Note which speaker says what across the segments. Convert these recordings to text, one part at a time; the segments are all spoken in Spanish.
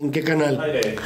Speaker 1: ¿En qué canal?
Speaker 2: Aire.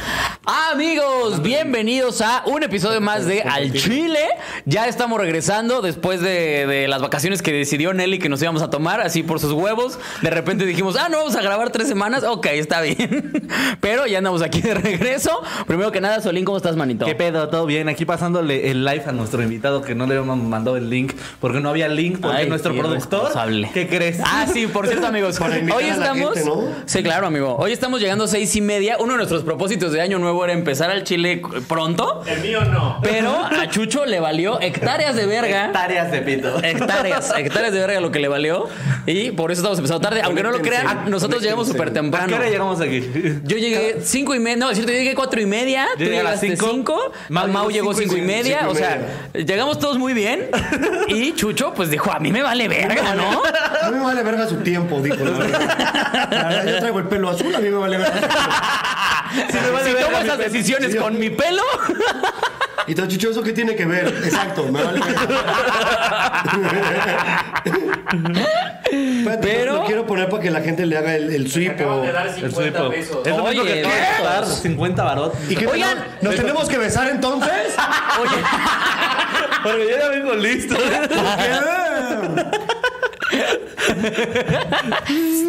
Speaker 3: Amigos, bienvenidos a un episodio más de Al Chile. Ya estamos regresando después de, de las vacaciones que decidió Nelly que nos íbamos a tomar, así por sus huevos. De repente dijimos, ah, no, vamos a grabar tres semanas. Ok, está bien. Pero ya andamos aquí de regreso. Primero que nada, Solín, ¿cómo estás, manito?
Speaker 4: ¿Qué pedo? ¿Todo bien? Aquí pasándole el live a nuestro invitado que no le mandó el link porque no había link porque
Speaker 3: Ay,
Speaker 4: nuestro
Speaker 3: qué
Speaker 4: productor.
Speaker 3: irresponsable.
Speaker 4: ¿Qué crees?
Speaker 3: Ah, sí, por cierto, amigos.
Speaker 1: Para invitar
Speaker 3: Hoy
Speaker 1: a la
Speaker 3: estamos.
Speaker 1: gente, ¿no?
Speaker 3: Sí, claro, amigo. Hoy estamos llegando a seis y media. Uno de nuestros propósitos de año nuevo era empezar al Chile pronto.
Speaker 2: El mío no.
Speaker 3: Pero a Chucho le valió hectáreas de verga.
Speaker 4: Tareas de pito.
Speaker 3: Eh, Hectáreas, hectáreas de verga lo que le valió. Y por eso estamos empezando tarde. Aunque no lo
Speaker 1: Conéctense,
Speaker 3: crean, nosotros llegamos súper
Speaker 1: conéctense.
Speaker 4: ¿A qué
Speaker 3: temprano.
Speaker 4: hora llegamos aquí?
Speaker 3: Yo llegué cinco y media. No, es cierto, yo llegué cuatro y media. Tú
Speaker 4: Yo llegué a las
Speaker 3: llegaste
Speaker 4: cinco.
Speaker 3: cinco. Mau,
Speaker 4: Mau
Speaker 3: llegó
Speaker 4: llegó
Speaker 3: cinco y
Speaker 1: cinco y
Speaker 3: media.
Speaker 1: cinco y
Speaker 3: o sea, llegamos todos muy bien. Y Chucho, pues dijo, a mí me vale verga, ¿no?
Speaker 1: A mí me vale verga su tiempo, dijo. La verdad. La verdad, yo traigo el pelo azul, a mí me vale verga. su tiempo.
Speaker 3: si
Speaker 4: vale verga
Speaker 3: tomo
Speaker 4: mi
Speaker 3: esas
Speaker 4: pelo.
Speaker 3: decisiones
Speaker 1: Sí, yo-
Speaker 3: con mi pelo.
Speaker 1: Y tan chicho, ¿eso qué tiene que ver? Exacto, me vale verga. Espérate,
Speaker 3: Pero-
Speaker 1: Lo quiero poner para que la gente le haga el, el sweep
Speaker 2: Acaban
Speaker 1: o...
Speaker 2: de dar 50
Speaker 4: suipo.
Speaker 2: pesos.
Speaker 4: pues, Es lo mismo
Speaker 3: Oye,
Speaker 4: que acabo de
Speaker 3: ¿qué?
Speaker 4: gastar 50 barot.
Speaker 1: ¿Y qué
Speaker 3: Oigan,
Speaker 1: tenemos- ¿nos tenemos que besar entonces?
Speaker 4: Porque yo ya vengo listo.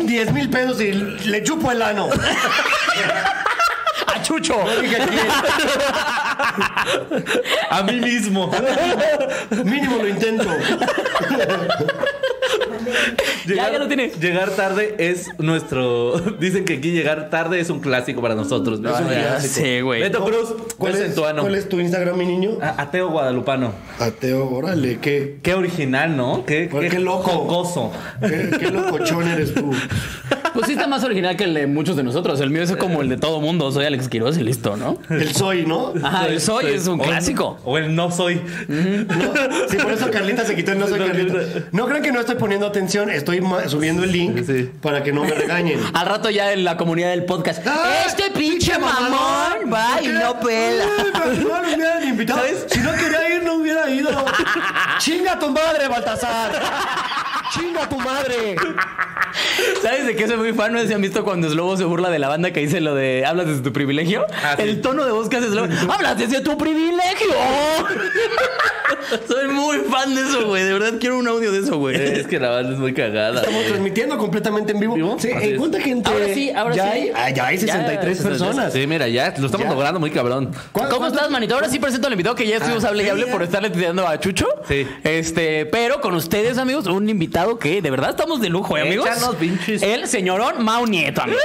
Speaker 1: Diez mil pesos y le chupo el ano.
Speaker 4: Ah,
Speaker 3: A Chucho.
Speaker 1: Dije, "¿Quién?".
Speaker 4: A mí mismo.
Speaker 1: Mínimo lo intento.
Speaker 3: ya lo tiene.
Speaker 4: Llegar tarde es nuestro. Dicen que aquí llegar tarde es un clásico para nosotros. ¿no?
Speaker 1: Es un
Speaker 4: Ah,
Speaker 1: clásico.
Speaker 3: Sí, güey.
Speaker 4: Beto Cruz,
Speaker 1: ¿Cuál
Speaker 4: beso
Speaker 1: es,
Speaker 4: en tu ano.
Speaker 1: cuál es tu Instagram, mi niño?
Speaker 4: A- Ateo Guadalupano.
Speaker 1: Ateo, órale, qué,
Speaker 4: Qué original, ¿no? Qué,
Speaker 1: Pues, qué loco.
Speaker 4: jocoso.
Speaker 1: qué, qué locochón eres tú.
Speaker 3: Pues sí está más original que el de muchos de nosotros. El mío es como el de todo mundo. Soy Alex Quiroz y listo, ¿no?
Speaker 1: El soy, ¿no?
Speaker 3: Ajá, el soy es un
Speaker 4: O-
Speaker 3: clásico.
Speaker 4: O el no soy.
Speaker 1: No, sí, por eso Carlita se quitó el no soy Carlita. No crean que no estoy poniendo atención, estoy ma- subiendo el link
Speaker 4: Sí.
Speaker 1: para que no me regañen.
Speaker 3: Al rato ya en la comunidad del podcast.
Speaker 1: ¡Ah!
Speaker 3: este pinche mamón va y
Speaker 1: ¿Qué?
Speaker 3: no pela.
Speaker 1: Uy, pero no lo hubieran invitado. Si no quería ir, no hubiera ido. Chinga a tu madre, Baltasar. Chinga a tu madre.
Speaker 3: ¿Sabes de qué soy muy fan? No sé si han visto cuando Slobo se burla de la banda que dice lo de hablas desde tu privilegio.
Speaker 4: Ah, sí.
Speaker 3: El tono de voz que hace Slobo, hablas desde tu privilegio. soy muy fan de eso, güey. De verdad quiero un audio de eso, güey.
Speaker 4: es que la banda es muy cagada.
Speaker 1: Estamos transmitiendo completamente en vivo.
Speaker 4: ¿Vivo?
Speaker 1: Sí,
Speaker 4: Así
Speaker 1: en
Speaker 4: es.
Speaker 1: cuenta que entre-
Speaker 3: Ahora sí, ahora
Speaker 1: ya
Speaker 3: sí.
Speaker 1: Hay, ah, ya hay
Speaker 3: Ya,
Speaker 1: 63 personas.
Speaker 4: Sí, mira, ya lo estamos
Speaker 1: Ya.
Speaker 4: logrando muy cabrón.
Speaker 1: ¿Cuál-
Speaker 3: ¿Cómo
Speaker 1: cuánto-
Speaker 3: estás, manito? Ahora sí presento al invitado que ya estuvimos
Speaker 1: Ah,
Speaker 3: hable y hable
Speaker 1: sí.
Speaker 3: por estarle tirando a Chucho.
Speaker 4: Sí.
Speaker 3: Este, pero con ustedes, amigos, un invitado que de verdad estamos de lujo, ¿eh, amigos.
Speaker 4: Échanos, pinches.
Speaker 3: El señorón Mau Nieto, amigos.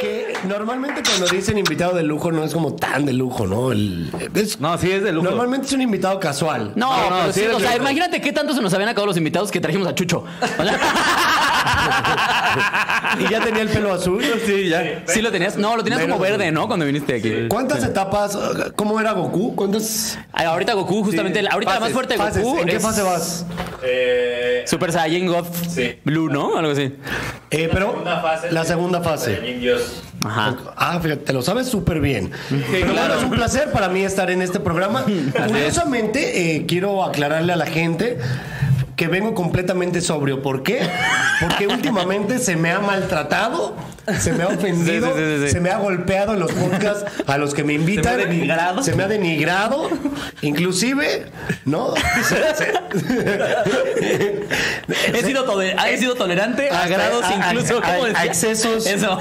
Speaker 1: Que normalmente cuando dicen invitado de lujo no es como tan de lujo, ¿no? El- es-
Speaker 4: No, sí es de lujo.
Speaker 1: Normalmente es un invitado casual. Ah,
Speaker 3: No,
Speaker 4: No, no,
Speaker 3: pero
Speaker 4: sí
Speaker 3: sí,
Speaker 4: eres
Speaker 3: o sea,
Speaker 4: rico.
Speaker 3: imagínate qué tanto se nos habían acabado los invitados que trajimos a Chucho. O sea,
Speaker 1: Y ya tenía el pelo azul.
Speaker 4: Sí, ya.
Speaker 3: sí lo tenías, no, lo tenías como verde, ¿no? Cuando viniste aquí.
Speaker 1: ¿Cuántas etapas? uh, ¿Cómo era Goku? ¿Cuántas
Speaker 3: Ah, Ahorita Goku, justamente,
Speaker 4: Sí,
Speaker 3: la- ahorita la más
Speaker 4: fases,
Speaker 3: fuerte de
Speaker 1: fases?
Speaker 3: Goku.
Speaker 1: ¿En qué
Speaker 3: es
Speaker 1: fase vas?
Speaker 2: Eh,
Speaker 3: Super Saiyan God
Speaker 2: Sí.
Speaker 3: Blue, ¿no? Algo así.
Speaker 1: Eh, pero
Speaker 2: segunda fase.
Speaker 1: la segunda fase.
Speaker 2: Saiyajin Dios.
Speaker 3: Ajá.
Speaker 1: Ah, fíjate, te lo sabes súper bien. Pero bueno, es un placer para mí estar en este programa. Curiosamente, eh, quiero aclararle a la gente que vengo completamente sobrio. ¿Por qué? Porque últimamente se me ha maltratado, se me ha ofendido,
Speaker 3: Sí, sí, sí, sí.
Speaker 1: se me ha golpeado en los podcasts a los que me invitan.
Speaker 4: Se me ha denigrado.
Speaker 1: Se me ha denigrado. Inclusive, ¿no? Se- se-
Speaker 3: He sido, tole- he sido tolerante a
Speaker 1: Hasta-
Speaker 3: grados
Speaker 1: a- a-
Speaker 3: incluso.
Speaker 1: a-
Speaker 3: ¿cómo
Speaker 1: a
Speaker 3: decía?
Speaker 1: excesos.
Speaker 3: Eso.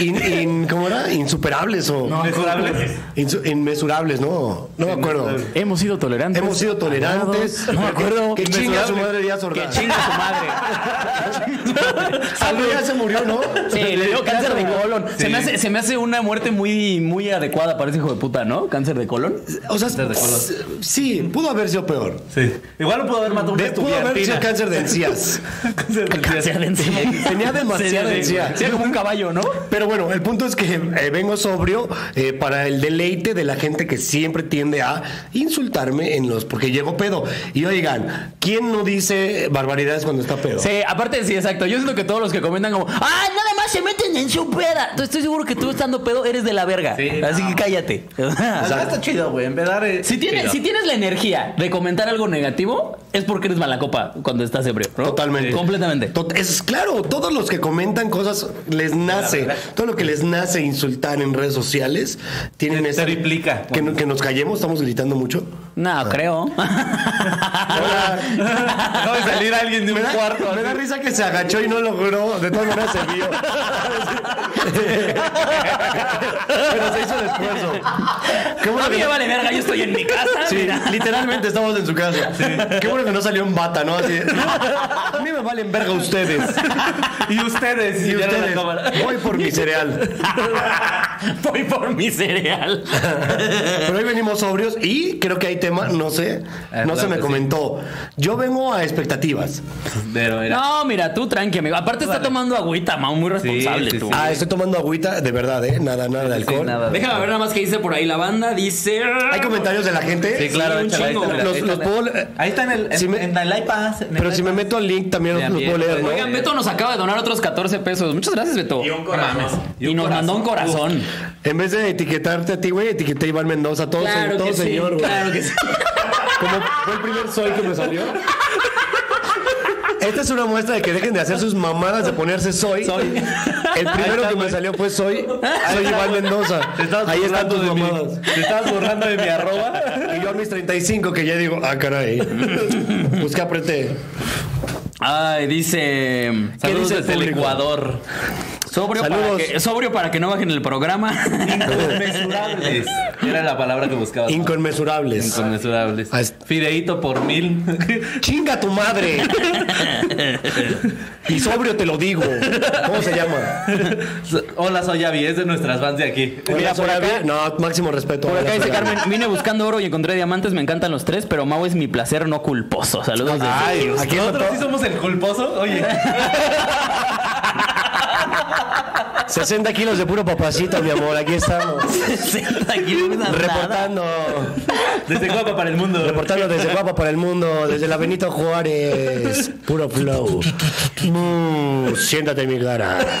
Speaker 1: In- in- ¿Cómo era? Insuperables o...
Speaker 4: Mesurables.
Speaker 1: Insu- inmesurables, no. No me acuerdo.
Speaker 3: Hemos sido tolerantes.
Speaker 1: Hemos sido tolerantes.
Speaker 3: No me acuerdo.
Speaker 1: Que chinga su madre Díaz
Speaker 3: Que
Speaker 1: Ordaz.
Speaker 3: chinga su madre.
Speaker 1: Algo ya se murió, ¿no?
Speaker 3: Sí, le dio cáncer de colon. Se,
Speaker 4: Sí.
Speaker 3: me hace, se me hace una muerte muy, muy adecuada para ese hijo de puta, ¿no? Cáncer de colon.
Speaker 1: O sea,
Speaker 4: de colon.
Speaker 1: s- sí, pudo haber sido peor.
Speaker 4: Sí. Igual no pudo haber matado un
Speaker 1: De- pudo haber sido
Speaker 4: estudiantina.
Speaker 1: cáncer de encías.
Speaker 3: Cáncer de encía.
Speaker 1: Tenía demasiada
Speaker 3: Sí, sí, sí.
Speaker 1: encía.
Speaker 3: Sí, como un caballo, ¿no?
Speaker 1: Pero bueno, el punto es que eh, vengo sobrio eh, para el deleite de la gente que siempre tiende a insultarme en los porque llego pedo. Y oigan, ¿quién no dice barbaridades cuando está pedo?
Speaker 3: Sí, aparte sí, exacto. Yo siento que todos los que comentan como, ¡ah, nada más se meten en su peda! Entonces, Estoy seguro que tú estando pedo eres de la verga.
Speaker 4: Sí,
Speaker 3: Así
Speaker 4: no.
Speaker 3: que cállate.
Speaker 4: Ah, Está chido, güey. Empezar. eh,
Speaker 3: Si tienes,
Speaker 4: chido.
Speaker 3: si tienes la energía de comentar algo negativo, es porque eres mala copa cuando estás ebrio. ¿no?
Speaker 1: Totalmente.
Speaker 3: Completamente.
Speaker 1: Tot- Es claro, todos los que comentan cosas les nace. Todo lo que les nace insultar en redes sociales tienen
Speaker 4: Te
Speaker 1: esa-
Speaker 4: triplica.
Speaker 1: Que, no- que nos callemos, estamos gritando mucho.
Speaker 3: No, creo.
Speaker 4: Acaba de salir alguien de un
Speaker 1: Me da,
Speaker 4: cuarto.
Speaker 1: me da risa que se agachó y no logró. De todas maneras se vio. Pero se hizo el esfuerzo. Qué bueno
Speaker 3: A mí
Speaker 1: que
Speaker 3: me
Speaker 1: no-
Speaker 3: vale verga, yo estoy en mi casa.
Speaker 1: Sí,
Speaker 3: mira.
Speaker 1: literalmente estamos en su casa. Qué bueno que no salió en bata, ¿no? Así de, a mí me valen verga ustedes.
Speaker 4: Y ustedes,
Speaker 1: Y
Speaker 4: ya no la
Speaker 1: ustedes,
Speaker 4: cámara.
Speaker 1: voy por mi cereal.
Speaker 3: Voy por mi cereal.
Speaker 1: Pero hoy venimos sobrios y creo que hay tema, no sé,
Speaker 4: Ah,
Speaker 1: no
Speaker 4: claro
Speaker 1: se me
Speaker 4: que sí.
Speaker 1: comentó. Yo vengo a expectativas.
Speaker 4: Pero era.
Speaker 3: No, mira, tú tranqui, amigo. Aparte está tomando agüita, Mau, muy responsable
Speaker 4: sí,
Speaker 3: tú.
Speaker 4: sí.
Speaker 1: Ah, estoy tomando agüita, de verdad, ¿eh? Nada, nada de
Speaker 4: Sí,
Speaker 1: alcohol.
Speaker 4: nada.
Speaker 3: Déjame ver nada más qué dice por ahí la banda. Dice.
Speaker 1: Hay comentarios de la gente.
Speaker 4: Sí, claro,
Speaker 3: Sí, un
Speaker 4: échala,
Speaker 3: chingo.
Speaker 4: échala,
Speaker 1: Los-
Speaker 4: échala.
Speaker 1: los puedo-
Speaker 4: Ahí está en el, en,
Speaker 1: Si me-
Speaker 4: en el iPad. en el
Speaker 1: Pero si me
Speaker 4: iPad.
Speaker 1: meto al link también los
Speaker 4: También,
Speaker 1: puedo leer, ¿no?
Speaker 4: pues,
Speaker 3: Oigan, Beto nos acaba de donar otros 14 pesos. Muchas gracias, Beto.
Speaker 2: Y un corazón.
Speaker 3: Y nos mandó un corazón.
Speaker 1: En vez de etiquetarte a ti, güey, etiqueté a Iván Mendoza, todo, se- todo señor, güey.
Speaker 3: claro que sí.
Speaker 1: Como fue el primer sol que me salió. Esta es una muestra de que dejen de hacer sus mamadas de ponerse soy.
Speaker 4: Soy.
Speaker 1: El primero que me salió fue soy. Soy Iván Mendoza.
Speaker 4: Te estabas
Speaker 1: Ahí están
Speaker 4: burlando
Speaker 1: tus
Speaker 4: de mi-
Speaker 1: mamadas.
Speaker 4: Te estabas borrando de mi arroba.
Speaker 1: Y yo a mis 35 que ya digo, ah, caray. Pues que apreté.
Speaker 3: Ay, dice.
Speaker 1: ¿Qué
Speaker 4: Saludos
Speaker 1: dice el
Speaker 4: desde el
Speaker 1: público?
Speaker 4: Ecuador.
Speaker 3: Sobrio para,
Speaker 1: Saludos.
Speaker 3: que, sobrio para que no bajen el programa.
Speaker 4: Inconmensurables. Era la palabra que buscaba.
Speaker 1: Inconmensurables.
Speaker 4: Inconmensurables.
Speaker 1: Ah, es-
Speaker 4: Fideíto por mil.
Speaker 1: ¡Chinga tu madre! Y sobrio te lo digo. ¿Cómo se llama?
Speaker 4: Hola, soy Avi, es de nuestras fans de aquí.
Speaker 1: Hola,
Speaker 3: por
Speaker 1: soy
Speaker 3: acá-
Speaker 1: Abby. No, máximo respeto.
Speaker 3: Por
Speaker 1: Hola,
Speaker 3: acá dice
Speaker 1: soy Abby.
Speaker 3: Carmen, vine buscando oro y encontré diamantes, me encantan los tres, pero Mau es mi placer no culposo. Saludos desde-
Speaker 1: Ay, aquí está
Speaker 4: Nosotros sí
Speaker 1: todo-
Speaker 4: somos el culposo. Oye,
Speaker 1: 60 kilos de puro papacito, mi amor. Aquí estamos.
Speaker 3: 60 kilos, nada.
Speaker 1: Reportando.
Speaker 4: desde Guapa para el mundo.
Speaker 1: Reportando desde Guapa para el mundo, desde la Benito Juárez. Puro flow. Mm, siéntate en mi cara.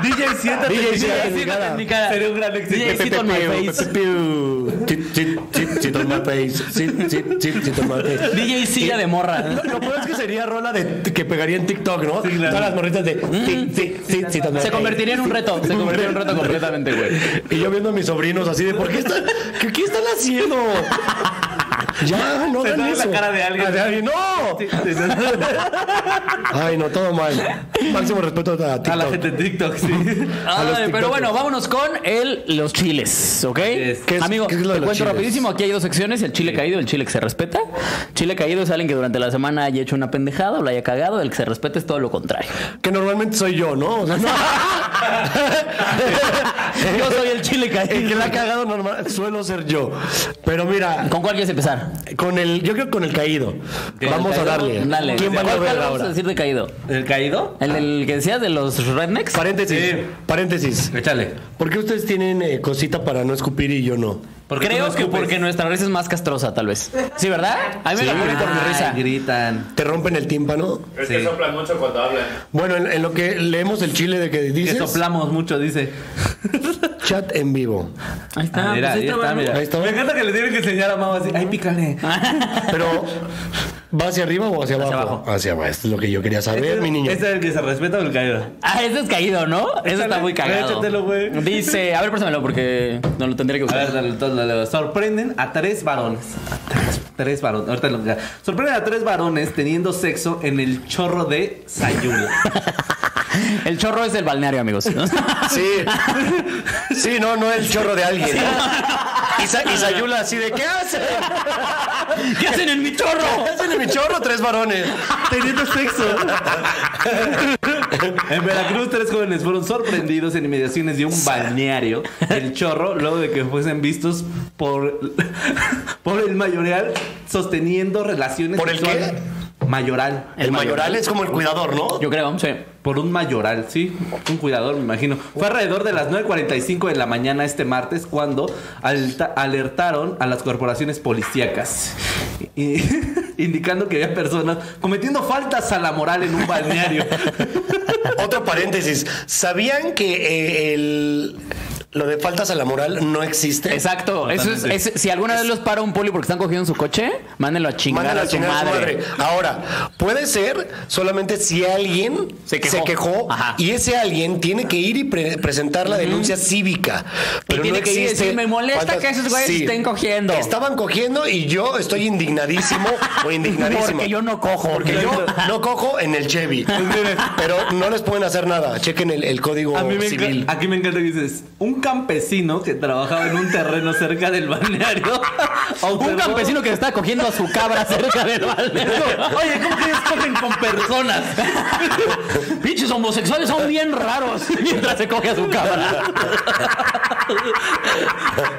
Speaker 4: DJ, siéntate.
Speaker 1: DJ,
Speaker 4: DJ,
Speaker 1: siéntate en mi
Speaker 4: siéntate
Speaker 1: cara.
Speaker 4: en mi cara. Sería un gran
Speaker 3: DJ,
Speaker 4: éxito.
Speaker 3: sit on my
Speaker 1: Pew,
Speaker 3: face.
Speaker 1: pew, pew. Sit, sit, sit, sit on my face. Sit, sit, sit, sit on my face.
Speaker 3: DJ silla de morra.
Speaker 1: Lo peor es que sería rola de, que pegaría en TikTok, ¿no? Todas las morritas de. sit, sit, sit, sit on my
Speaker 3: Se
Speaker 1: face.
Speaker 3: convertiría en un reto, se convertiría en un reto completamente, güey.
Speaker 1: Y yo viendo a mis sobrinos así de, ¿por qué están, qué, qué están haciendo? Ya, no
Speaker 4: Te
Speaker 1: hagan
Speaker 4: sale la
Speaker 1: eso.
Speaker 4: cara de alguien.
Speaker 1: Ah, ¡No! Ay, no, todo mal. Máximo respeto a TikTok.
Speaker 4: A la gente de TikTok, sí.
Speaker 1: A los
Speaker 3: Ay, pero
Speaker 1: TikTokers.
Speaker 3: bueno, vámonos con el, los chiles, ¿ok?
Speaker 4: es.
Speaker 1: ¿Qué es-
Speaker 3: Amigo,
Speaker 1: qué es lo de
Speaker 3: te
Speaker 1: los
Speaker 3: cuento
Speaker 1: chiles?
Speaker 3: rapidísimo, aquí hay dos secciones, el chile caído y el chile que se respeta. Chile caído es alguien que durante la semana haya hecho una pendejada o la haya cagado, el que se respeta es todo lo contrario.
Speaker 1: Que normalmente soy yo, ¿no? O sea, no.
Speaker 3: Yo soy el chile
Speaker 1: El que
Speaker 3: caído.
Speaker 1: la ha cagado normal suelo ser yo. Pero mira,
Speaker 3: ¿Con cuál quieres empezar?
Speaker 1: con el, yo creo que con el caído. Vamos
Speaker 3: ¿El
Speaker 1: a
Speaker 3: caído?
Speaker 1: darle.
Speaker 3: Dale.
Speaker 1: ¿Quién va
Speaker 3: ¿Cuál-
Speaker 1: a
Speaker 3: cuál
Speaker 1: ver
Speaker 3: vamos a
Speaker 1: ahora?
Speaker 3: decir de caído?
Speaker 4: ¿El caído?
Speaker 3: ¿El, del que decías de los rednecks?
Speaker 1: Paréntesis,
Speaker 4: Sí.
Speaker 1: paréntesis.
Speaker 4: Échale.
Speaker 1: ¿Por qué ustedes tienen eh, cosita para no escupir y yo no?
Speaker 4: Porque
Speaker 3: Creo
Speaker 4: tú no
Speaker 3: que
Speaker 4: escupes.
Speaker 3: porque nuestra risa es más castrosa, tal vez. Sí, ¿verdad? A mí me la ponen por mi
Speaker 4: Ay,
Speaker 3: risa.
Speaker 4: gritan.
Speaker 1: ¿Te rompen el tímpano?
Speaker 2: Es
Speaker 4: Sí.
Speaker 2: que soplan mucho cuando hablan.
Speaker 1: Bueno, en, en lo que leemos el chile de que
Speaker 4: Que
Speaker 1: dices,
Speaker 4: soplamos mucho, dice. Ah,
Speaker 1: chat en vivo.
Speaker 3: Ahí está,
Speaker 4: mira, ahí
Speaker 3: pues ahí está,
Speaker 4: está,
Speaker 3: ¿no?
Speaker 4: mira.
Speaker 1: Ahí está.
Speaker 4: Me encanta que le tienen que enseñar a Mau así. Ay, pícale.
Speaker 1: Pero, ¿va hacia arriba o hacia abajo?
Speaker 3: Hacia
Speaker 1: Hacia
Speaker 3: abajo.
Speaker 1: abajo. es lo que yo quería saber, mi niño.
Speaker 4: Este es el que se respeta o el caído.
Speaker 3: Ah, ese es caído, ¿no? Ese está
Speaker 4: Échale,
Speaker 3: muy cagado.
Speaker 4: échatelo, güey.
Speaker 3: Dice, a ver, préstamelo porque no lo tendré que
Speaker 4: A
Speaker 3: usar.
Speaker 4: ver, dale, entonces, dale, dale. sorprenden a tres varones. A Tres, tres varones. Ahorita lo- ya. Sorprenden a tres varones teniendo sexo en el chorro de Sayula.
Speaker 3: El chorro es el balneario, amigos.
Speaker 1: Sí. Sí, no, no el chorro de alguien. Y, Sa- y Sayula así de, ¿qué hace?
Speaker 3: ¿Qué hacen en mi chorro?
Speaker 1: ¿Qué hacen en mi chorro tres varones?
Speaker 4: teniendo sexo. en Veracruz, tres jóvenes fueron sorprendidos en inmediaciones de un balneario, el chorro, luego de que fuesen vistos por, por el mayoral sosteniendo relaciones
Speaker 1: ¿Por el qué?
Speaker 4: sexuales. Mayoral.
Speaker 1: El mayoral es como el cuidador, ¿no?
Speaker 3: Yo creo, sí.
Speaker 4: Por un mayoral, sí, un cuidador, me imagino. Fue alrededor de las 9.45 de la mañana este martes cuando alta- alertaron a las corporaciones policíacas, i- indicando que había personas cometiendo faltas a la moral en un balneario.
Speaker 1: Otro paréntesis. ¿Sabían que eh, el, lo de faltas a la moral no existe.
Speaker 3: Exacto. Eso es,
Speaker 4: Totalmente.
Speaker 3: es- si alguna vez los para un poli porque están cogiendo su coche, mándenlo a chingar,
Speaker 1: Mándala
Speaker 3: a, su
Speaker 1: chingar a
Speaker 3: madre.
Speaker 1: Ahora, puede ser solamente si alguien
Speaker 3: Se
Speaker 1: se
Speaker 3: quejó.
Speaker 1: quejó,
Speaker 3: Ajá.
Speaker 1: y ese alguien tiene que ir y pre- presentar la denuncia cívica. Pero
Speaker 3: tiene
Speaker 1: no
Speaker 3: que ir y
Speaker 1: existe
Speaker 3: decir, "Me molesta
Speaker 1: cuántas-
Speaker 3: que esos güeyes estén cogiendo".
Speaker 1: Estaban cogiendo y yo estoy indignadísimo o indignadísima.
Speaker 3: Porque yo no cojo.
Speaker 1: Porque yo no cojo en el Chevy. Pero no les pueden hacer nada. Chequen el, el código
Speaker 4: A mí me
Speaker 1: civil.
Speaker 4: encanta, aquí me encanta que dices, un campesino que trabajaba en un terreno cerca del balneario.
Speaker 3: Un
Speaker 4: observó-
Speaker 3: campesino que está cogiendo a su cabra cerca del balneario.
Speaker 4: Oye, ¿cómo que ellos cogen con personas?
Speaker 3: Pinches homosexuales son bien raros mientras se coge a su cabra.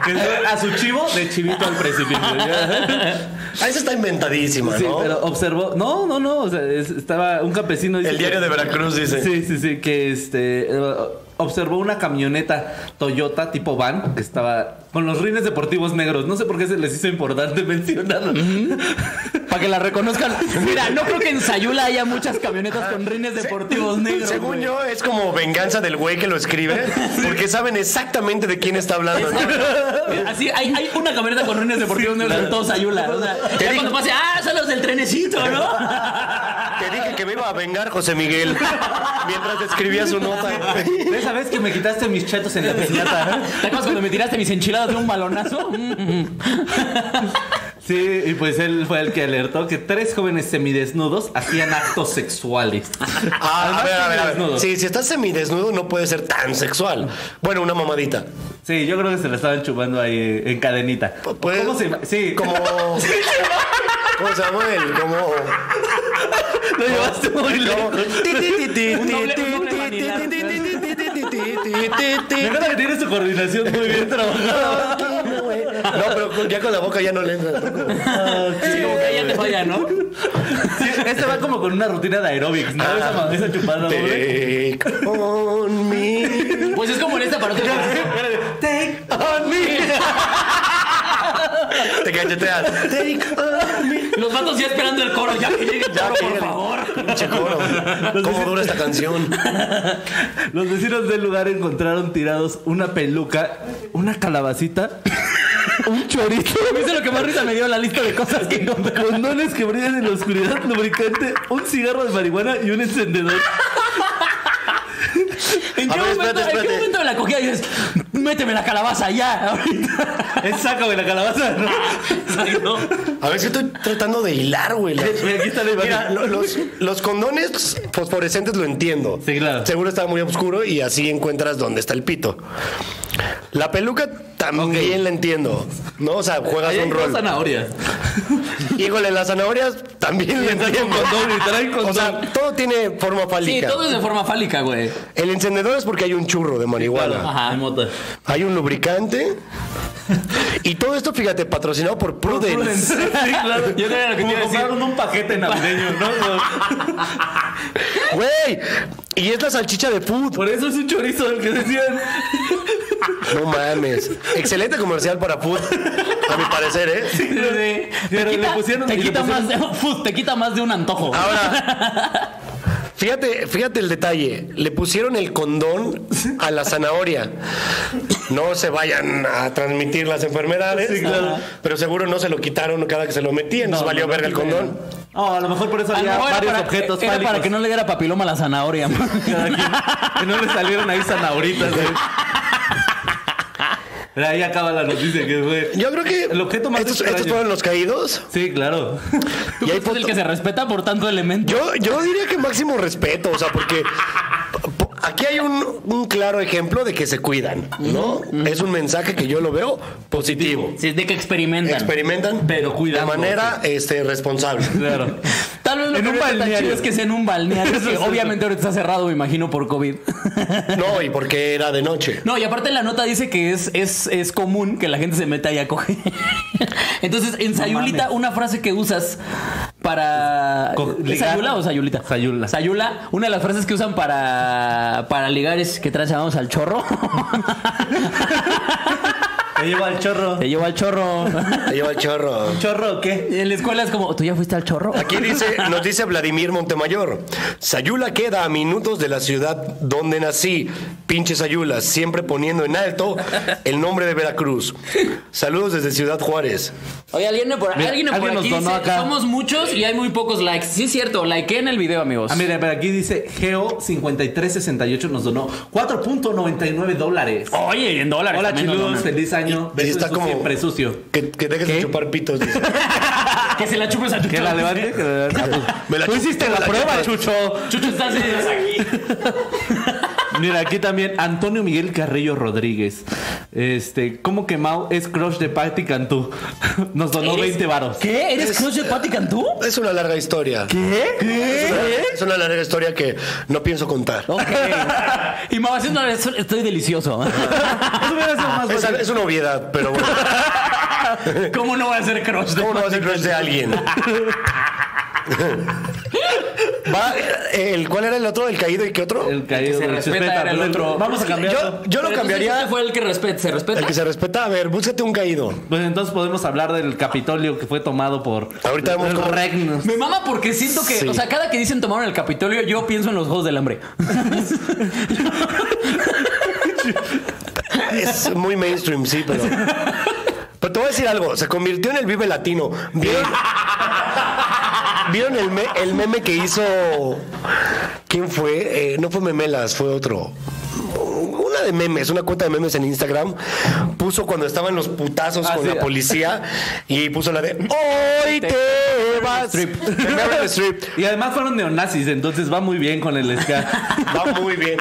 Speaker 4: Que fue a su chivo de chivito al precipicio.
Speaker 1: Ah, esa está inventadísima,
Speaker 4: Sí,
Speaker 1: ¿no?
Speaker 4: pero observó. No, no, no. o sea, es- estaba un campesino. dice
Speaker 1: El diario
Speaker 4: que-
Speaker 1: de Veracruz dice.
Speaker 4: Sí, sí, sí. Que este. eh, Observó una camioneta Toyota tipo van que estaba con los rines deportivos negros. No sé por qué se les hizo importante mencionarlo.
Speaker 3: Para que la reconozcan. Mira, no creo que en Sayula haya muchas camionetas con rines deportivos negros.
Speaker 1: Según
Speaker 3: güey.
Speaker 1: yo, es como venganza del güey que lo escribe, porque saben exactamente de quién está hablando. ¿no?
Speaker 3: Así, hay, hay una camioneta con rines deportivos negros en todo Sayula. O sea, ya cuando pase, ah, son los del trenecito, ¿no?
Speaker 1: Te dije que me iba a vengar José Miguel mientras escribía su nota.
Speaker 4: De esa vez que me quitaste mis chetos en la piñata.
Speaker 3: ¿Te acuerdas cuando me tiraste mis enchiladas de un balonazo? Mm,
Speaker 4: Sí, y pues él fue el que alertó que tres jóvenes semidesnudos hacían actos sexuales.
Speaker 1: Ah, a ver, a ver, a ver.
Speaker 4: Desnudo.
Speaker 1: Sí, si estás semidesnudo no puede ser tan sexual. Bueno, una mamadita.
Speaker 4: Sí, yo creo que se la estaban chupando ahí eh, en cadenita.
Speaker 1: Pues-
Speaker 4: ¿Cómo se llama? Sí,
Speaker 1: Como... ¿Cómo se llama él? Como...
Speaker 4: lo llevaste muy
Speaker 1: como-
Speaker 4: lejos. Me encanta que tiene su coordinación muy bien trabajada.
Speaker 1: No, pero ya con la boca ya no le entra.
Speaker 3: sí, como que ya te falla, ¿no?
Speaker 4: Sí, este va como con una rutina de aeróbics, ¿no? Esa, ma- esa chupada doble.
Speaker 1: Take on me.
Speaker 3: Pues es como en esta parte.
Speaker 4: Take
Speaker 1: on me. Te cacheteas. Take on me.
Speaker 3: Los vatos ya esperando el coro, ya que llegue el coro, por
Speaker 1: pégale.
Speaker 3: favor.
Speaker 1: Pinche coro. ¿Cómo dura esta canción?
Speaker 4: Los vecinos del lugar encontraron tirados una peluca, una calabacita, un chorizo.
Speaker 3: ¿Viste lo que más risa me dio la lista de cosas que encontré?
Speaker 4: Condones que brillan en la oscuridad, lubricante, un cigarro de marihuana y un encendedor.
Speaker 3: ¿En
Speaker 1: A
Speaker 3: qué,
Speaker 1: ver,
Speaker 3: momento,
Speaker 1: espérate,
Speaker 3: ¿En qué
Speaker 1: espérate.
Speaker 3: momento me la cogía y dices, méteme la calabaza ya, ahorita?
Speaker 4: Es sácame la calabaza, ¿no?
Speaker 3: Exacto.
Speaker 1: A ver si estoy tratando de hilar, güey. la-
Speaker 4: Mira, aquí está la imagen.
Speaker 1: Mira, lo- los, los condones fosforescentes lo entiendo.
Speaker 4: Sí, claro.
Speaker 1: Seguro está muy oscuro y así encuentras dónde está el pito. La peluca también la entiendo. ¿No? O sea, juegas
Speaker 4: Ahí hay
Speaker 1: un
Speaker 4: dos
Speaker 1: rol.
Speaker 4: zanahorias.
Speaker 1: Híjole, las zanahorias también la entiendo.
Speaker 4: condón y traen condón.
Speaker 1: O sea, todo tiene forma
Speaker 3: Sí,
Speaker 1: fálica.
Speaker 3: todo es de forma fálica, güey.
Speaker 1: El encendedor es porque hay un churro de marihuana.
Speaker 4: Ajá, mota.
Speaker 1: Hay un lubricante. y todo esto, fíjate, patrocinado por Prudence.
Speaker 4: Sí, claro.
Speaker 3: Yo creo que lo que te
Speaker 4: Como
Speaker 3: iba a decir.
Speaker 4: compraron un paquete navideño, ¿no?
Speaker 1: Güey. Y es la salchicha de food.
Speaker 4: Por eso es un chorizo el que decían.
Speaker 1: No mames. Excelente comercial para food. A mi parecer, ¿eh?
Speaker 3: Te
Speaker 4: Pero
Speaker 3: quita,
Speaker 4: le pusieron-
Speaker 3: te
Speaker 4: y le
Speaker 3: quita
Speaker 4: pusieron-
Speaker 3: más de, Fu, te quita más de un antojo.
Speaker 1: Ah, Ahora. Fíjate, fíjate el detalle. Le pusieron el condón a la zanahoria. No se vayan a transmitir las enfermedades. Pero seguro no se lo quitaron cada que se lo metían. Nos valió verga el condón.
Speaker 4: Oh, a lo mejor por eso
Speaker 3: A lo
Speaker 4: había
Speaker 3: mejor era
Speaker 4: varios
Speaker 3: para-
Speaker 4: objetos
Speaker 3: era
Speaker 4: fálicos.
Speaker 3: para que no le diera papiloma a la zanahoria. man.
Speaker 4: que no le salieron ahí zanahoritas. güey. Pero ahí acaba la noticia que fue.
Speaker 1: Yo creo que.
Speaker 4: El objeto más
Speaker 1: estos,
Speaker 4: extraño.
Speaker 1: estos fueron los caídos.
Speaker 4: Sí, claro.
Speaker 1: Y hay
Speaker 3: Es el
Speaker 1: foto-
Speaker 3: que se respeta por tanto elemento.
Speaker 1: Yo, yo diría que máximo respeto, o sea, porque po- aquí hay un, un claro ejemplo de que se cuidan, ¿no? Es un mensaje que yo lo veo positivo.
Speaker 3: Si es de que experimentan.
Speaker 1: Experimentan,
Speaker 4: Pero
Speaker 1: de
Speaker 4: cuidándose.
Speaker 1: manera este, responsable.
Speaker 4: Claro.
Speaker 3: Tal vez lo
Speaker 4: En
Speaker 3: que
Speaker 4: un
Speaker 3: ahorita está
Speaker 4: balneario.
Speaker 3: chido es que sea en un balneario. que
Speaker 4: es cierto.
Speaker 3: obviamente ahorita está cerrado, me imagino, por COVID.
Speaker 1: No, y porque era de noche.
Speaker 3: No, y aparte la nota dice que es, es, es común que la gente se meta y a coger. Entonces, en Sayulita,
Speaker 4: mames.
Speaker 3: una frase que usas para.
Speaker 4: Co-
Speaker 3: ¿Es
Speaker 4: ligar.
Speaker 3: Sayula o Sayulita?
Speaker 4: Sayula.
Speaker 3: Sayula, una de las frases que usan para, para ligar es que traes vamos al chorro.
Speaker 4: Te llevo al chorro.
Speaker 3: Te llevo al chorro.
Speaker 1: Te lleva el chorro.
Speaker 4: ¿Chorro o qué?
Speaker 3: En la escuela es como, ¿tú ya fuiste al chorro?
Speaker 1: Aquí dice, nos dice Vladimir Montemayor. Sayula queda a minutos de la ciudad donde nací. Pinche Sayula, siempre poniendo en alto el nombre de Veracruz. Saludos desde Ciudad Juárez.
Speaker 3: Oye, alguien por,
Speaker 4: Mira,
Speaker 3: alguien por
Speaker 4: alguien nos
Speaker 3: aquí
Speaker 4: donó
Speaker 3: dice,
Speaker 4: acá.
Speaker 3: somos muchos y hay muy pocos likes. Sí es cierto, likeen el video, amigos.
Speaker 4: Ah, mira, pero aquí dice Geo5368 nos donó 4.99 dólares.
Speaker 1: Oh,
Speaker 3: Oye, en dólares.
Speaker 4: Hola
Speaker 3: también nos
Speaker 4: chiluz,
Speaker 3: donan.
Speaker 4: feliz año.
Speaker 1: Y
Speaker 4: Beso
Speaker 1: está
Speaker 4: de sucio,
Speaker 1: como-
Speaker 4: siempre sucio.
Speaker 1: Que, que dejes de chupar pitos. dice.
Speaker 3: Ah, Que se la chupes a Chucho.
Speaker 4: Que la levante, que la levante.
Speaker 1: Me la
Speaker 4: Ah, pues, Tú
Speaker 1: chupo,
Speaker 4: hiciste
Speaker 1: me
Speaker 4: la
Speaker 1: la
Speaker 4: prueba,
Speaker 1: chupo.
Speaker 4: Chucho.
Speaker 3: Chucho, estás estás aquí.
Speaker 4: Mira, aquí también Antonio Miguel Carrillo Rodríguez. Este, ¿cómo que Mau es crush de Patti Cantú? Nos donó
Speaker 3: ¿Eres-
Speaker 4: 20 varos.
Speaker 3: ¿Qué? ¿Eres crush de Patti Cantú?
Speaker 1: Es una larga historia.
Speaker 4: ¿Qué?
Speaker 1: Es una- Es una larga historia que no pienso contar.
Speaker 3: Ok. y mamá, haciendo eso, estoy delicioso.
Speaker 4: Eso hubiera sido más
Speaker 1: Es,
Speaker 4: bueno.
Speaker 1: es una obviedad, pero bueno,
Speaker 3: ¿Cómo no voy a ser crush de
Speaker 1: ¿cómo no vas a creer de alguien? Va, eh, el, ¿Cuál era el otro? ¿El caído y qué otro?
Speaker 4: El caído
Speaker 3: se
Speaker 4: del
Speaker 3: respeta
Speaker 4: chupeta,
Speaker 3: era el
Speaker 4: pero
Speaker 3: otro.
Speaker 4: Vamos a cambiarlo.
Speaker 1: Yo, yo lo
Speaker 3: Pero entonces
Speaker 1: cambiaría.
Speaker 3: ese fue el que respeta, se respeta.
Speaker 1: El que se respeta, a ver, búscate un caído.
Speaker 4: Pues entonces podemos hablar del Capitolio que fue tomado por
Speaker 1: Ahorita vemos
Speaker 4: el
Speaker 1: cómo-
Speaker 4: Regnos.
Speaker 3: Me mama porque siento que,
Speaker 1: Sí.
Speaker 3: o sea, cada que dicen tomaron el Capitolio, yo pienso en los Juegos del Hambre.
Speaker 1: Es muy mainstream, sí, pero. Pero te voy a decir algo, se convirtió en el Vive Latino. ¿Vieron, ¿vieron el, me- el meme que hizo? ¿Quién fue? Eh, no fue Memelas, fue otro. Una de memes, una cuenta de memes en Instagram, puso cuando estaban los putazos
Speaker 4: Ah,
Speaker 1: con
Speaker 4: sí.
Speaker 1: la policía y puso la de Hoy te vas. De
Speaker 4: Strip.
Speaker 1: Meryl Streep.
Speaker 4: Y además fueron neonazis, entonces va muy bien con el ska.
Speaker 1: Va muy bien.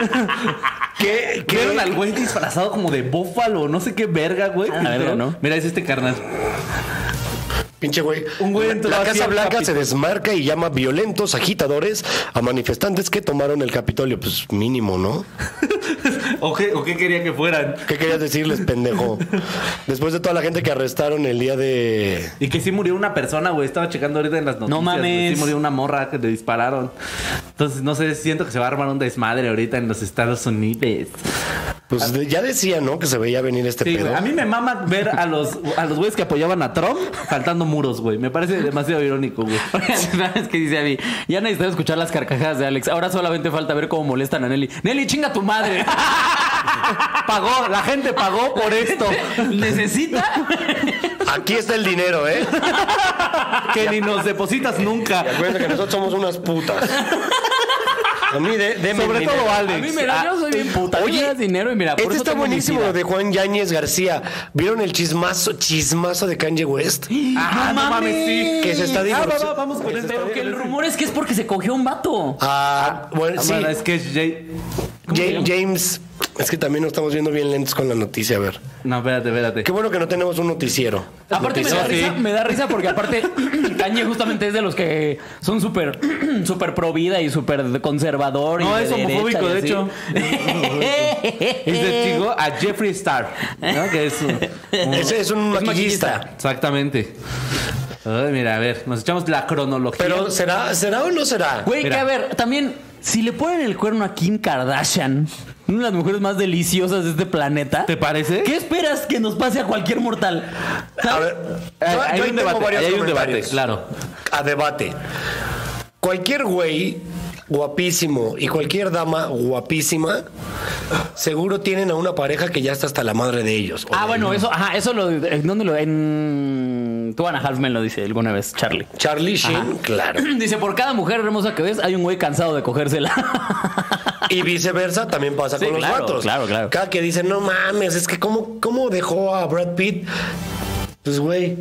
Speaker 1: ¿Qué, qué-
Speaker 4: Vieron al güey disfrazado como de búfalo, no sé qué verga, güey.
Speaker 3: Ah, la verga, ¿no?
Speaker 4: Mira, es este carnal.
Speaker 1: Pinche güey.
Speaker 4: Un güey
Speaker 1: La-
Speaker 4: entró
Speaker 1: la
Speaker 4: así
Speaker 1: Casa
Speaker 4: al
Speaker 1: Blanca
Speaker 4: Capitolio.
Speaker 1: se desmarca y llama violentos agitadores a manifestantes que tomaron el Capitolio. Pues mínimo, ¿no?
Speaker 4: ¿O qué, o qué quería que fueran?
Speaker 1: ¿Qué querías decirles, pendejo? Después de toda la gente que arrestaron el día de.
Speaker 4: Y que sí murió una persona, güey. Estaba checando ahorita en las noticias.
Speaker 3: No mames.
Speaker 4: güey. Sí murió una morra que le dispararon. Entonces, no sé, siento que se va a armar un desmadre ahorita en los Estados Unidos.
Speaker 1: Pues de- ya decía, ¿no? Que se veía venir este
Speaker 4: Sí,
Speaker 1: pedo.
Speaker 4: güey. A mí me mama ver a los a los güeyes que apoyaban a Trump faltando muros, güey. Me parece demasiado irónico, güey.
Speaker 3: ¿Sabes qué dice Abby? Ya necesitaba escuchar las carcajadas de Alex. Ahora solamente falta ver cómo molestan a Nelly. Nelly, chinga tu madre.
Speaker 4: Pagó, la gente pagó por esto.
Speaker 3: ¿Necesita?
Speaker 1: Aquí está el dinero, ¿eh?
Speaker 4: Que ni nos depositas nunca.
Speaker 1: Acuérdense que nosotros somos unas putas. A mí, de, deme el
Speaker 4: Sobre
Speaker 1: dinero.
Speaker 4: todo Alex.
Speaker 3: A mí me da, yo soy bien puta. ah, Oye,
Speaker 1: Oye,
Speaker 3: dinero y mira, por
Speaker 1: este
Speaker 3: eso
Speaker 1: está
Speaker 3: tengo
Speaker 1: buenísimo lo
Speaker 3: homicida.
Speaker 1: de Juan Yáñez García. ¿Vieron el chismazo, chismazo de Kanye West?
Speaker 4: Ah, no mames, sí.
Speaker 1: Que se está divorci-
Speaker 4: Ah, va, va, vamos con este.
Speaker 3: Pero que el rumor es que es porque se cogió un vato.
Speaker 1: Ah, bueno,
Speaker 4: Ah,
Speaker 1: sí.
Speaker 4: bueno, es que es Jay.
Speaker 1: Ja-
Speaker 3: que no?
Speaker 1: James, es que también nos estamos viendo bien lentos con la noticia, a ver.
Speaker 4: No, espérate, espérate.
Speaker 1: Qué bueno que no tenemos un noticiero.
Speaker 3: Aparte me da,
Speaker 4: Sí.
Speaker 3: risa, me da risa porque aparte Kanye justamente es de los que son súper súper pro vida y súper conservador. y
Speaker 4: No, es homofóbico,
Speaker 3: derecha y
Speaker 4: de
Speaker 3: así.
Speaker 4: hecho. Y se chingó a Jeffree Star, ¿no? Que es un- un-
Speaker 1: Ese es un
Speaker 3: Es
Speaker 1: maquillista.
Speaker 3: maquillista.
Speaker 4: Exactamente. Ay, mira, a ver, nos echamos la cronología.
Speaker 1: Pero será, será o no será.
Speaker 3: Güey,
Speaker 4: Mira.
Speaker 3: que a ver, también, si le ponen el cuerno a Kim Kardashian, una de las mujeres más deliciosas de este planeta,
Speaker 4: ¿Te parece?
Speaker 3: ¿qué esperas que nos pase a cualquier mortal?
Speaker 1: A ver,
Speaker 4: Eh,
Speaker 1: yo-
Speaker 4: hay
Speaker 1: yo
Speaker 4: un
Speaker 1: tengo
Speaker 4: debate,
Speaker 1: varios
Speaker 4: ahí hay un debate,
Speaker 1: comentarios.
Speaker 4: claro.
Speaker 1: A debate. Cualquier güey guapísimo y cualquier dama guapísima, seguro tienen a una pareja que ya está hasta la madre de ellos. O
Speaker 3: Ah,
Speaker 1: de
Speaker 3: bueno, eso, ajá, eso lo, ¿en ¿dónde lo? En Two and a Half Men lo dice alguna vez, Charlie.
Speaker 1: Charlie Sheen, claro.
Speaker 3: Dice, por cada mujer hermosa que ves, hay un güey cansado de cogérsela.
Speaker 1: Y viceversa también pasa
Speaker 3: Sí,
Speaker 1: con los
Speaker 3: claro,
Speaker 1: vatos.
Speaker 3: claro, claro.
Speaker 1: Cada que dicen, no mames, es que cómo, cómo dejó a Brad Pitt. Pues güey,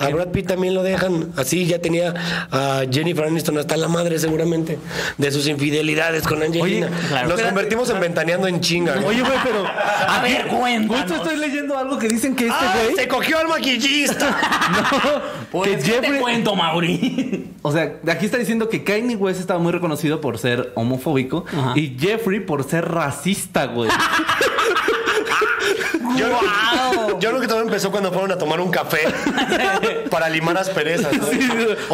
Speaker 1: a Brad Pitt también lo dejan. Así ya tenía a Jennifer Aniston hasta la madre seguramente de sus infidelidades con Angelina.
Speaker 4: Oye,
Speaker 3: claro.
Speaker 1: Nos
Speaker 3: Espérate.
Speaker 1: convertimos en ventaneando en chinga. ¿no?
Speaker 4: Oye, güey, pero.
Speaker 3: a ver,
Speaker 4: Justo
Speaker 3: cuéntanos.
Speaker 4: estoy leyendo algo que dicen que este
Speaker 1: ¡Ah,
Speaker 4: güey.
Speaker 1: se cogió al maquillista.
Speaker 3: Pues,
Speaker 4: que
Speaker 3: ¿qué te
Speaker 4: Jeffrey-
Speaker 3: cuento, Mauri?
Speaker 4: O sea, aquí está diciendo que Kanye West estaba muy reconocido por ser homofóbico
Speaker 3: Ajá.
Speaker 4: y Jeffrey por ser racista, güey.
Speaker 1: Yo,
Speaker 3: ¡Guau!
Speaker 1: yo creo que todo empezó cuando fueron a tomar un café para limar las perezas. ¿no?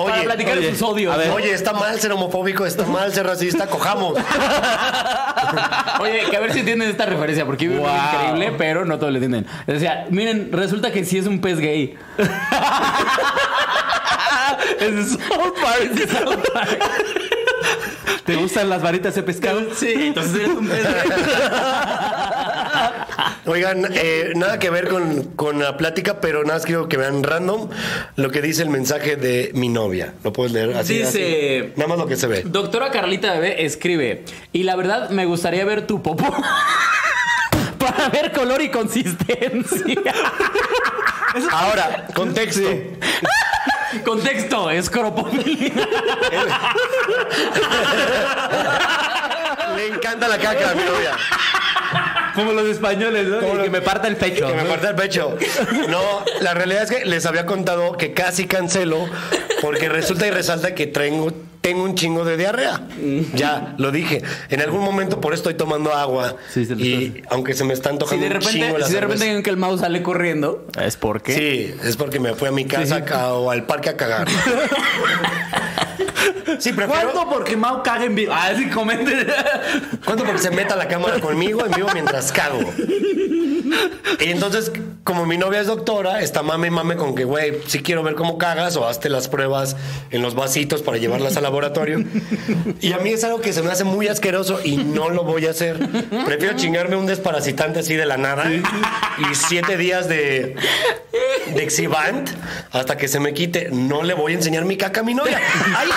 Speaker 3: Para
Speaker 1: Oye,
Speaker 3: platicar de sus odios.
Speaker 1: a ver, oye, está mal ser homofóbico, está mal ser racista, cojamos.
Speaker 3: Oye, que a ver si entienden esta referencia, porque es increíble, pero no todos lo entienden. O sea, miren, resulta que sí es un pez gay.
Speaker 4: Es South Park. ¿Te gustan las varitas de pescado?
Speaker 3: Sí, entonces eres un pez gay.
Speaker 1: Oigan, eh, nada que ver con, con la plática, pero nada más quiero que vean random lo que dice el mensaje de mi novia. ¿Lo puedes leer así?
Speaker 3: Dice-
Speaker 1: así? Nada más lo que se ve.
Speaker 3: Doctora Carlita Bebé escribe, y la verdad me gustaría ver tu popó para ver color y consistencia.
Speaker 1: Ahora, contexto.
Speaker 3: Contexto, es cropofilia.
Speaker 1: Le encanta la caca a mi novia.
Speaker 4: Como los españoles, ¿no?
Speaker 1: Como
Speaker 4: Y
Speaker 1: los-
Speaker 4: Que me parta el pecho.
Speaker 1: Que me
Speaker 4: ¿no?
Speaker 1: parte el pecho. No, la realidad es que les había contado que casi cancelo porque resulta y resalta que tengo, tengo un chingo de diarrea. Ya, lo dije. En algún momento por eso estoy tomando agua.
Speaker 4: Sí, se lo
Speaker 1: y aunque se me están
Speaker 3: Si
Speaker 1: tocando
Speaker 3: de
Speaker 1: un chingo
Speaker 3: repente,
Speaker 1: la
Speaker 3: si de repente
Speaker 1: cerveza.
Speaker 3: ven que el mouse sale corriendo, es porque...
Speaker 1: Sí, es porque me fui a mi casa ca- o al parque a cagar. Sí, prefiero.
Speaker 4: ¿Cuánto porque Mau caga en vivo? Ah, sí, comenten.
Speaker 1: ¿Cuánto porque se meta la cámara conmigo en vivo mientras cago? Y entonces, como mi novia es doctora, está mame y mame con que, güey, si quiero ver cómo cagas o hazte las pruebas en los vasitos para llevarlas al laboratorio. Y a mí es algo que se me hace muy asqueroso y no lo voy a hacer. Prefiero chingarme un desparasitante así de la nada y siete días de, de Exivant hasta que se me quite. No le voy a enseñar mi caca a mi novia. Hay,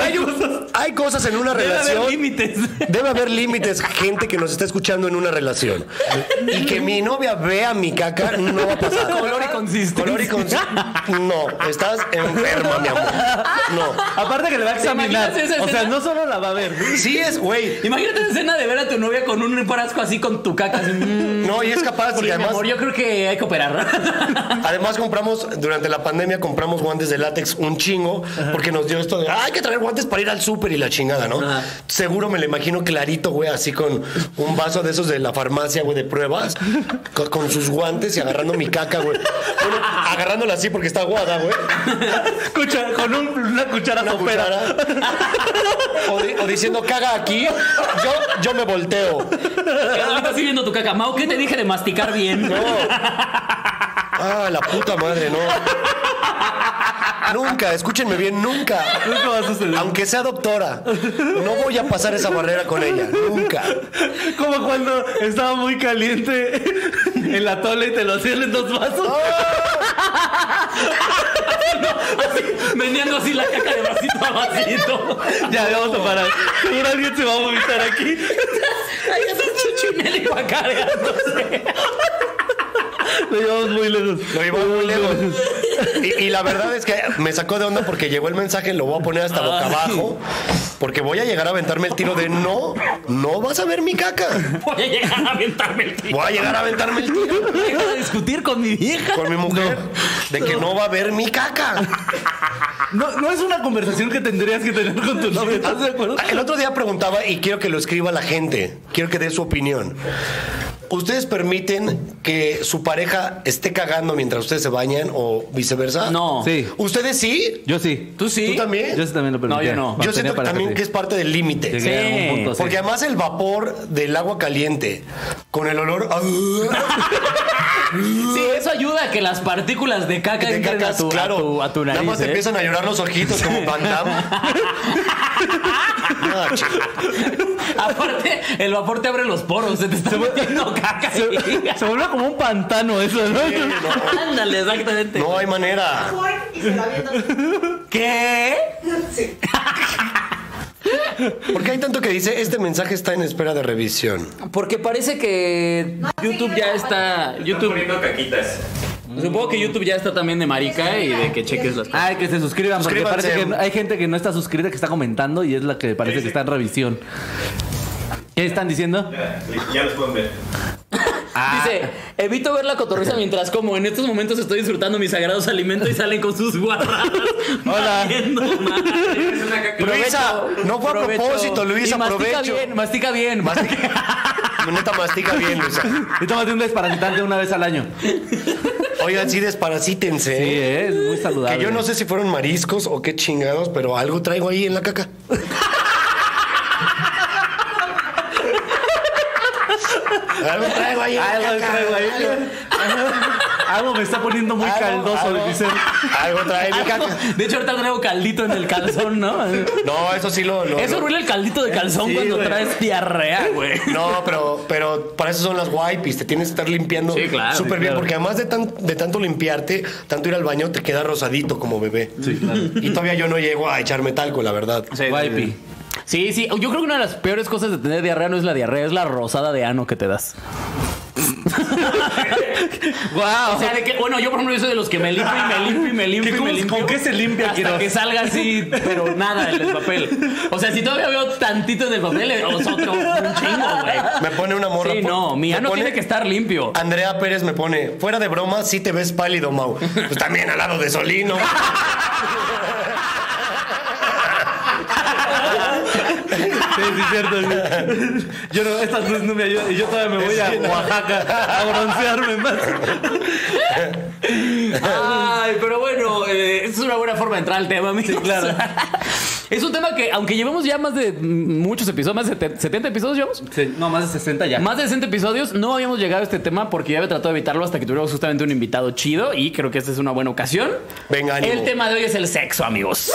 Speaker 1: hay, hay cosas en una
Speaker 4: Debe haber
Speaker 1: relación.
Speaker 4: límites.
Speaker 1: Debe haber límites, gente que nos está escuchando en una relación. Y que mi novia vea mi caca no va a pasar.
Speaker 3: Color y consistencia.
Speaker 1: Color y consi- No, estás enferma, mi amor. No.
Speaker 4: Aparte que le va a examinar.
Speaker 3: imaginas esa
Speaker 4: O sea,
Speaker 3: escena?
Speaker 4: no solo la va a ver.
Speaker 1: Sí es, güey.
Speaker 3: Imagínate la escena de ver a tu novia con un frasco así con tu caca. Así, mm,
Speaker 1: No, y es capaz. Y
Speaker 3: porque, mi
Speaker 1: además,
Speaker 3: amor, yo creo que hay que operar.
Speaker 1: además compramos, durante la pandemia compramos guantes de látex un chingo, porque nos dio esto de, "Ah, hay que traer guantes para ir al súper y la chingada, ¿no? Seguro me lo imagino clarito, güey, así con un vaso de esos de la farmacia, güey, de pruebas, con, con sus guantes y agarrando mi caca, güey. Bueno, agarrándola así porque está guada, güey.
Speaker 4: Cuchara- con un- una cuchara
Speaker 1: Una
Speaker 4: sopera.
Speaker 1: cuchara. O, di- o diciendo, caga aquí, yo, yo me volteo.
Speaker 3: Carlita, así viendo tu caca. Mau, ¿qué te dije de masticar bien?
Speaker 1: No. Ah, la puta madre, no. Nunca, escúchenme bien, nunca.
Speaker 4: Nunca va a suceder.
Speaker 1: Aunque sea doctora, no voy a pasar esa barrera con ella, nunca.
Speaker 4: Como cuando estaba muy caliente en la tole y te lo hacían en dos vasos.
Speaker 3: Meneando así la caca de vasito a vasito.
Speaker 4: Ya, vamos a parar. Seguro alguien se va a vomitar aquí.
Speaker 3: Ay, ya estás chuchunel y guacareándose.
Speaker 4: Lo llevamos muy lejos.
Speaker 1: Lo llevó muy lejos. Y, y la verdad es que me sacó de onda porque llegó el mensaje, lo voy a poner hasta boca abajo, porque voy a llegar a aventarme el tiro de no, no vas a ver mi caca.
Speaker 3: Voy a llegar a aventarme el tiro.
Speaker 1: Voy a llegar a aventarme el tiro.
Speaker 3: Voy a discutir con mi vieja.
Speaker 1: con mi mujer de que no va a ver mi caca.
Speaker 4: No, no es una conversación que tendrías que tener con tu novio, ¿estás de acuerdo?
Speaker 1: Ah, El otro día preguntaba y quiero que lo escriba la gente, quiero que dé su opinión. ¿Ustedes permiten que su pareja esté cagando mientras ustedes se bañan o viceversa?
Speaker 3: No.
Speaker 4: Sí,
Speaker 1: ¿Ustedes sí?
Speaker 4: yo sí.
Speaker 3: ¿Tú sí?
Speaker 1: ¿Tú también?
Speaker 4: Yo sí también lo permitía.
Speaker 3: No, yo no.
Speaker 4: Cuando
Speaker 1: Yo siento
Speaker 4: tenía pareja,
Speaker 1: también
Speaker 4: sí.
Speaker 1: que es parte del límite.
Speaker 4: Llegué a
Speaker 3: Sí.
Speaker 4: un punto, sí.
Speaker 1: Porque además el vapor del agua caliente con el olor ah,
Speaker 3: Sí, eso ayuda a que las partículas de caca
Speaker 1: de
Speaker 3: entren
Speaker 1: cacas,
Speaker 3: a, tu,
Speaker 1: claro.
Speaker 3: a, tu, a tu nariz.
Speaker 1: Nada más te
Speaker 3: ¿eh?
Speaker 1: empiezan a llorar los ojitos como Van Damme. Ah, ch-
Speaker 3: Aparte, el vapor te abre los poros. Se te está metiendo caca. ahí.
Speaker 4: Se vuelve como un pantano eso, ¿no?
Speaker 3: Ándale, exactamente.
Speaker 1: no hay manera.
Speaker 5: y se la viendo.
Speaker 3: ¿Qué?
Speaker 5: Sí.
Speaker 1: Porque hay tanto que dice, este mensaje está en espera de revisión.
Speaker 3: Porque parece que
Speaker 5: No,
Speaker 3: YouTube
Speaker 5: sí,
Speaker 3: ya
Speaker 5: no,
Speaker 3: está.
Speaker 2: Están
Speaker 3: YouTube.
Speaker 2: poniendo caquitas.
Speaker 3: Supongo que YouTube ya está también de marica y de que cheques las cosas.
Speaker 4: Ay, que se suscriban, porque
Speaker 1: Suscríbanse.
Speaker 4: parece que hay gente que no está suscrita, que está comentando y es la que parece que está en revisión. ¿Qué están diciendo?
Speaker 2: Ya, ya los pueden ver.
Speaker 3: Dice, evito ver la cotorriza mientras como. En estos momentos estoy disfrutando mis sagrados alimentos y salen con sus guarras.
Speaker 1: Hola.
Speaker 3: Valiendo madre. Es una caca-
Speaker 1: Luisa,
Speaker 3: Provecho,
Speaker 1: no fue a
Speaker 3: provecho.
Speaker 1: propósito, Luisa,
Speaker 3: Y mastica
Speaker 1: provecho.
Speaker 3: bien, mastica bien.
Speaker 1: Neta mastica bien, Luisa.
Speaker 4: Y tómate un desparasitante una vez al año. Sí,
Speaker 1: Oigan, sí, desparasítense. ¿eh?
Speaker 4: es muy saludable.
Speaker 1: Que yo no sé si fueron mariscos o qué chingados, pero algo traigo ahí en la caca. algo traigo ahí en la
Speaker 4: Algo
Speaker 1: caca.
Speaker 4: traigo ahí. Algo me está poniendo muy
Speaker 1: Algo-
Speaker 4: caldoso
Speaker 1: algo-
Speaker 4: de ser.
Speaker 1: Algo trae mi caca.
Speaker 3: Ah, De hecho, ahorita traigo caldito en el calzón, ¿no?
Speaker 1: No, eso sí lo. lo-
Speaker 3: Es
Speaker 1: lo-
Speaker 3: horrible el caldito de calzón
Speaker 4: Sí,
Speaker 3: cuando
Speaker 4: güey.
Speaker 3: traes diarrea, güey.
Speaker 1: No, pero, pero para eso son las wipes. Te tienes que estar limpiando
Speaker 3: Sí, claro, sí,
Speaker 1: súper bien.
Speaker 3: claro.
Speaker 1: Porque además de, tan- de tanto limpiarte, tanto ir al baño, te queda rosadito como bebé.
Speaker 4: Sí, claro.
Speaker 1: Y todavía yo no llego a echarme talco, la verdad.
Speaker 4: Guaypi.
Speaker 3: Sí, sí. Yo creo que una de las peores cosas de tener diarrea no es la diarrea, es la rosada de ano que te das.
Speaker 4: Wow.
Speaker 3: O sea, de que, bueno, yo por ejemplo, yo soy de los que me limpio y me limpio y me limpio y me
Speaker 4: ¿Con,
Speaker 3: limpio.
Speaker 4: ¿Con qué se limpia?
Speaker 3: Hasta
Speaker 4: Quiroz?
Speaker 3: que salga así, pero nada en el papel. O sea, si todavía veo tantito en el papel, le- o sea, otro un chingo, güey.
Speaker 1: Me pone una morra.
Speaker 3: Sí,
Speaker 1: po-
Speaker 3: no, mi
Speaker 1: me
Speaker 3: ano
Speaker 1: pone-
Speaker 3: tiene que estar limpio.
Speaker 1: Andrea Pérez me pone, fuera de broma, sí te ves pálido, Mau. Pues también al lado de Solino.
Speaker 4: Sí, sí, cierto. sí. Yo no, estas luces no me ayudan. Y yo todavía me voy a Oaxaca a broncearme más.
Speaker 3: Ay, pero bueno, eh, es una buena forma de entrar al tema, amigos.
Speaker 4: claro.
Speaker 3: Es un tema que, aunque llevamos ya más de mm, muchos episodios, más de seten- 70 episodios llevamos,
Speaker 4: Sí, no, más de 60 ya.
Speaker 3: Más de 60 episodios, no habíamos llegado a este tema porque ya había tratado de evitarlo hasta que tuviéramos justamente un invitado chido y creo que esta es una buena ocasión.
Speaker 1: Venga, ánimo.
Speaker 3: El tema de hoy es el sexo, amigos.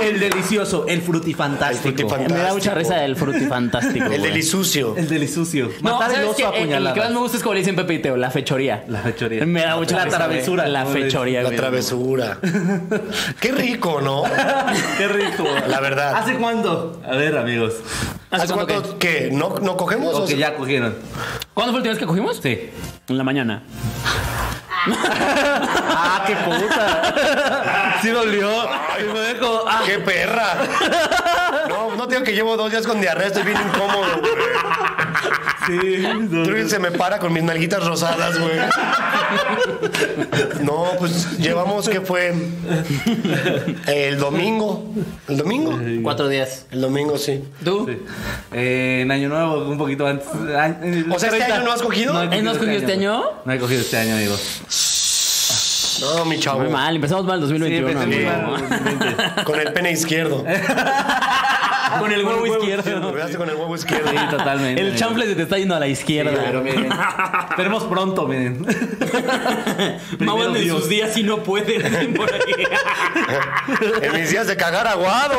Speaker 4: El delicioso, el frutifantástico.
Speaker 1: El frutifantástico.
Speaker 3: Me da mucha risa el frutifantástico.
Speaker 1: El
Speaker 3: güey.
Speaker 1: delisucio.
Speaker 4: El delisucio.
Speaker 3: No,
Speaker 4: Matar el
Speaker 3: ¿sabes
Speaker 4: oso
Speaker 3: qué? Eh,
Speaker 4: a
Speaker 3: El- El que más me
Speaker 4: puñaladas.
Speaker 3: gusta es como le dicen Pepe y Teo, la fechoría.
Speaker 4: La fechoría.
Speaker 3: Me da mucha
Speaker 4: La
Speaker 3: risa, güey.
Speaker 4: travesura,
Speaker 3: La
Speaker 4: como le dicen.
Speaker 3: fechoría,
Speaker 1: La
Speaker 3: güey.
Speaker 1: travesura. Qué rico, ¿no?
Speaker 4: Qué rico.
Speaker 1: La verdad.
Speaker 4: ¿Hace cuándo? A ver, amigos.
Speaker 3: ¿Hace
Speaker 1: ¿Hace
Speaker 3: cuánto
Speaker 1: cuánto que no, no cogemos?
Speaker 4: O
Speaker 1: o
Speaker 4: que ya cogieron.
Speaker 3: ¿Cuándo fue el última vez que cogimos?
Speaker 4: Sí.
Speaker 3: En la mañana.
Speaker 4: Ah, qué puta. Sí dolió. Sí me dejó. Ah,
Speaker 1: ¡Qué perra! No, no tengo que llevo dos días con diarrea, estoy bien incómodo. güey.
Speaker 4: sí.
Speaker 1: Trudy se me para con mis nalguitas rosadas, güey. No, pues llevamos que fue el domingo. ¿El domingo?
Speaker 3: Cuatro días.
Speaker 1: El domingo, sí.
Speaker 3: ¿Tú?
Speaker 4: Sí. Eh, en Año Nuevo, un poquito antes. Ah, en-
Speaker 1: O sea, ¿este
Speaker 4: 30.
Speaker 1: año no has cogido?
Speaker 4: he
Speaker 3: ¿Eh, no has cogido este año?
Speaker 4: pues. No he cogido este año, amigos.
Speaker 1: No, mi chavo.
Speaker 3: Muy mal, empezamos mal el
Speaker 4: Sí,
Speaker 3: 2021.
Speaker 4: empecé muy
Speaker 3: amigo.
Speaker 4: mal. obviamente.
Speaker 1: Con el pene izquierdo.
Speaker 3: Ah, Con el huevo izquierdo.
Speaker 1: Lo pegaste con el huevo izquierdo.
Speaker 4: Sí, totalmente.
Speaker 3: El
Speaker 4: amigos.
Speaker 3: chanfle se te está yendo a la izquierda.
Speaker 4: Pero miren, esperemos pronto, miren. Primero
Speaker 3: Maman en
Speaker 4: Dios.
Speaker 3: sus días si no puede. dicen por ahí.
Speaker 1: En mis días de cagar aguado.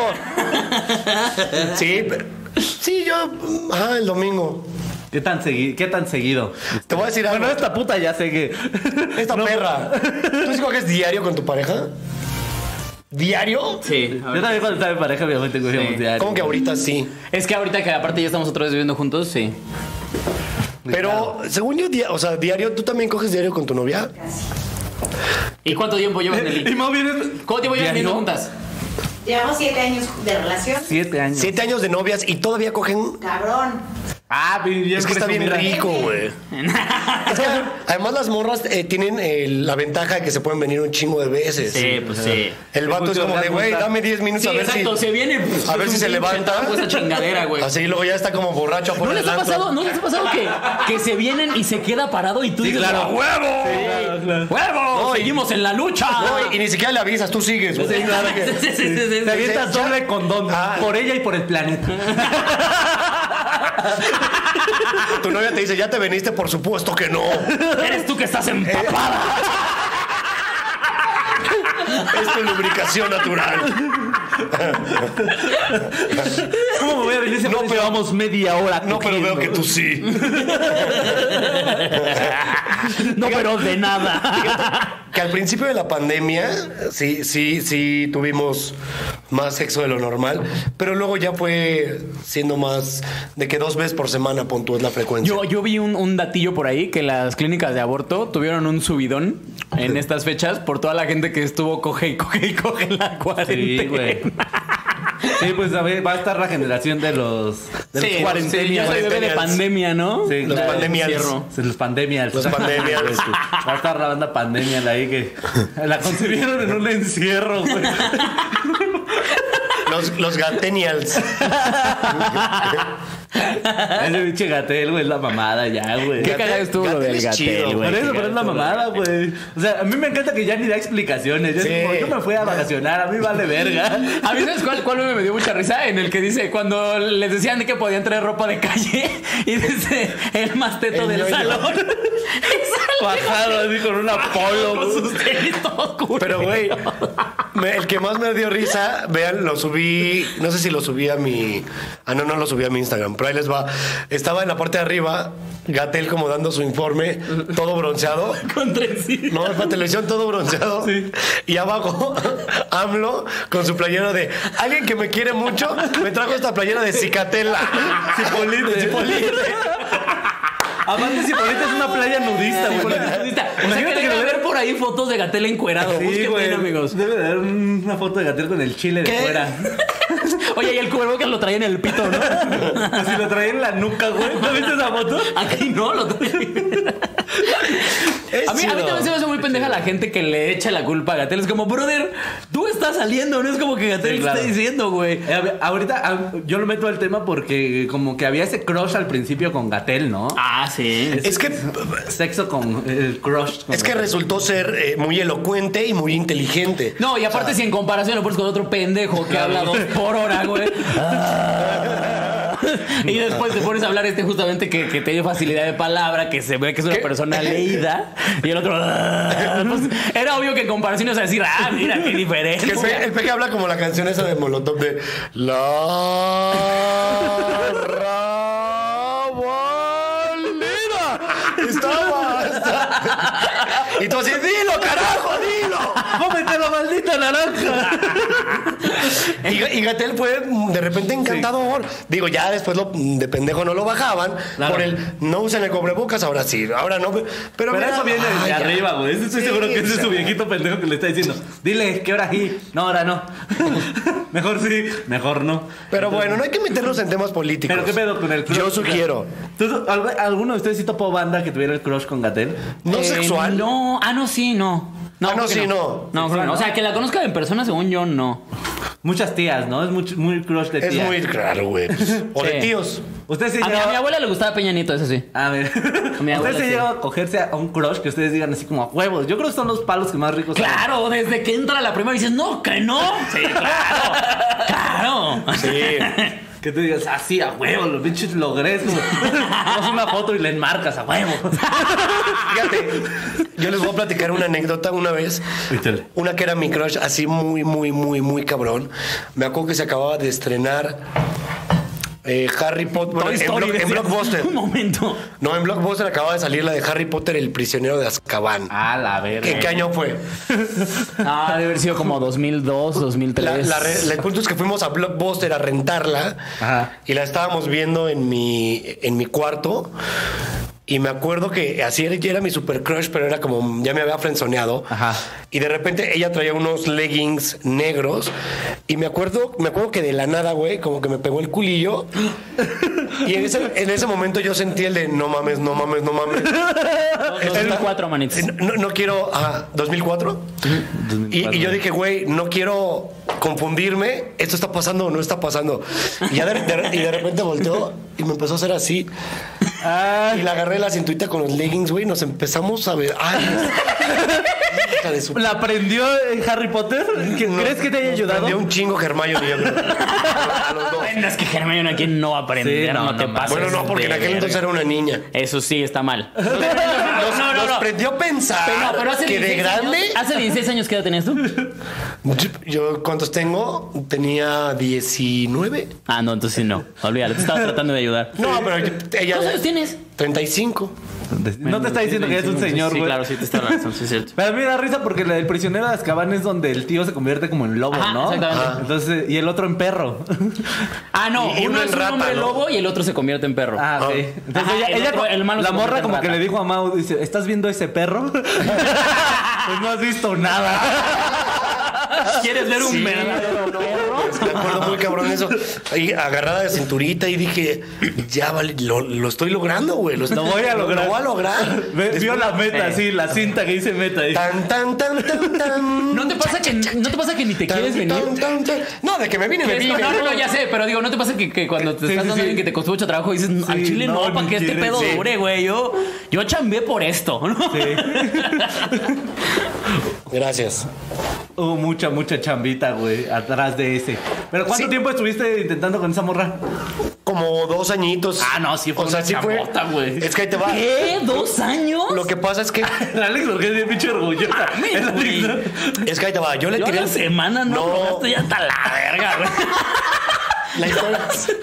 Speaker 1: Sí, pero- Sí, yo. Ah, el domingo.
Speaker 4: ¿Qué tan, segui- ¿Qué tan seguido?
Speaker 1: Te voy a decir algo.
Speaker 4: Bueno, esta puta ya sé que.
Speaker 1: Esta perra. ¿Tú sí coges diario con tu pareja? ¿Diario?
Speaker 3: Sí. a
Speaker 4: Yo
Speaker 3: ver.
Speaker 4: también cuando estaba en pareja, obviamente cogíamos
Speaker 3: Sí.
Speaker 4: diario.
Speaker 1: ¿Cómo que ahorita sí?
Speaker 3: Es que ahorita que aparte ya estamos otra vez viviendo juntos, sí.
Speaker 1: Pero según yo, dia- o sea, diario, ¿tú también coges diario con tu novia?
Speaker 3: ¿Y cuánto tiempo llevan
Speaker 4: Y
Speaker 3: el
Speaker 4: más bien.
Speaker 3: ¿Cuánto tiempo llevan
Speaker 4: ¿Diario?
Speaker 3: viviendo juntas?
Speaker 5: Llevamos siete años de relación.
Speaker 4: Siete años.
Speaker 1: Siete años de novias y todavía cogen.
Speaker 5: Cabrón.
Speaker 4: Ah, bien, bien
Speaker 1: Es que está bien
Speaker 4: presumida.
Speaker 1: rico, güey. Es que además las morras eh, tienen eh, la ventaja de que se pueden venir un chingo de veces.
Speaker 3: pues sí.
Speaker 1: El vato es como de, güey, dame 10 minutos
Speaker 3: Sí,
Speaker 1: a ver
Speaker 3: exacto,
Speaker 1: si.
Speaker 3: se viene. pues,
Speaker 1: a ver
Speaker 3: es
Speaker 1: si
Speaker 3: un
Speaker 1: se
Speaker 3: pinche
Speaker 1: levanta.
Speaker 3: trago Esa chingadera, güey.
Speaker 1: Así luego ya está como borracho a
Speaker 3: ¿No
Speaker 1: poner
Speaker 3: les ha
Speaker 1: el antro.
Speaker 3: pasado, ¿no les ha pasado que, que se vienen y se queda parado y tú dices,
Speaker 4: claro.
Speaker 3: "¡A huevo!
Speaker 4: claro.
Speaker 3: ¡Huevo! ¡Seguimos en la lucha!
Speaker 1: No, y, y ni siquiera le avisas, tú sigues. güey.
Speaker 3: Sí, sí, sí, sí, sí.
Speaker 4: Te avientas
Speaker 1: Ya-
Speaker 4: doble condón
Speaker 1: Ah.
Speaker 4: por ella y por el planeta.
Speaker 1: Tu novia te dice, ya te veniste, por supuesto que no.
Speaker 3: Eres tú que estás empapada.
Speaker 1: Es tu lubricación natural.
Speaker 4: ¿Cómo me voy a venir si
Speaker 1: No,
Speaker 4: apenas
Speaker 1: pero-
Speaker 4: llevamos media hora?
Speaker 1: No, pero
Speaker 4: cogiendo?
Speaker 1: veo que tú sí.
Speaker 3: No, pero de nada.
Speaker 1: Que al principio de la pandemia, sí, sí, sí tuvimos más sexo de lo normal, pero luego ya fue siendo más de que dos veces por semana pon tú es la frecuencia.
Speaker 3: Yo, yo vi un, un datillo por ahí que las clínicas de aborto tuvieron un subidón en estas fechas por toda la gente que estuvo coge y coge y coge en la
Speaker 4: Sí,
Speaker 3: cuarentena.
Speaker 4: güey. Sí, pues a ver, va a estar la generación de los, de
Speaker 3: Sí,
Speaker 4: los
Speaker 3: sí, yo
Speaker 4: cuarentenios.
Speaker 3: soy bebé de
Speaker 1: Cuarentenials.
Speaker 3: pandemia, ¿no?
Speaker 4: Sí,
Speaker 1: Los
Speaker 4: la-
Speaker 1: pandemias.
Speaker 3: encierro.
Speaker 4: Sí, Los pandemias.
Speaker 1: Los pandemias.
Speaker 4: Va a estar la banda pandemia la ahí que la concibieron en un encierro, güey.
Speaker 1: Los, los Gatenials.
Speaker 4: Ese pinche gatel, güey, es la mamada ya, güey.
Speaker 3: Qué
Speaker 1: Gatel-
Speaker 3: cagado estuvo lo
Speaker 1: Gatel
Speaker 3: del
Speaker 1: es
Speaker 3: Gatel,
Speaker 1: chido,
Speaker 3: güey.
Speaker 4: Por
Speaker 1: qué
Speaker 4: eso, pero es la
Speaker 1: gato,
Speaker 4: mamada, güey. O sea, a mí me encanta que ya ni da explicaciones. Yo,
Speaker 1: Sí.
Speaker 4: digo, yo me fui a vacacionar, a mí vale verga.
Speaker 3: A mí, ¿sabes cuál, cuál meme me dio mucha risa? En el que dice, cuando les decían de que podían traer ropa de calle, y dice, el más teto
Speaker 1: El
Speaker 3: del
Speaker 1: ñoño.
Speaker 3: salón.
Speaker 4: Bajado así con un apolo,
Speaker 3: Con
Speaker 4: güey.
Speaker 3: sus tenis todos culeros.
Speaker 1: Pero, güey, me- el que más me dio risa, vean, lo subí, no sé si lo subí a mi... Ah, no, no lo subí a mi Instagram, pero ahí les va. Estaba en la parte de arriba, Gatel como dando su informe, todo bronceado.
Speaker 3: Con trencito.
Speaker 1: No, la televisión todo bronceado. Y abajo, AMLO con su playera de alguien que me quiere mucho, me trajo esta playera de cicatela.
Speaker 4: Cipolite. Aparte, Cipolite es una playa nudista, güey.
Speaker 3: Imagínate que debe haber por ahí fotos de Gatel encuerado.
Speaker 4: Sí,
Speaker 3: Busquen
Speaker 4: güey.
Speaker 3: bien, amigos.
Speaker 4: Debe de haber una foto de Gatel con el chile de
Speaker 3: ¿Qué?
Speaker 4: fuera.
Speaker 3: Oye, y el cubrebocas lo traía en el pito, ¿no?
Speaker 4: Así lo traía en la nuca, güey. ¿No viste esa foto?
Speaker 3: Aquí no, lo traía.
Speaker 1: Es
Speaker 3: A mí, a mí
Speaker 1: chido.
Speaker 3: también se me hace muy pendeja la gente que le echa la culpa a Gatel. Es como, brother, tú estás saliendo, no es como que Gatel
Speaker 4: Sí, claro.
Speaker 3: esté diciendo, güey.
Speaker 4: Eh, a ver, ahorita ah, yo lo meto al tema porque como que había ese crush al principio con Gatel, ¿no?
Speaker 3: Ah, sí.
Speaker 1: Es que,
Speaker 4: Sexo con el crush. con
Speaker 1: es que
Speaker 4: Gatel.
Speaker 1: resultó ser eh, muy elocuente y muy inteligente.
Speaker 3: No, y aparte, si en comparación lo pones con otro pendejo que habla dos por hora, güey. Ah. y después te pones a hablar este justamente que, que tiene facilidad de palabra, que se ve que es una persona leída. Y el otro. ah. Pues, era obvio que en comparación ibas a decir, ah, mira, qué diferente.
Speaker 1: Que el, pe- el peje habla como la canción esa de Molotov de La Rabalera estaba hasta- Y tú así, dilo, carajo, dilo.
Speaker 4: ¡Cómete la maldita naranja!
Speaker 1: Y, Gatel fue mm, de repente encantador. Digo, ya después lo, mm, de pendejo no lo bajaban
Speaker 4: Claro.
Speaker 1: por el no usan el cobrebocas, ahora sí, ahora no. Pero,
Speaker 4: Pero
Speaker 1: mira,
Speaker 4: eso viene
Speaker 1: ay,
Speaker 4: desde
Speaker 1: ya.
Speaker 4: arriba, güey. Estoy
Speaker 1: Sí,
Speaker 4: seguro que ese
Speaker 1: o
Speaker 4: es su
Speaker 1: sea.
Speaker 4: viejito pendejo que le está diciendo. Dile, ¿qué hora aquí? No, ahora no. mejor sí, mejor no.
Speaker 1: Pero bueno, no hay que meternos en temas políticos.
Speaker 4: Pero qué pedo con el crush.
Speaker 1: Yo sugiero.
Speaker 4: ¿Tú- alg- ¿Alguno de ustedes sí topó banda que tuviera el crush con Gatel?
Speaker 1: No
Speaker 3: Eh,
Speaker 1: sexual.
Speaker 3: No, ah, no, sí, no.
Speaker 1: Ah, no,
Speaker 3: creo que
Speaker 1: sí,
Speaker 3: No,
Speaker 1: no.
Speaker 3: creo que no. O sea, que la conozca en persona, según yo, no.
Speaker 4: Muchas tías, ¿no? Es mucho- muy, crush de
Speaker 1: Es
Speaker 4: tía.
Speaker 1: muy raro, güey. pues. O
Speaker 3: Sí.
Speaker 1: de tíos.
Speaker 4: Ustedes sí
Speaker 3: A mi, a
Speaker 4: llegaban-
Speaker 3: mi abuela le gustaba Peña Nieto, eso sí.
Speaker 4: A ver,
Speaker 3: mi abuela
Speaker 4: ustedes se
Speaker 3: sí.
Speaker 4: llegan a cogerse a un crush que ustedes digan así como a huevos. Yo creo que son los palos que más ricos saben.
Speaker 3: Claro, desde que entra la primera dices, no, que no. Sí, claro. claro.
Speaker 1: Sí.
Speaker 4: Que tú digas así a huevos, los pinches logré. es como- Haz una foto y le enmarcas a huevos.
Speaker 1: Fíjate, yo les voy a platicar una anécdota una vez.
Speaker 4: Échale.
Speaker 1: Una que era mi crush, así muy, muy, muy, muy cabrón. Me acuerdo que se acababa de estrenar eh, Harry Potter bueno,
Speaker 3: Toy
Speaker 1: en,
Speaker 3: Story,
Speaker 1: Block- en
Speaker 3: decías.
Speaker 1: Blockbuster.
Speaker 3: Un momento.
Speaker 1: No, en Blockbuster acababa de salir la de Harry Potter, el prisionero de Azkaban.
Speaker 4: A la verga.
Speaker 1: ¿En qué año fue?
Speaker 3: Ah, debe haber sido como 2002,
Speaker 1: La-
Speaker 3: 2003.
Speaker 1: la re- el punto es que fuimos a Blockbuster a rentarla
Speaker 4: Ajá.
Speaker 1: y la estábamos viendo en mi, en mi cuarto. Y me acuerdo que así era, era mi super crush, pero era como ya me había frenzoneado.
Speaker 4: Ajá.
Speaker 1: Y de repente ella traía unos leggings negros. Y me acuerdo, me acuerdo que de la nada, güey, como que me pegó el culillo. Y en ese, en ese momento yo sentí el de no mames, no mames, no mames.
Speaker 3: 2004, manitos.
Speaker 1: No, no quiero. Ajá, 2004. Y, y yo dije, güey, no quiero confundirme. Esto está pasando o no está pasando. Y, ya de, de- y de repente volteó y me empezó a hacer así.
Speaker 3: Ah.
Speaker 1: Y la agarré la cinturita con los leggings, güey. y Nos empezamos a ver. Ay, es- hija de su.
Speaker 4: ¿La aprendió en Harry Potter? ¿Que-
Speaker 1: No,
Speaker 4: ¿Crees que te haya
Speaker 1: nos
Speaker 4: ayudado?
Speaker 1: prendió un chingo Germayo, yo creo. A los dos.
Speaker 3: Aprendas que Germán aquí no va a aprender,
Speaker 4: Ah, Sí, no,
Speaker 3: no,
Speaker 4: no
Speaker 3: te
Speaker 4: mames.
Speaker 3: pases.
Speaker 1: Bueno, no, porque en
Speaker 3: de
Speaker 1: aquel
Speaker 3: verga.
Speaker 1: entonces era una niña.
Speaker 3: Eso sí, está mal.
Speaker 1: Nos,
Speaker 3: no, no,
Speaker 1: nos
Speaker 3: no.
Speaker 1: prendió a pensar
Speaker 3: Pero, pero hace
Speaker 1: que de
Speaker 3: 16 años-
Speaker 1: grande.
Speaker 3: ¿Hace 16 años que edad tenías tú?
Speaker 1: Yo, ¿cuántos tengo? Tenía 19.
Speaker 3: Ah, no, entonces sí, no. Olvídalo, te estaba tratando de ayudar.
Speaker 1: No, pero yo- ella.
Speaker 3: ¿Cuántos años tienes?
Speaker 1: 35.
Speaker 4: No te está diciendo que es un señor,
Speaker 3: Sí,
Speaker 4: güey.
Speaker 3: claro, sí, te está la razón, sí, es cierto.
Speaker 4: Pero a mí me da risa porque la del prisionero de Azkaban es donde el tío se convierte como en lobo,
Speaker 3: Ajá,
Speaker 4: ¿no?
Speaker 3: exactamente.
Speaker 4: Ajá. Entonces, y el otro en perro.
Speaker 3: Ah, no,
Speaker 1: Y
Speaker 3: uno
Speaker 1: uno
Speaker 3: es
Speaker 1: en
Speaker 3: un
Speaker 1: rata,
Speaker 3: hombre
Speaker 1: ¿no?
Speaker 3: lobo y el otro se convierte en perro.
Speaker 4: Ah, sí. Entonces
Speaker 3: Ajá,
Speaker 4: ella,
Speaker 3: el
Speaker 4: ella
Speaker 3: otro-
Speaker 4: co-
Speaker 3: el malo se
Speaker 4: la
Speaker 3: convierte
Speaker 4: morra
Speaker 3: en
Speaker 4: como que
Speaker 3: rata.
Speaker 4: le dijo a Mau, dice, ¿estás viendo ese perro? pues no has visto nada.
Speaker 3: ¿Quieres ver un
Speaker 1: Sí.
Speaker 3: verdadero perro?
Speaker 1: me acuerdo muy cabrón eso. Ahí agarrada de cinturita y dije, ya vale, lo, lo estoy logrando, güey. Lo, estoy-
Speaker 4: Lo voy a lograr.
Speaker 1: Lo voy a lograr.
Speaker 4: Ve- Vio la meta, sí, la cinta que dice meta. y-
Speaker 1: Tan, tan, tan, tan, tan.
Speaker 3: ¿No te pasa que, ¿no te, pasa que ni te
Speaker 1: Tan,
Speaker 3: quieres venir?
Speaker 1: tan, tan, tan. No, de que me vine, me
Speaker 3: Que
Speaker 1: vine.
Speaker 3: es- No, no, no, ya sé, pero digo, ¿no te pasa que, que cuando te
Speaker 4: Sí,
Speaker 3: estás
Speaker 4: sí,
Speaker 3: dando
Speaker 4: sí.
Speaker 3: alguien que te costó mucho trabajo dices, al
Speaker 4: Sí,
Speaker 3: chile no,
Speaker 4: no,
Speaker 3: para
Speaker 4: ni
Speaker 3: que este
Speaker 4: quieres,
Speaker 3: pedo
Speaker 4: sí.
Speaker 3: dure, güey? Yo, yo chambeé por esto, ¿no?
Speaker 1: Gracias.
Speaker 4: Hubo "Oh, mucha, mucha chambita, güey, atrás de ese. Pero ¿cuánto
Speaker 1: Sí.
Speaker 4: tiempo estuviste intentando con esa morra?
Speaker 1: Como dos añitos.
Speaker 4: Ah, no, sí fue
Speaker 1: O sea,
Speaker 4: una
Speaker 1: sí fue.
Speaker 4: chambota, güey.
Speaker 1: Es que ahí te va.
Speaker 3: ¿Qué? ¿Dos años?
Speaker 1: Lo que pasa es que.
Speaker 4: Alex, lo que es bien pinche orgullosa.
Speaker 3: Mames,
Speaker 4: Es la
Speaker 3: Ah, güey.
Speaker 4: neta.
Speaker 1: Es que ahí te va. Yo le
Speaker 3: Yo
Speaker 1: tiré.
Speaker 3: la semana no,
Speaker 1: No.
Speaker 3: no. ya hasta la verga, güey.
Speaker 1: La historia.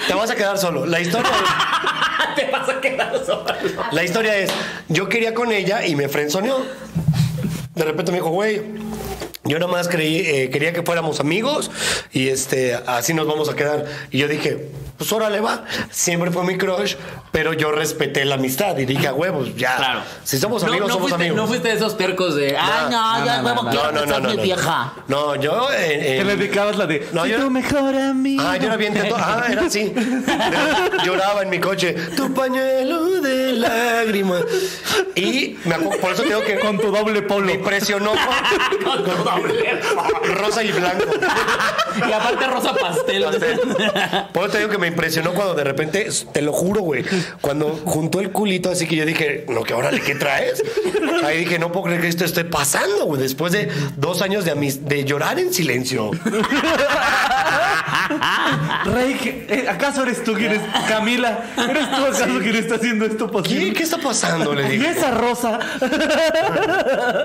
Speaker 1: Te vas a quedar solo. La historia es.
Speaker 3: te vas a quedar solo.
Speaker 1: La historia es, yo quería con ella y me frenzoneó. De repente me dijo, güey, yo nada más creí, eh, quería que fuéramos amigos y este, así nos vamos a quedar. Y yo dije, pues órale va. Siempre fue mi crush, pero yo respeté la amistad y dije, a huevos, ya.
Speaker 3: Claro.
Speaker 1: Si somos amigos,
Speaker 3: no, no
Speaker 1: somos
Speaker 3: fuiste,
Speaker 1: amigos.
Speaker 3: No fuiste de esos tercos de, ay, no,
Speaker 4: no,
Speaker 3: ya
Speaker 4: no,
Speaker 3: huevo,
Speaker 4: no,
Speaker 3: quiero
Speaker 1: no, no,
Speaker 3: que
Speaker 1: no,
Speaker 3: seas
Speaker 1: no,
Speaker 3: mi
Speaker 1: no.
Speaker 3: vieja.
Speaker 1: No, yo. eh, eh,
Speaker 4: Te le dedicabas la de.
Speaker 1: No,
Speaker 4: "Soy
Speaker 1: yo-
Speaker 4: tu mejor amigo.
Speaker 1: Ah, yo era bien teto. Ah, era así. Lloraba en mi coche. Tu pañuelo de lágrimas. Y me acu- por eso tengo que.
Speaker 4: Con tu doble polo.
Speaker 1: Me impresionó con,
Speaker 3: Con tu doble.
Speaker 1: rosa y blanco.
Speaker 3: Y aparte rosa pastel.
Speaker 1: Por eso te digo que me impresionó cuando de repente, te lo juro, güey, cuando juntó el culito, así que yo dije, no, que órale, ¿qué traes? Ahí dije, no puedo creer que esto esté pasando, güey, después de dos años de, amis- de llorar en silencio.
Speaker 4: Rey, ¿qué- eh, ¿acaso eres tú quien es. Camila, ¿eres tú acaso quien está haciendo esto
Speaker 1: ¿Qué,
Speaker 4: posible?
Speaker 1: qué está pasando? Le
Speaker 4: Y
Speaker 1: dije.
Speaker 4: esa rosa.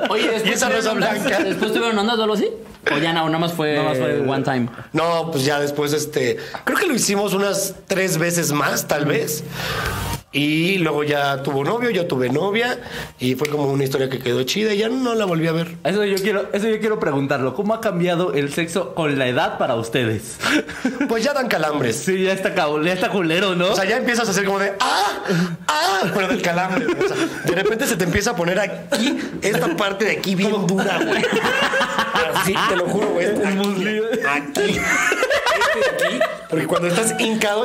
Speaker 3: Oye, después.
Speaker 1: ¿Y esa rosa
Speaker 3: tuvieron ondas?
Speaker 1: blanca?
Speaker 3: ¿Después tuvieron andas o algo así? O ya no, nada más fue,
Speaker 4: Nada más fue el-
Speaker 3: one time.
Speaker 1: No, pues ya después, este, creo que lo hicimos unas tres veces más, tal vez. Y luego ya tuvo novio, yo tuve novia, y fue como una historia que quedó chida y ya no la volví a ver.
Speaker 4: Eso yo quiero, eso yo quiero preguntarlo. ¿Cómo ha cambiado el sexo con la edad para ustedes?
Speaker 1: Pues ya dan calambres.
Speaker 4: Sí, ya está, cabo- ya está culero, ¿no?
Speaker 1: O sea, ya empiezas a hacer como de ¡ah! ¡ah! Pero del calambre. güey. O sea, de repente se te empieza a poner aquí, esta parte de aquí bien dura, güey. Así, te lo juro, güey. Aquí.
Speaker 4: muslillo.
Speaker 1: aquí. Este de aquí. Porque cuando estás hincado,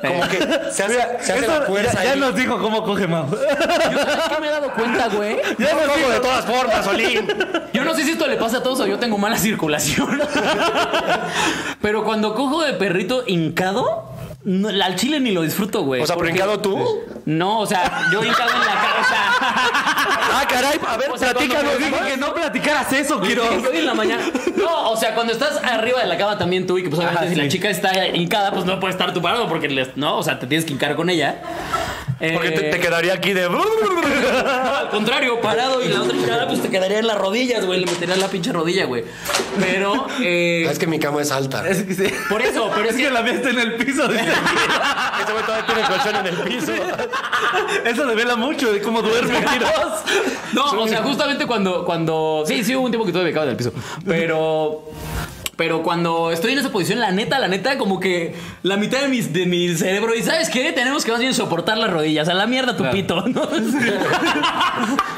Speaker 1: como que se hace,
Speaker 4: Mira,
Speaker 1: se hace
Speaker 4: eso
Speaker 1: la fuerza
Speaker 4: ya, ya
Speaker 1: ahí.
Speaker 4: nos dijo cómo coge más.
Speaker 3: Yo ¿sabes qué me he dado cuenta, güey.
Speaker 4: Ya
Speaker 1: Yo
Speaker 4: nos
Speaker 1: como
Speaker 4: dijo
Speaker 1: de todas formas, Solín.
Speaker 3: Yo no sé si esto le pasa a todos o yo tengo mala circulación. Pero cuando cojo de perrito hincado, no, la- al chile ni lo disfruto, güey.
Speaker 1: O sea, por
Speaker 3: Porque-
Speaker 1: hincado tú.
Speaker 3: No, o sea, yo hincado en la cabeza.
Speaker 4: Ah, caray, a ver,
Speaker 3: O sea,
Speaker 4: platícanos.
Speaker 3: cuando-
Speaker 4: Dije que no platicaras eso, quiero.
Speaker 3: Hoy en la mañana. No, o sea, cuando estás arriba de la cama también tú y que pues obviamente
Speaker 4: Ajá,
Speaker 3: si la
Speaker 4: sí.
Speaker 3: chica está hincada, pues no puedes estar tu parado porque les- no, o sea, te tienes que hincar con ella.
Speaker 1: Porque te,
Speaker 3: Eh,
Speaker 1: te quedaría aquí de.
Speaker 3: al contrario, parado y la otra hincada pues te quedaría en las rodillas, güey, le metería la pinche rodilla, güey. Pero eh,
Speaker 1: Es que mi cama es alta.
Speaker 4: Es que sí.
Speaker 3: por eso, pero
Speaker 4: Es que la mía está en el piso. dice.
Speaker 1: Este güey todavía tiene colchón en el piso.
Speaker 4: Eso devela mucho de cómo duerme, Quiroz.
Speaker 3: No, o sea, justamente cuando, cuando. Sí, sí, hubo un tiempo que tuve becado en el piso. Pero. Pero cuando estoy en esa posición, la neta, la neta, como que la mitad de, mis, de mi cerebro. ¿Y sabes qué? Tenemos que más bien soportar las rodillas. A la mierda tu pito. ¿no?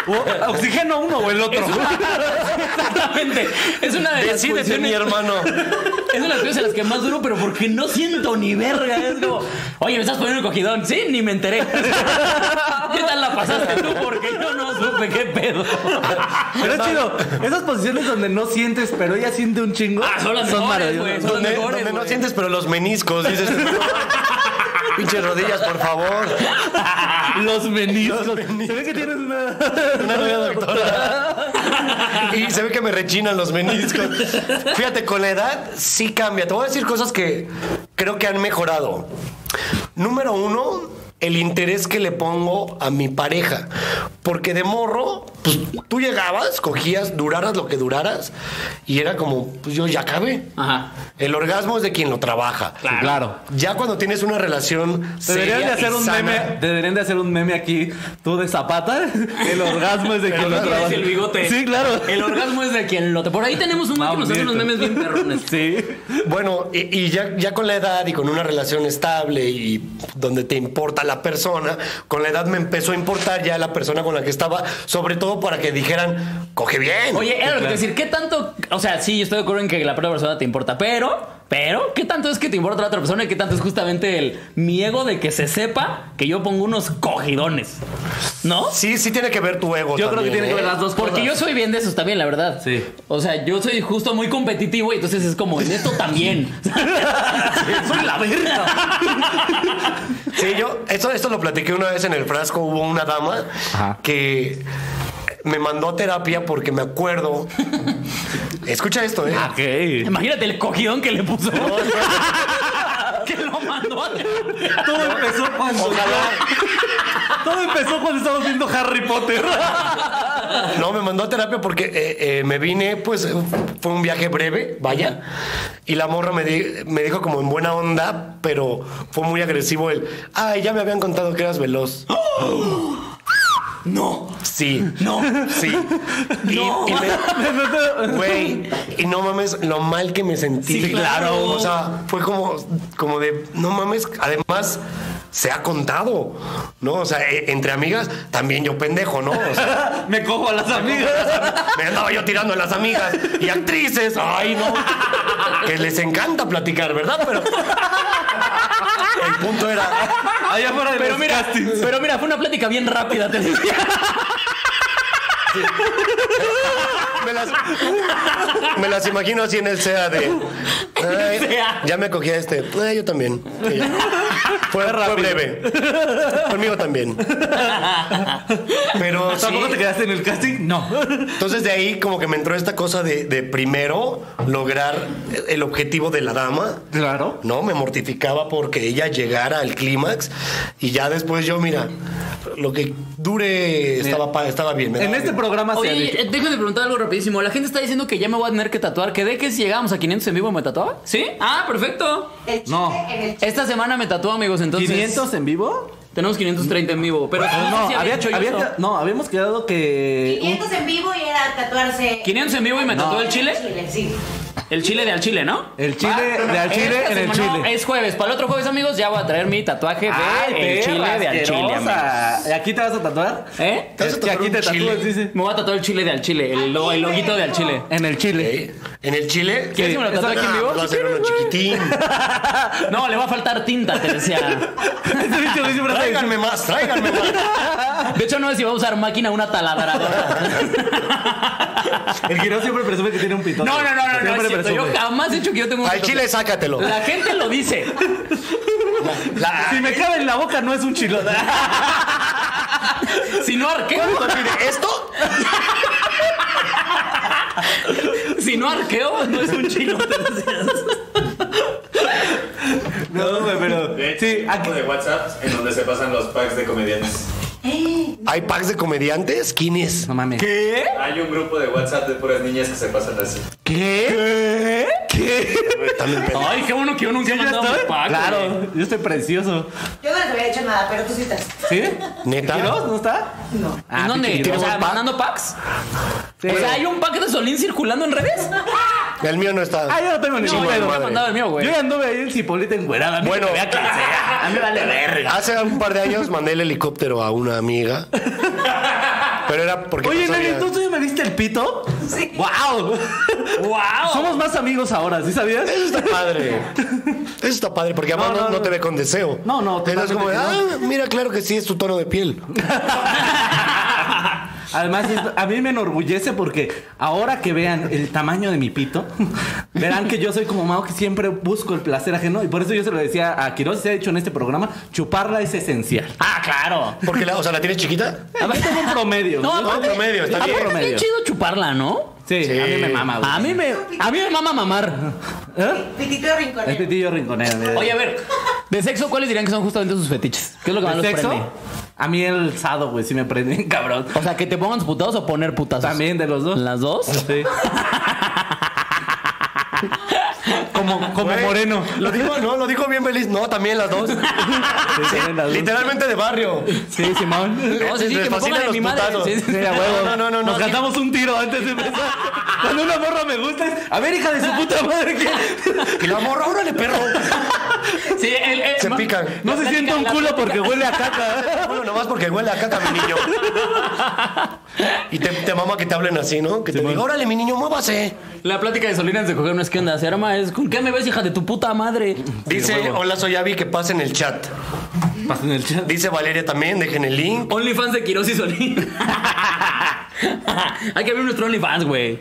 Speaker 4: O- Oxígeno uno o el otro.
Speaker 3: Exactamente. Es una de las
Speaker 1: Decídete, mi
Speaker 3: posiciones-
Speaker 1: hermano.
Speaker 3: Es una de las cosas en las que más duro, pero porque no siento ni verga. Es como, oye, me estás poniendo el cogidón. Sí, ni me enteré. ¿Qué tal la pasaste tú? Porque yo no supe qué pedo.
Speaker 4: Pero es chido. Esas posiciones donde no sientes, pero ella siente un chingo.
Speaker 3: Ah, son las mejores, güey. Son las
Speaker 1: Donde,
Speaker 3: mejores,
Speaker 1: donde no
Speaker 3: güey.
Speaker 1: sientes, pero los meniscos, dices. Pinche rodillas, por favor.
Speaker 4: Los meniscos.
Speaker 1: Los meniscos.
Speaker 4: Se ve que tienes una.
Speaker 1: Una novia doctora. Y se ve que me rechinan los meniscos. Fíjate, con la edad sí cambia. Te voy a decir cosas que creo que han mejorado. Número uno, el interés que le pongo a mi pareja. Porque de morro, pues tú llegabas, cogías, duraras lo que duraras, y era como, pues yo ya acabé.
Speaker 3: Ajá.
Speaker 1: El orgasmo es de quien lo trabaja.
Speaker 3: Claro.
Speaker 1: Ya cuando tienes una relación
Speaker 4: Te Deberían de
Speaker 1: seria
Speaker 4: hacer
Speaker 1: y
Speaker 4: un
Speaker 1: sana,
Speaker 4: meme. te Deberían de hacer un meme aquí. Tú de Zapata. El orgasmo es de quien
Speaker 3: Tú
Speaker 4: lo
Speaker 3: tienes
Speaker 4: trabaja.
Speaker 3: el bigote.
Speaker 4: Sí, claro.
Speaker 3: El orgasmo es de quien lo te. Por ahí tenemos uno que nos hace unos memes bien perrones.
Speaker 4: Sí.
Speaker 1: Bueno, y, y ya, ya con la edad y con una relación estable y donde te importa la persona, con la edad me empezó a importar ya la persona con la que estaba, sobre todo para que dijeran, coge bien.
Speaker 3: Oye, era lo que te iba a decir, ¿qué tanto? O sea, sí, yo estoy de acuerdo en que la primera persona te importa, pero Pero, ¿qué tanto es que te importa la otra persona y qué tanto es justamente el mi ego de que se sepa que yo pongo unos cogidones? ¿No?
Speaker 1: Sí, sí tiene que ver tu ego.
Speaker 4: Yo creo que
Speaker 1: también,
Speaker 4: tiene que
Speaker 1: ¿eh?
Speaker 4: ver las dos
Speaker 3: Porque
Speaker 4: cosas.
Speaker 3: yo soy bien de esos también, la verdad.
Speaker 4: Sí.
Speaker 3: O sea, yo soy justo muy competitivo y entonces es como, en esto también. soy la verga.
Speaker 1: Sí, yo, esto, esto lo platiqué una vez en el frasco. Hubo una dama
Speaker 4: Ajá.
Speaker 1: que me mandó a terapia porque me acuerdo. Escucha esto,
Speaker 4: Ah,
Speaker 1: ¿eh?
Speaker 3: Imagínate el cogidón que le puso. que lo mandó a
Speaker 4: Todo empezó cuando. Todo empezó cuando estábamos viendo Harry Potter.
Speaker 1: No, me mandó a terapia porque eh, eh, me vine, pues fue un viaje breve, vaya. Y la morra me, di- me dijo como en buena onda, pero fue muy agresivo el, ay, ya me habían contado que eras veloz.
Speaker 3: No.
Speaker 1: Sí.
Speaker 3: No.
Speaker 1: Sí. Y,
Speaker 3: No.
Speaker 1: y me- Güey, y no mames lo mal que me sentí.
Speaker 3: Sí, claro.
Speaker 1: O sea, fue como, como de, no mames, además se ha contado, ¿no? O sea, e- entre amigas, también yo pendejo, ¿no? O sea,
Speaker 4: Me cojo a las amigas.
Speaker 1: me andaba yo tirando a las amigas y actrices, ay no, que les encanta platicar, ¿verdad? Pero el punto era,
Speaker 4: Allá afuera de
Speaker 3: Pero
Speaker 4: los
Speaker 3: mira,
Speaker 4: castings.
Speaker 3: pero mira, fue una plática bien rápida. te digo.
Speaker 1: me las, me las imagino así en el SEA de, ay,
Speaker 3: SEA.
Speaker 1: ya me cogí a este, Ay, yo también. Sí. Fue, fue breve, conmigo también. Pero sí,
Speaker 4: ¿Tampoco te quedaste en el casting? No.
Speaker 1: entonces de ahí como que me entró esta cosa de, de primero lograr el objetivo de la dama.
Speaker 4: Claro.
Speaker 1: No, me mortificaba porque ella llegara al clímax y ya después yo, mira, lo que dure estaba, pa- estaba bien. me
Speaker 4: En
Speaker 1: daba
Speaker 4: este
Speaker 1: bien.
Speaker 4: programa se ha
Speaker 3: Oye,
Speaker 4: dicho.
Speaker 3: eh, déjame preguntar algo rapidísimo. La gente está diciendo que ya me voy a tener que tatuar. ¿Quedé que si llegábamos a 500 en vivo me tatuaba? ¿Sí? Ah, perfecto.
Speaker 5: El chiste
Speaker 4: No.
Speaker 5: en el chiste.
Speaker 3: Esta semana me tatuó, amigos, entonces...
Speaker 4: ¿500 en vivo?
Speaker 3: Tenemos 530 en vivo, pero...
Speaker 4: No,
Speaker 3: sí había
Speaker 4: había,
Speaker 3: hecho yo
Speaker 4: había-
Speaker 3: eso.
Speaker 4: no, habíamos quedado que. Eh, un-
Speaker 5: 500 en vivo y era tatuarse.
Speaker 3: 500 en vivo y me tatuó el chile.
Speaker 5: Chile, sí.
Speaker 3: El chile de al chile, ¿no?
Speaker 4: El chile de al chile
Speaker 3: Ah, Esta
Speaker 4: en el
Speaker 3: semana- no,
Speaker 4: chile.
Speaker 3: es jueves. Para el otro jueves, amigos, ya voy a traer mi tatuaje de el chile de al chile, amigos.
Speaker 4: ¿Y aquí te vas a tatuar?
Speaker 3: ¿Eh?
Speaker 1: ¿Te vas a
Speaker 4: Es que
Speaker 1: tatuar
Speaker 4: aquí
Speaker 1: un
Speaker 4: te
Speaker 1: chile?
Speaker 4: tatúas, dice.
Speaker 3: Me voy a tatuar el chile de al chile, el, lo- el loguito de al chile.
Speaker 4: En el chile.
Speaker 1: ¿Eh? ¿En el Chile?
Speaker 3: ¿Quieres que me lo
Speaker 1: Ah,
Speaker 3: tatúe aquí en vivo?
Speaker 1: Va a ser uno chiquitín.
Speaker 3: No, le va a faltar tinta, te decía.
Speaker 4: Este bicho lo siempre hace-
Speaker 1: tráiganme más, tráiganme más.
Speaker 3: De hecho, no sé si va a usar máquina o una taladradora.
Speaker 4: El Girón siempre presume que tiene un pitón.
Speaker 3: No, no, no, no, no.
Speaker 4: Siempre
Speaker 3: es cierto. Yo
Speaker 4: presume.
Speaker 3: jamás he dicho que yo tengo un
Speaker 1: Al Chile sácatelo.
Speaker 3: La gente lo dice.
Speaker 1: La-
Speaker 4: Si me cabe en la boca, no es un chilón.
Speaker 3: Si no arqueo,
Speaker 1: ¿Esto?
Speaker 3: si no arqueo, no es un chilo. te decía.
Speaker 4: No, güey, pero.
Speaker 2: De hecho,
Speaker 4: Sí,
Speaker 2: un
Speaker 4: aquí.
Speaker 2: grupo de WhatsApp en donde se pasan los packs de comediantes.
Speaker 5: Eh,
Speaker 1: ¿Hay packs de comediantes? ¿Quién es?
Speaker 4: No mames.
Speaker 3: ¿Qué?
Speaker 2: Hay un grupo de WhatsApp de puras niñas que se pasan así.
Speaker 1: ¿Qué? ¿Qué? También pendejo.
Speaker 3: Ay, qué bueno que yo nunca he
Speaker 4: ¿Ya
Speaker 3: mandado un
Speaker 4: estoy?
Speaker 3: pack, güey.
Speaker 4: Claro, yo estoy precioso.
Speaker 5: Yo no les había hecho nada, pero tú sí estás.
Speaker 4: ¿Sí?
Speaker 1: ¿Neta?
Speaker 4: ¿Girón? ¿No está?
Speaker 5: No.
Speaker 4: Ah,
Speaker 3: ¿En dónde?
Speaker 1: ¿Tiene
Speaker 3: O sea,
Speaker 1: buen pack?
Speaker 3: mandando packs.
Speaker 4: Sí.
Speaker 3: O sea, hay un pack de Solín circulando en redes.
Speaker 1: El mío no
Speaker 4: Ah,
Speaker 1: está.
Speaker 4: yo no tengo ningún
Speaker 3: No,
Speaker 1: de
Speaker 3: yo no
Speaker 4: pedo.
Speaker 3: me he
Speaker 1: madre.
Speaker 3: mandado el mío, güey.
Speaker 4: Yo ya anduve ahí en Cipolita encuerada. a mí
Speaker 1: Bueno.
Speaker 4: que me vea quien sea. A mí me vale verga.
Speaker 1: Hace un par de años mandé el helicóptero a una amiga. Pero era porque.
Speaker 4: Oye,
Speaker 1: no sabía-
Speaker 4: Nelly, ¿tú tú ya me viste el pito?
Speaker 5: Sí.
Speaker 4: ¡Wow!
Speaker 3: ¡Wow!
Speaker 4: Somos más amigos ahora, ¿sí sabías?
Speaker 1: Eso está padre. Eso está padre, porque además no,
Speaker 4: No, no,
Speaker 1: no te
Speaker 4: no.
Speaker 1: ve con deseo.
Speaker 4: No, no,
Speaker 1: Entonces, como, de,
Speaker 4: totalmente
Speaker 1: ah, mira, claro que sí es tu tono de piel.
Speaker 4: Además, es- a mí me enorgullece porque ahora que vean el tamaño de mi pito, verán que yo soy como Mao que siempre busco el placer ajeno. Y por eso yo se lo decía a Quiroz, se ha dicho en este programa, chuparla es esencial.
Speaker 3: Ah, claro.
Speaker 1: Porque, la, o sea, ¿la tienes chiquita?
Speaker 4: A mí tengo un promedio.
Speaker 3: No,
Speaker 4: ¿sí?
Speaker 1: No,
Speaker 3: aparte-
Speaker 1: promedio, está
Speaker 3: aparte
Speaker 1: bien.
Speaker 3: es bien
Speaker 4: Promedio.
Speaker 3: chido chuparla, ¿no?
Speaker 4: Sí, a mí me mama, güey.
Speaker 3: A mí me, a mí me mama mamar.
Speaker 4: ¿Eh?
Speaker 5: Pitito rinconero.
Speaker 4: El pitillo rinconero. mira.
Speaker 3: Oye, a ver, de sexo, ¿cuáles dirían que son justamente sus fetiches? ¿Qué es lo que más
Speaker 4: ¿El
Speaker 3: los
Speaker 4: sexo?
Speaker 3: prende?
Speaker 4: A mí el sado, güey, sí me prende, cabrón.
Speaker 3: O sea, que te pongan putados o poner putazos.
Speaker 4: También de los dos.
Speaker 3: ¿Las dos?
Speaker 4: Sí. como como
Speaker 1: Güey,
Speaker 4: moreno.
Speaker 1: Lo dijo, no, lo dijo bien feliz. No, también las dos.
Speaker 4: Sí, también las dos.
Speaker 1: Literalmente de barrio.
Speaker 4: Sí, Simón.
Speaker 3: No, sí, sí,
Speaker 1: Les
Speaker 3: que me
Speaker 1: fascinan
Speaker 3: pongan en
Speaker 1: los
Speaker 3: mi madre.
Speaker 1: putazos.
Speaker 3: Sí, sí.
Speaker 4: Sí, a huevo.
Speaker 1: No, no, no, no,
Speaker 4: Nos
Speaker 1: sí.
Speaker 4: cantamos un tiro antes de empezar. Cuando una morra me gusta, es, a ver, hija de su puta madre, que
Speaker 1: Y la morra, órale, perro.
Speaker 3: Sí, el- el-
Speaker 1: Se
Speaker 3: ma-
Speaker 1: pican.
Speaker 4: no se
Speaker 3: la
Speaker 4: sienta un
Speaker 3: plática- la
Speaker 4: culo
Speaker 3: plática-
Speaker 4: porque huele a caca. ¿eh?
Speaker 1: niño, nomás porque huele a caca mi niño. Y te, te mama que te hablen así, ¿no? Que te diga, órale, mi niño, muévase.
Speaker 3: La plática de Solinas de coger no es que onda, se arma, es ¿con qué me ves, hija de tu puta madre?
Speaker 1: Dice, hola, soy Abby, que pase en el chat.
Speaker 4: Pasen el chat.
Speaker 1: Dice Valeria también, dejen el link.
Speaker 3: OnlyFans de Quiroz y Solín. Hay que abrir nuestro OnlyFans, güey.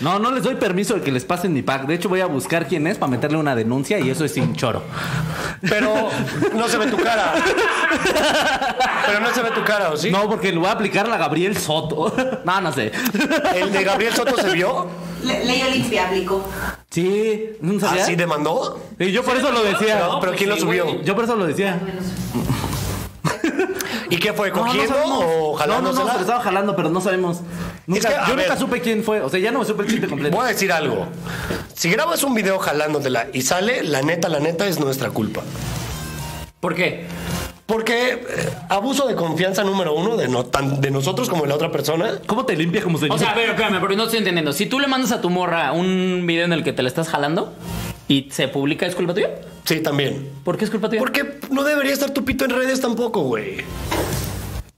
Speaker 4: No, no les doy permiso de que les pasen mi pack. De hecho, voy a buscar quién es para meterle una denuncia y eso es sin choro.
Speaker 1: Pero no se ve tu cara. Pero no se ve tu cara, ¿o sí?
Speaker 4: No, porque le voy a aplicar la Gabriel Soto. No, no sé.
Speaker 1: ¿El de Gabriel Soto se vio?
Speaker 5: Le- Ley Olimpia aplicó.
Speaker 4: Sí, no sabía.
Speaker 1: ¿Así demandó?
Speaker 4: Y yo por eso lo decía.
Speaker 1: Pero, pero ¿quién lo subió?
Speaker 4: Yo por eso lo decía.
Speaker 1: ¿Y qué fue?
Speaker 4: No, no
Speaker 1: ¿Cogiendo o
Speaker 4: sabemos. No, no, no,
Speaker 1: jalándosela?
Speaker 4: se lo estaba jalando, pero no sabemos. Nunca-
Speaker 1: que, a
Speaker 4: yo
Speaker 1: ver.
Speaker 4: nunca supe quién fue. O sea, ya no me supe el chiste completo.
Speaker 1: Voy a decir algo. Si grabas un video jalándotela y sale, la neta, la neta es nuestra culpa.
Speaker 3: ¿Por qué?
Speaker 1: Porque eh, abuso de confianza número uno de, no, tan- de nosotros como de la otra persona.
Speaker 4: ¿Cómo te limpia como se
Speaker 3: O sea, a ver, espérame, porque no estoy entendiendo. Si tú le mandas a tu morra un video en el que te la estás jalando y se publica, ¿es culpa tuya?
Speaker 1: Sí, también.
Speaker 3: ¿Por qué es culpa tuya?
Speaker 1: Porque no debería estar tu pito en redes tampoco, güey.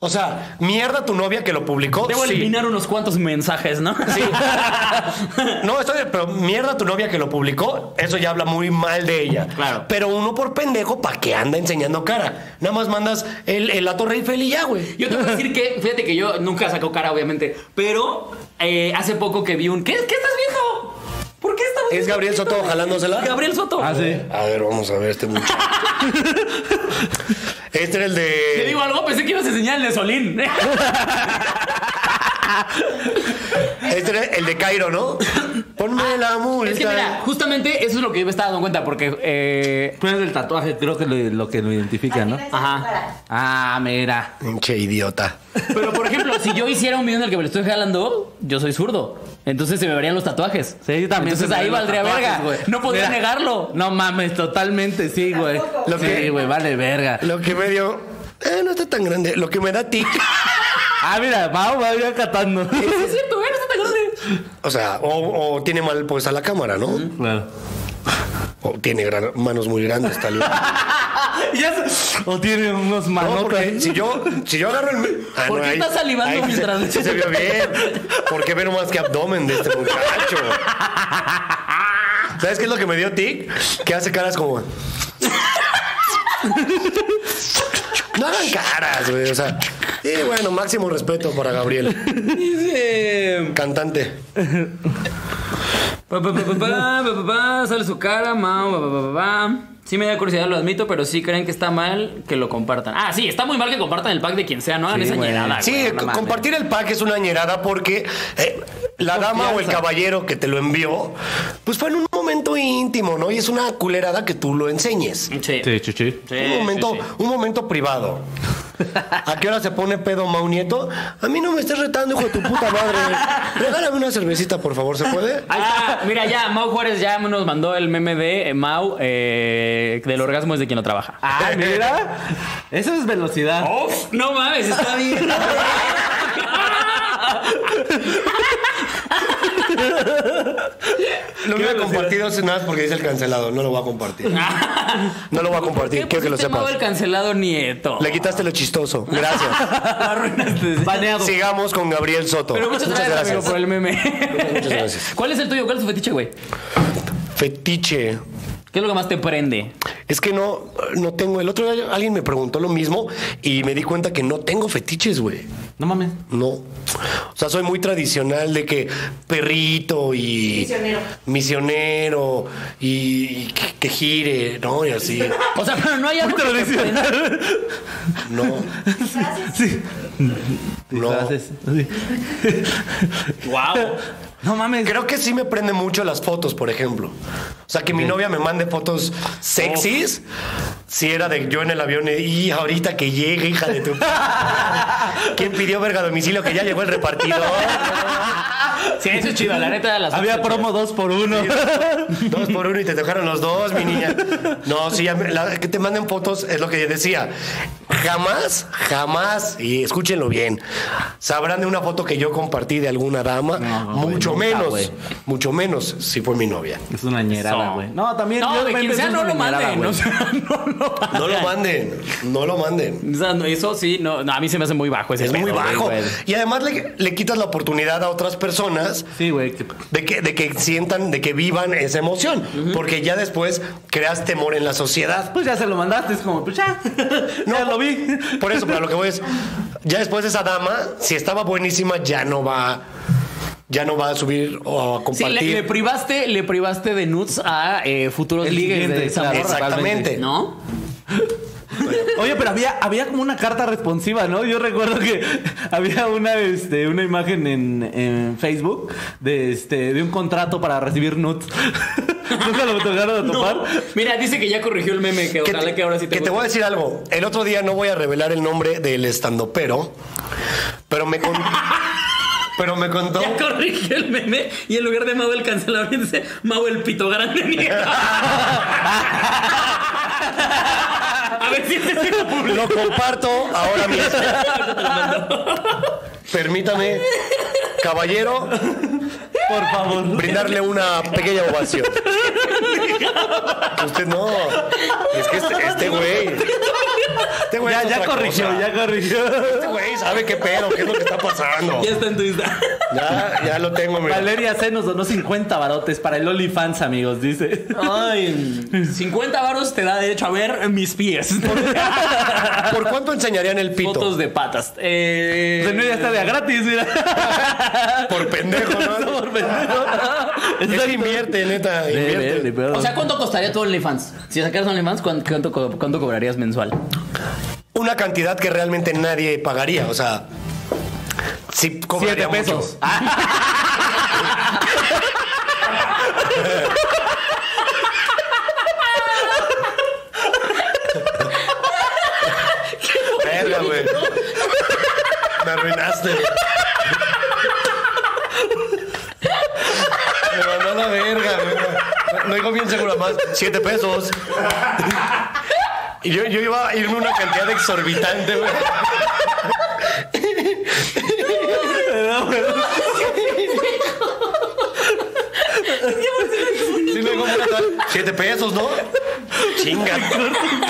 Speaker 1: O sea, mierda tu novia que lo publicó.
Speaker 3: Debo
Speaker 1: sí.
Speaker 3: eliminar unos cuantos mensajes, ¿no? Sí.
Speaker 1: No, estoy de, pero mierda tu novia que lo publicó, eso ya habla muy mal de ella.
Speaker 3: Claro.
Speaker 1: Pero uno por pendejo, ¿pa' qué anda enseñando cara? Nada más mandas el, el la Torre Eiffel y ya, güey.
Speaker 3: Yo te voy a decir que, fíjate que yo nunca saco cara, obviamente, pero eh, hace poco que vi un. ¿Qué, qué estás viendo? ¿Por qué estás viendo?
Speaker 1: Es Gabriel
Speaker 3: esto?
Speaker 1: Soto jalándosela.
Speaker 3: Gabriel Soto.
Speaker 4: Ah, sí.
Speaker 1: A ver, vamos a ver este muchacho. este era el de.
Speaker 3: Te digo algo, pensé que ibas a enseñar el de Solín.
Speaker 1: Este era el de Cairo, ¿no? Ponme la multa.
Speaker 3: Ah, es que mira, justamente eso es lo que yo me estaba dando cuenta, porque. eh,
Speaker 4: Pues el tatuaje creo que lo, lo que lo identifica, ¿no?
Speaker 3: Ajá.
Speaker 4: Ah, mira.
Speaker 1: Pinche idiota.
Speaker 3: Pero por ejemplo, si yo hiciera un video en el que me lo estoy jalando, yo soy zurdo. Entonces se me verían los tatuajes.
Speaker 4: Sí, también.
Speaker 3: Entonces
Speaker 4: se me
Speaker 3: ahí
Speaker 4: ven los
Speaker 3: valdría
Speaker 4: tatuajes,
Speaker 3: verga.
Speaker 4: güey.
Speaker 3: No podía
Speaker 4: Mira,
Speaker 3: negarlo.
Speaker 4: No mames, totalmente, sí, güey.
Speaker 5: Tampoco.
Speaker 1: Lo que-
Speaker 4: Sí, güey, vale verga.
Speaker 1: Lo que me dio. eh, no está tan grande. Lo que me da tic.
Speaker 4: Ah, mira, va, va, va catando.
Speaker 3: Es cierto, güey, no está tan grande.
Speaker 1: O sea, o, o tiene mal puesta la cámara, ¿no?
Speaker 4: Claro.
Speaker 1: O tiene gran- manos muy grandes, tal vez.
Speaker 4: Ya se- O tiene unos
Speaker 1: No,
Speaker 4: manotas.
Speaker 1: porque si yo, si yo agarro el. Ah,
Speaker 3: ¿Por qué estás salivando
Speaker 1: sí se-
Speaker 3: mientras-
Speaker 1: sí se vio bien. ¿Por qué veo más que abdomen de este muchacho? ¿Sabes qué es lo que me dio tic? Que hace caras como. No hagan caras, güey. O sea. Sí, bueno, máximo respeto para Gabriel,
Speaker 3: Dice.
Speaker 1: cantante.
Speaker 3: Pa, pa, pa, pa, pa, pa, pa, pa, sale su cara, mao, pa, pa, pa, pa. Sí me da curiosidad, lo admito, pero sí creen que está mal que lo compartan. Ah, sí, está muy mal que compartan el pack de quien sea, ¿no? hagan
Speaker 4: Sí,
Speaker 3: esa
Speaker 4: güey.
Speaker 3: ñerada,
Speaker 1: Sí,
Speaker 3: Ah, güey, no
Speaker 1: co-
Speaker 3: mames.
Speaker 1: compartir el pack es una ñerada porque eh, la dama o el caballero que te lo envió, pues fue en un momento íntimo, ¿no? Y es una culerada que tú lo enseñes.
Speaker 3: Sí.
Speaker 4: Sí, chuchi.
Speaker 3: Sí,
Speaker 1: un momento,
Speaker 3: sí, sí.
Speaker 1: un momento privado. ¿A qué hora se pone pedo Mau Nieto? A mí no me estés retando, hijo de tu puta madre. Regálame una cervecita, por favor, ¿se puede?
Speaker 3: Ahí está. Ah, Mira, ya, Mau Juárez ya nos mandó el meme de eh, Mau, eh, del orgasmo es de quien lo trabaja.
Speaker 4: Ah, mira. Eso es velocidad.
Speaker 3: ¡Uf! No mames, está bien.
Speaker 1: Lo hubiera compartido sin nada porque dice el cancelado. No lo voy a compartir. No lo voy a compartir, quiero que lo
Speaker 3: pusiste Mau
Speaker 1: sepas.
Speaker 3: el este cancelado nieto.
Speaker 1: Le quitaste lo chistoso. Gracias.
Speaker 3: arruinaste.
Speaker 4: Baneado.
Speaker 1: Sigamos con Gabriel Soto.
Speaker 3: Pero muchas, gracias, amigo, por el meme.
Speaker 1: Muchas gracias.
Speaker 3: ¿Cuál es el tuyo? ¿Cuál es tu fetiche, güey?
Speaker 1: Fetiche.
Speaker 3: ¿Qué es lo que más te prende?
Speaker 1: Es que no, no tengo. El otro día alguien me preguntó lo mismo y me di cuenta que no tengo fetiches, güey.
Speaker 4: No mames.
Speaker 1: No. O sea, soy muy tradicional de que perrito y.
Speaker 5: Misionero.
Speaker 1: Misionero y, y que, que gire, ¿no? Y así.
Speaker 3: O sea, pero no hay algo que te prenda.
Speaker 1: No.
Speaker 4: Sí.
Speaker 1: No.
Speaker 4: Disfraces. Sí.
Speaker 3: Wow.
Speaker 4: No mames.
Speaker 1: Creo que sí me prende mucho las fotos, por ejemplo. O sea, que mi novia me mande fotos sexys. Si era de yo en el avión y ahorita que llegue, hija de tu. ¿Quién pidió verga a domicilio que ya llegó el repartidor?
Speaker 3: Sí, eso es chido, la neta. Las
Speaker 4: Había promo 2 por 1
Speaker 1: Dos por uno y te tocaron los dos, mi niña. No, sí, ya me- la- que te manden fotos es lo que yo decía. Jamás, jamás, y escúchenlo bien, sabrán de una foto que yo compartí de alguna dama,
Speaker 4: No, güey,
Speaker 1: mucho
Speaker 4: nunca,
Speaker 1: menos,
Speaker 4: güey.
Speaker 1: mucho menos si fue mi novia.
Speaker 4: Es una ñerada,
Speaker 3: Eso.
Speaker 4: güey. No, también.
Speaker 3: No,
Speaker 4: yo
Speaker 3: de
Speaker 4: me
Speaker 3: quien
Speaker 4: empecé
Speaker 3: sea,
Speaker 4: a
Speaker 3: no lo
Speaker 4: una ñerada,
Speaker 3: manden.
Speaker 4: güey.
Speaker 3: O sea, no lo manden.
Speaker 1: No lo manden, no lo manden.
Speaker 3: O sea, no, eso sí, no, no, a mí se me hace muy bajo ese
Speaker 1: Es
Speaker 3: pedo,
Speaker 1: muy
Speaker 3: güey,
Speaker 1: bajo.
Speaker 3: güey.
Speaker 1: Y además le, le quitas la oportunidad a otras personas
Speaker 4: Sí, güey. que-
Speaker 1: de que, de que sientan, de que vivan esa emoción. Porque ya después creas temor en la sociedad.
Speaker 4: Pues ya se lo mandaste, es como, pues ya. ya lo vi.
Speaker 1: Por eso, para lo que voy es. Ya después esa dama, si estaba buenísima, ya no va. Ya no va a subir o a
Speaker 3: Sí,
Speaker 1: compartir.
Speaker 3: le, le privaste, le privaste de nudes a eh, futuros
Speaker 4: El
Speaker 3: ligues
Speaker 4: siguiente,
Speaker 3: de esa
Speaker 4: claro.
Speaker 3: morra,
Speaker 1: Exactamente.
Speaker 3: ¿No?
Speaker 4: Oye, pero había, había como una carta responsiva, ¿no? Yo recuerdo que había una, este, una imagen en, en Facebook de, este, de un contrato para recibir nudes. Nunca lo tocaron a topar.
Speaker 3: Mira, dice que ya corrigió el meme, que
Speaker 1: Que
Speaker 3: ojalá
Speaker 1: te,
Speaker 3: que ahora sí te,
Speaker 1: que te voy a
Speaker 3: guste.
Speaker 1: decir algo. El otro día no voy a revelar el nombre del estandopero, pero me con- pero me contó.
Speaker 3: Ya corrigió el meme y en lugar de Mau el cancelador dice Mau el pito grande. a ver si este se lo publica.
Speaker 1: Lo comparto ahora mismo. Permítame, caballero,
Speaker 4: Por favor.
Speaker 1: brindarle una pequeña ovación. Usted no. Es que este este güey. este güey
Speaker 4: Ya,
Speaker 1: es
Speaker 4: ya
Speaker 1: otra
Speaker 4: corrigió,
Speaker 1: cosa.
Speaker 4: ya corrigió.
Speaker 1: Este güey sabe qué pedo, qué es lo que está pasando.
Speaker 3: Ya está en tu Insta.
Speaker 1: Ya, ya lo tengo, mira.
Speaker 4: Valeria C nos donó 50 barotes para el OnlyFans, amigos, dice.
Speaker 3: Ay, 50 varos te da derecho a ver mis pies.
Speaker 1: ¿Por cuánto enseñarían el
Speaker 3: Fotos
Speaker 1: pito?
Speaker 3: de patas. Eh,
Speaker 4: Pues no, ya está de a gratis, mira.
Speaker 1: Por pendejo,
Speaker 4: Está
Speaker 1: ¿no?
Speaker 4: por pendejo.
Speaker 1: Es que
Speaker 4: Exacto.
Speaker 1: invierte, neta.
Speaker 4: Ve, ve,
Speaker 1: Invierte.
Speaker 4: ni pedo.
Speaker 3: O sea, ¿cuánto costaría tu OnlyFans? Si sacaras OnlyFans, ¿cuán- ¿cuánto, co- cuánto cobrarías mensual?
Speaker 1: Una cantidad que realmente nadie pagaría. O sea, si cobraría
Speaker 4: Siete
Speaker 1: mucho.
Speaker 4: pesos.
Speaker 1: Verga, güey. Me arruinaste. Me mandó a la verga, güey. No digo bien seguro, más. Siete pesos. Y Yo, yo iba a irme una cantidad exorbitante, güey. Sí, luego voy a dar Siete pesos, ¿no? Chinga.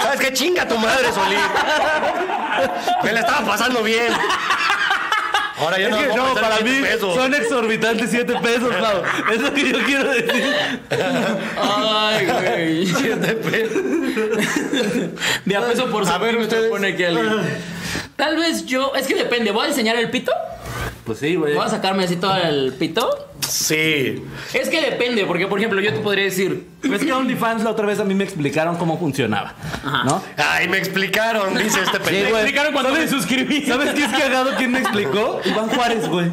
Speaker 1: ¿Sabes qué? Chinga tu madre, Solí. Me la estaba pasando bien. Ahora ya
Speaker 4: Es
Speaker 1: no,
Speaker 4: que
Speaker 1: voy a
Speaker 4: no,
Speaker 1: pasar
Speaker 4: para mí
Speaker 1: siete pesos.
Speaker 4: son exorbitantes 7 pesos, Pau. Es lo que yo quiero decir.
Speaker 3: Ay, güey.
Speaker 1: Siete pesos.
Speaker 3: De a peso por
Speaker 1: A ver,
Speaker 3: centímetro
Speaker 1: ustedes.
Speaker 3: pone aquí alguien. Tal vez yo. Es que depende. ¿Voy a enseñar el pito?
Speaker 4: Pues sí, güey.
Speaker 3: ¿Voy a sacarme así todo el pito?
Speaker 1: Sí.
Speaker 3: Es que depende, porque por ejemplo, yo te podría decir.
Speaker 4: Es que OnlyFans la otra vez a mí me explicaron cómo funcionaba, ¿no?
Speaker 1: Ay, me explicaron, dice este
Speaker 4: Sí,
Speaker 1: pendejo.
Speaker 4: güey.
Speaker 3: explicaron cuando
Speaker 4: ¿Sabes-
Speaker 3: me suscribí.
Speaker 4: ¿Sabes qué es cagado? ¿Quién me explicó? Iván Juárez, güey.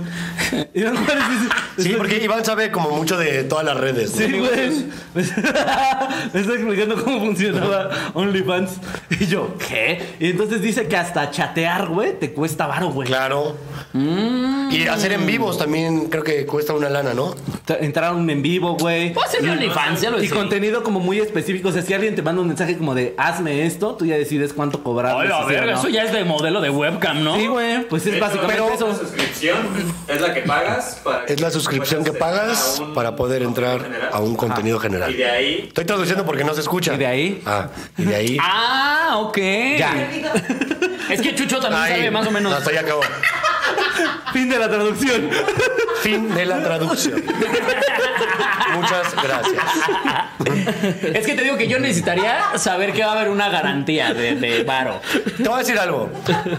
Speaker 4: Iván Juárez dice...
Speaker 1: Sí, porque Iván sabe como mucho de todas las redes. ¿no?
Speaker 4: Sí, güey. Me está explicando cómo funcionaba OnlyFans. Y yo, ¿qué? Y entonces dice que hasta chatear, güey, te cuesta varo, güey.
Speaker 1: Claro.
Speaker 3: Mm.
Speaker 1: Y hacer en vivos también creo que cuesta una lana, ¿no?
Speaker 4: T- Entraron en vivo, güey.
Speaker 3: Puedo hacer mi OnlyFans, ya lo
Speaker 4: Y
Speaker 3: hice.
Speaker 4: contenido como muy específico. O sea, si alguien te manda un mensaje como de hazme esto, tú ya decides cuánto cobrar.
Speaker 3: Ay, la verga, eso ya es de modelo de webcam, ¿no?
Speaker 4: Sí, güey. Pues es básicamente
Speaker 1: Pero-
Speaker 4: eso.
Speaker 2: La suscripción es la que pagas para.
Speaker 1: Es la suscripción que pagas para poder entrar a un
Speaker 3: Ah.
Speaker 1: contenido
Speaker 2: Y
Speaker 1: general.
Speaker 2: de ahí.
Speaker 1: Estoy traduciendo porque no se escucha.
Speaker 4: ¿Y de ahí?
Speaker 1: Ah, y de ahí.
Speaker 3: Ah, ok.
Speaker 4: Ya.
Speaker 3: Es que Chucho también
Speaker 1: Ahí.
Speaker 3: sabe más o menos.
Speaker 1: Hasta ahí acabó.
Speaker 4: Fin de la traducción.
Speaker 1: Fin de la traducción. Muchas gracias.
Speaker 3: Es que te digo que yo necesitaría saber que va a haber una garantía de, de varo.
Speaker 1: Te voy a decir algo.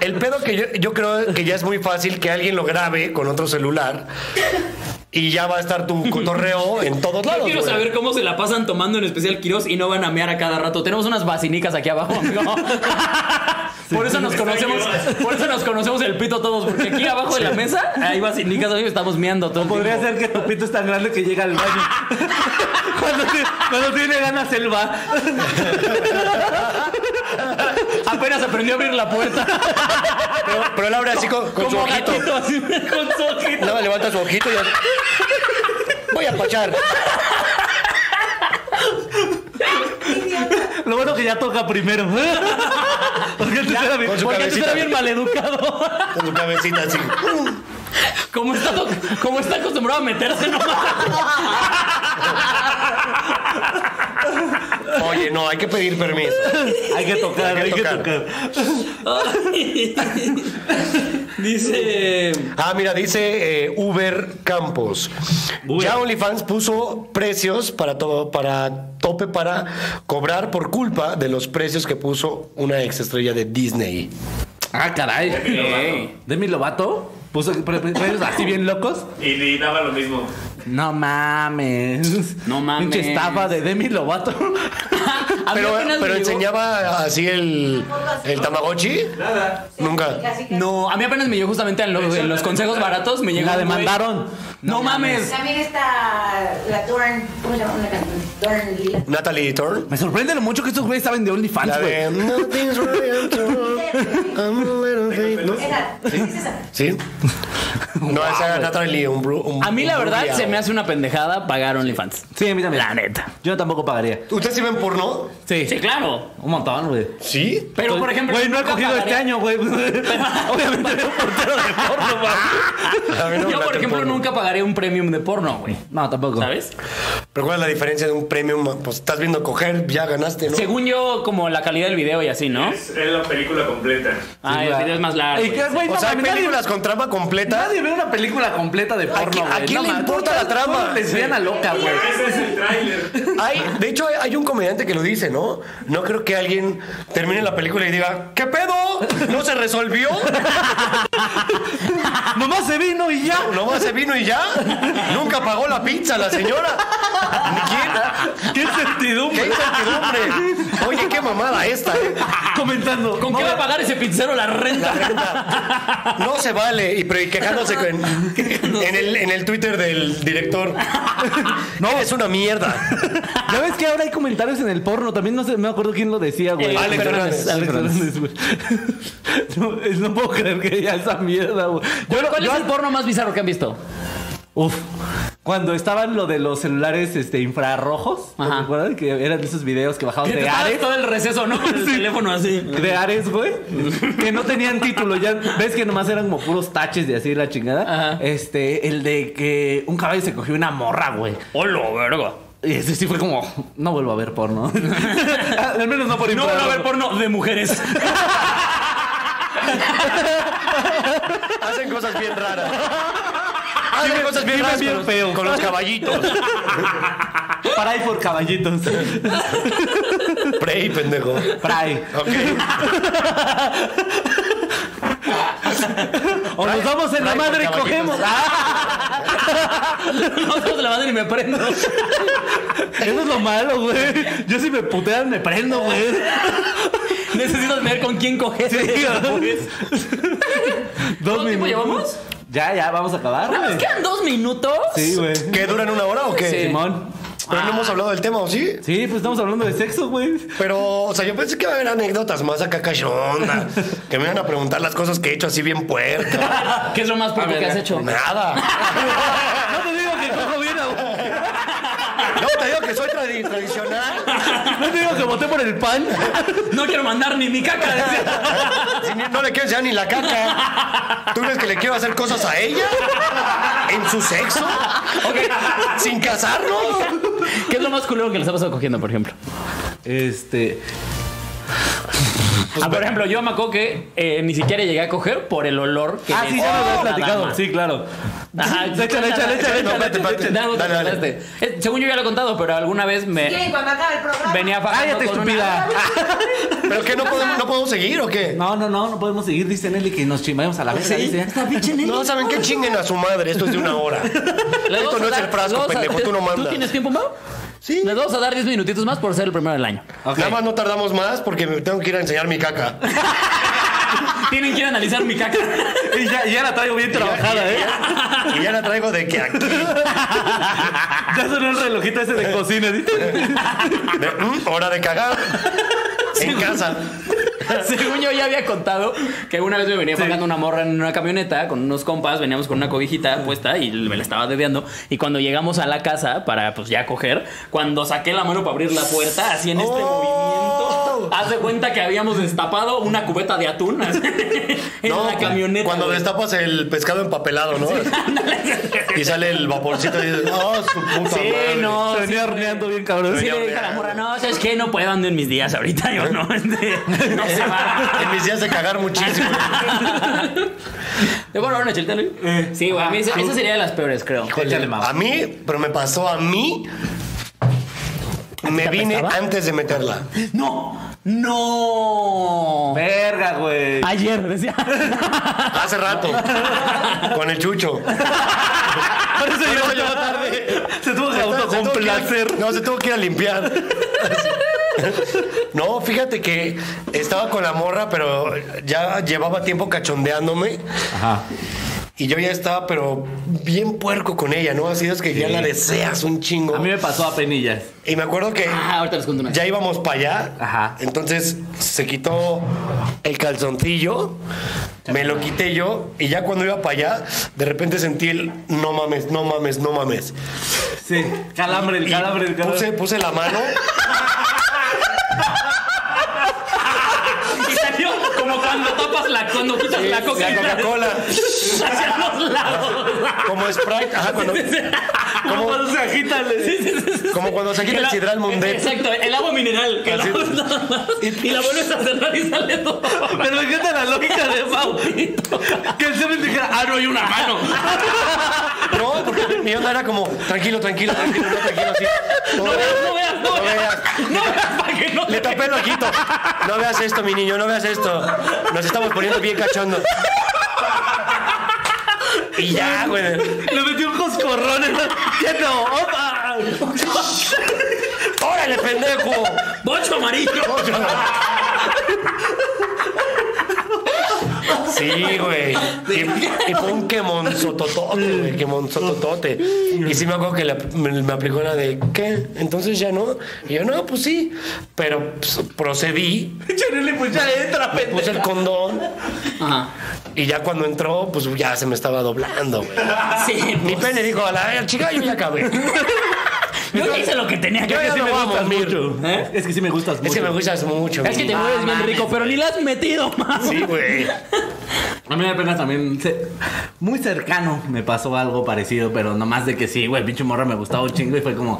Speaker 1: El pedo que yo, yo creo que ya es muy fácil que alguien lo grabe con otro celular y ya va a estar tu cotorreo en todos
Speaker 3: Yo
Speaker 1: lados.
Speaker 3: quiero
Speaker 1: güey.
Speaker 3: saber cómo se la pasan tomando en especial Quirós y no van a mear a cada rato. Tenemos unas basinicas aquí abajo, amigo. Por eso nos conocemos, por eso nos conocemos el pito todos, porque aquí abajo de la mesa hay basinicas, amigo, estamos meando todo. el
Speaker 4: Podría
Speaker 3: tiempo.
Speaker 4: ser que tu pito es tan grande que llega al baño. cuando, ti- cuando tiene ganas, él va.
Speaker 3: Apenas apenas aprendió a abrir la puerta.
Speaker 1: Pero, pero él abre así con, con su
Speaker 3: Como
Speaker 1: ojito.
Speaker 3: gatito, así, con su ojito.
Speaker 1: Nada más levanta su ojito y ya- Voy a pachar.
Speaker 4: Lo bueno que ya toca primero. Porque antes era bien-
Speaker 1: con su
Speaker 4: porque antes
Speaker 1: cabecita.
Speaker 4: era bien maleducado.
Speaker 6: Con su cabecita así.
Speaker 3: Como está, como está acostumbrado a meterse nomás.
Speaker 1: Oye, no, hay que pedir permiso.
Speaker 4: Hay que tocar, hay que tocar.
Speaker 3: Dice.
Speaker 1: Ah, mira, dice eh, Uber Campos. Ya OnlyFans puso precios para todo, para tope para cobrar por culpa de los precios que puso una ex estrella de Disney.
Speaker 4: Ah, caray. Demi Lovato puso pre- pre- precios así bien locos.
Speaker 2: Y, y daba lo mismo.
Speaker 4: No mames.
Speaker 3: No mames. Pues
Speaker 4: Pinche estafa de Demi Lovato.
Speaker 1: Pero, pero enseñaba
Speaker 3: enseñaba
Speaker 1: así el, el Tamagotchi.
Speaker 2: Nada.
Speaker 1: Nunca.
Speaker 3: No, a mí apenas me llegó justamente en, lo- en los consejos baratos. Me llegó.
Speaker 4: La
Speaker 3: un güey.
Speaker 4: demandaron.
Speaker 3: No, mames.
Speaker 5: También está la Torn. ¿Cómo se llama una canción? Torn Lila.
Speaker 1: Natalie Thorne.
Speaker 4: Me sorprende lo mucho que estos güeyes saben de
Speaker 1: La
Speaker 4: OnlyFans, güey.
Speaker 1: de Nothing's right at all, I'm a little bit- ¿no?
Speaker 5: Esa. es esa?
Speaker 1: ¿Sí? No, esa era Natalie, un, bru- un-
Speaker 3: A mí, la
Speaker 1: un
Speaker 3: verdad,
Speaker 1: brujeado.
Speaker 3: se me hace una pendejada pagar OnlyFans.
Speaker 4: Sí, a mí también. La neta. Yo tampoco pagaría.
Speaker 1: ¿Ustedes sí ven porno?
Speaker 3: Sí. Sí, claro.
Speaker 4: Un montón, güey.
Speaker 1: Sí.
Speaker 3: Pero, por ejemplo.
Speaker 4: Güey, no ha
Speaker 3: nunca
Speaker 4: cogido este
Speaker 3: pagaría-
Speaker 4: año, güey. Obviamente era un portero de porno, güey.
Speaker 1: A mí no me
Speaker 3: Yo, por
Speaker 1: late el
Speaker 3: ejemplo,
Speaker 1: porno.
Speaker 3: nunca pagaré un premium de porno, güey.
Speaker 4: No, tampoco.
Speaker 3: ¿Sabes?
Speaker 1: Pero ¿cuál es la diferencia de un premium? Pues estás viendo coger, ya ganaste, ¿no?
Speaker 3: Según yo, como la calidad del video y así, ¿no?
Speaker 2: Es, es la película completa.
Speaker 3: Ah, el
Speaker 4: güey.
Speaker 3: video es más largo.
Speaker 4: Y que,
Speaker 3: güey.
Speaker 4: güey,
Speaker 1: o
Speaker 4: no
Speaker 1: sea, hay
Speaker 4: mames, nadie-
Speaker 1: películas con trama completa.
Speaker 4: Nadie ve una película completa de porno,
Speaker 1: qui- a
Speaker 4: güey.
Speaker 1: quién le
Speaker 4: mames,
Speaker 1: importa la
Speaker 4: todo-
Speaker 1: trama?
Speaker 4: todo Lesbiana loca, güey.
Speaker 3: Ah,
Speaker 2: Ese es el tráiler.
Speaker 1: Hay, de hecho, hay, hay un comediante que lo dice, ¿no? No creo que alguien termine la película y diga, ¿qué pedo? ¿No se resolvió? Ah.
Speaker 4: Nomás se vino y ya.
Speaker 1: ¿Nomás se vino y ya? ¿Nunca pagó la pizza la señora? ¿Quién?
Speaker 4: ¡Qué
Speaker 1: ¿Qué
Speaker 4: certidumbre!
Speaker 1: incertidumbre? Oye, qué mamada esta, ¿eh?
Speaker 4: Comentando.
Speaker 3: ¿Con qué va a pagar ese pizzero la renta?
Speaker 1: No se vale. Y, pero, y quejándose en, en el, en el Twitter del director. No, es una mierda.
Speaker 4: Ya ves que ahora hay comentarios en el porno. También no sé, me acuerdo quién lo decía, güey.
Speaker 1: Eh, Alex Fernández.
Speaker 4: Alex Fernández, güey. No, es- no puedo creer que ya esa mierda, güey. Yo, lo-
Speaker 3: ¿Cuál
Speaker 4: yo-
Speaker 3: es el porno más bizarro que han visto?
Speaker 4: Uf. Cuando estaban lo de los celulares este, infrarrojos, ¿no
Speaker 3: Ajá.
Speaker 4: ¿te acuerdas? Que eran esos videos que bajaban de
Speaker 3: pagas
Speaker 4: Ares.
Speaker 3: todo el receso, ¿no? Con el teléfono así.
Speaker 4: De Ares, güey. Que no tenían título. Ya ves que nomás eran como puros taches de así la chingada.
Speaker 3: Ajá.
Speaker 4: Este, el de que un caballo se cogió una morra, güey.
Speaker 3: ¡Hola, verga!
Speaker 4: Y ese sí fue como, no vuelvo a ver porno. Al menos no por
Speaker 3: No van a ver
Speaker 4: infrarrojo.
Speaker 3: porno de mujeres.
Speaker 1: Hacen cosas bien raras. Hacen cosas bien
Speaker 4: dime
Speaker 1: raras
Speaker 4: bien
Speaker 1: con, los-
Speaker 4: feo.
Speaker 1: con los caballitos.
Speaker 4: Pray por caballitos.
Speaker 1: Prey, pendejo.
Speaker 4: Pray.
Speaker 1: Ok.
Speaker 4: O nos vamos en la
Speaker 1: Pray por
Speaker 4: madre y
Speaker 1: caballitos.
Speaker 4: cogemos. Ah,
Speaker 3: Nosotros la mandan y me prendo.
Speaker 4: eso es lo malo, güey. Yo si me putean me prendo, güey.
Speaker 3: Necesitas ver con quién coger.
Speaker 4: Sí, Dos
Speaker 3: ¿Cuánto tiempo
Speaker 4: minutos.
Speaker 3: llevamos? Ah,
Speaker 4: Ya, ya, vamos a acabar,
Speaker 3: ¿Nos
Speaker 4: güey.
Speaker 3: quedan dos minutos?
Speaker 4: Sí, güey.
Speaker 1: ¿Qué duran una hora o qué?
Speaker 3: Sí.
Speaker 4: Simón.
Speaker 1: Pero no hemos hablado del tema, ¿o sí?
Speaker 4: Sí, pues estamos hablando de sexo, güey.
Speaker 1: Pero, o sea, yo pensé que iba a haber anécdotas más acá cachonda. Que me iban a preguntar las cosas que he hecho así bien puertas.
Speaker 3: ¿Qué es lo más poco que has hecho?
Speaker 1: Nada.
Speaker 4: No te digo que cojo bien, güey.
Speaker 1: No, te digo que soy tradi- tradicional.
Speaker 4: No te digo que voté por el pan.
Speaker 3: No quiero mandar ni mi caca. decía.
Speaker 1: Si ni- no le quiero enseñar ni la caca. ¿Tú crees que le quiero hacer cosas a ella? ¿En su sexo? ¿Sin casarnos?
Speaker 3: ¿Qué es lo más culero que les ha pasado cogiendo, por ejemplo?
Speaker 4: Este.
Speaker 3: Ah, por ejemplo, yo me acuerdo que eh, ni siquiera llegué a coger por el olor que
Speaker 4: Ah,
Speaker 3: me
Speaker 4: sí, ya me
Speaker 3: daba
Speaker 4: habías
Speaker 3: la
Speaker 4: platicado.
Speaker 3: dama.
Speaker 4: Sí, claro.
Speaker 3: Ajá,
Speaker 4: Échale, échale, échale, échale.
Speaker 1: No, espérate, espérate.
Speaker 3: No, no,
Speaker 1: Dale, dale.
Speaker 3: espérate. Eh, Según yo ya lo he contado, pero alguna vez me
Speaker 5: ¿Quieren cuando acabe el programa?
Speaker 3: venía bajando
Speaker 4: Cállate,
Speaker 3: con una- Ah,
Speaker 4: estúpida.
Speaker 1: ¿Pero qué? ¿No podemos, no podemos seguir o qué?
Speaker 4: No, no, no, no podemos seguir, dice Nelly, que nos chimemos a la verga, dice.
Speaker 1: No, ¿saben qué? Chinguen a su madre. Esto es de una hora.
Speaker 3: Les
Speaker 1: Esto
Speaker 3: vamos a
Speaker 1: no es
Speaker 3: dar-
Speaker 1: el frasco,
Speaker 3: les vamos a-
Speaker 1: pendejo, tú no mandas.
Speaker 3: tienes tiempo, Mau?
Speaker 1: Sí.
Speaker 3: Les vamos a dar 10 minutitos más por ser el primero del año.
Speaker 1: Nada más no tardamos más porque me tengo que ir a enseñar mi caca.
Speaker 3: Tienen que ir a analizar mi caca.
Speaker 4: Y ya, ya la traigo bien trabajada, ¿eh?
Speaker 1: Y ya la traigo de que aquí.
Speaker 4: Ya sonó el relojito ese de cocina, ¿sí?
Speaker 1: De, mm, hora de cagar. En casa.
Speaker 3: Según yo ya había contado que una vez me venía pagando una morra en una camioneta con unos compas, veníamos con una cobijita puesta y me la estaba dedeando. Y cuando llegamos a la casa para pues ya coger, cuando saqué la mano para abrir la puerta, así en este
Speaker 1: Oh.
Speaker 3: movimiento, haz de cuenta que habíamos destapado una cubeta de atún así, en
Speaker 1: No,
Speaker 3: la camioneta.
Speaker 1: Cuando
Speaker 3: güey.
Speaker 1: destapas el pescado empapelado, ¿no? y sale el vaporcito y dices, oh, su puta
Speaker 3: Sí,
Speaker 1: madre".
Speaker 3: no.
Speaker 4: Se
Speaker 3: sí,
Speaker 4: venía horneando bien cabrón.
Speaker 3: Sí, le dije a la morra, no, es que no puedo andar en mis días ahorita, yo no, este, no se va.
Speaker 1: En mis días de cagar muchísimo.
Speaker 3: ¿Te puedo robar una chelita, Luis? Sí, güey, a mí esa, esa sería de las peores, creo.
Speaker 1: Híjole,
Speaker 4: mamá.
Speaker 1: a mí, pero me pasó a mí. Me vine antes de meterla.
Speaker 3: ¡No! ¡No!
Speaker 4: Verga, güey.
Speaker 3: Ayer, decía.
Speaker 1: Hace rato. Con el chucho.
Speaker 4: Por eso
Speaker 1: llegó
Speaker 4: llegó
Speaker 1: tarde.
Speaker 4: Se tuvo que
Speaker 1: Entonces, se tuvo que ir a-
Speaker 4: autocomplacer.
Speaker 1: No, se tuvo que ir a limpiar. No, fíjate que estaba con la morra, pero ya llevaba tiempo cachondeándome.
Speaker 4: Ajá.
Speaker 1: Y yo ya estaba, pero bien puerco con ella, ¿no? Así es que ya la deseas un chingo.
Speaker 4: A mí me pasó a penillas.
Speaker 1: Y me acuerdo que
Speaker 3: Ah, ahorita les cuento una.
Speaker 1: ya íbamos para allá.
Speaker 4: Ajá.
Speaker 1: Entonces se quitó el calzoncillo, me lo quité yo. Y ya cuando iba para allá, de repente sentí el no mames, no mames, no mames.
Speaker 4: Sí. Calambre, el
Speaker 1: Y
Speaker 4: calambre, el calambre.
Speaker 1: puse, puse la mano.
Speaker 3: Y salió como cuando tapas la, cuando quitas la coca
Speaker 1: la
Speaker 3: y la-
Speaker 1: Coca-Cola.
Speaker 3: hacia los lados.
Speaker 1: Como Sprite. Ajá, cuando-
Speaker 4: ¿Cómo
Speaker 1: como,
Speaker 4: cuando se agitan?
Speaker 1: como cuando se quita el sidral mundet.
Speaker 3: eh, Exacto, el agua mineral. que la
Speaker 1: Así.
Speaker 3: pones nada más, y la vuelves a cerrar y sale todo.
Speaker 4: Pero me encanta la lógica de Mau. Que el semen dijera, ah, no hay una mano.
Speaker 1: No, porque mi onda era como, tranquilo, tranquilo, tranquilo, no, tranquilo, así. No
Speaker 3: No
Speaker 1: veas,
Speaker 3: veas, no veas, no
Speaker 1: no
Speaker 3: veas.
Speaker 1: veas.
Speaker 3: No veas para que no
Speaker 1: Le tapé el ojito. No veas esto, mi niño, no veas esto. Nos estamos poniendo bien cachondos. Y ya, güey.
Speaker 4: Le metí un coscorrón. en la- Ya no, opa.
Speaker 1: ¡Órale, pendejo!
Speaker 3: ¡Bocho amarillo!
Speaker 1: Sí, güey. Y, y fue un quemonzototote, güey. Quemonzototote. Y sí me acuerdo que la- me, me aplicó la de, ¿qué? Entonces ya no. Y yo, no, pues sí. Pero pues, procedí,
Speaker 4: Chanele, pues ya entra, pendejo.
Speaker 1: puse el condón.
Speaker 3: Ajá.
Speaker 1: Y ya cuando entró, pues ya se me estaba doblando, güey.
Speaker 3: Sí, pues,
Speaker 1: Mi pene dijo, a la chica, Pues- yo ya acabé.
Speaker 3: yo ya hice lo que tenía que
Speaker 1: Yo
Speaker 3: hacer.
Speaker 1: ya me voy a morir.
Speaker 4: ¿Eh? Es que sí me gustas mucho.
Speaker 1: Es que me gustas mucho,
Speaker 3: Es que te
Speaker 1: güey.
Speaker 3: mueres bien
Speaker 4: mames,
Speaker 3: rico, pero ni la has metido, más.
Speaker 1: Sí, güey.
Speaker 4: A mí apenas también, se- muy cercano, me pasó algo parecido, pero nomás de que sí, güey, pinche morra me gustaba un chingo y fue como,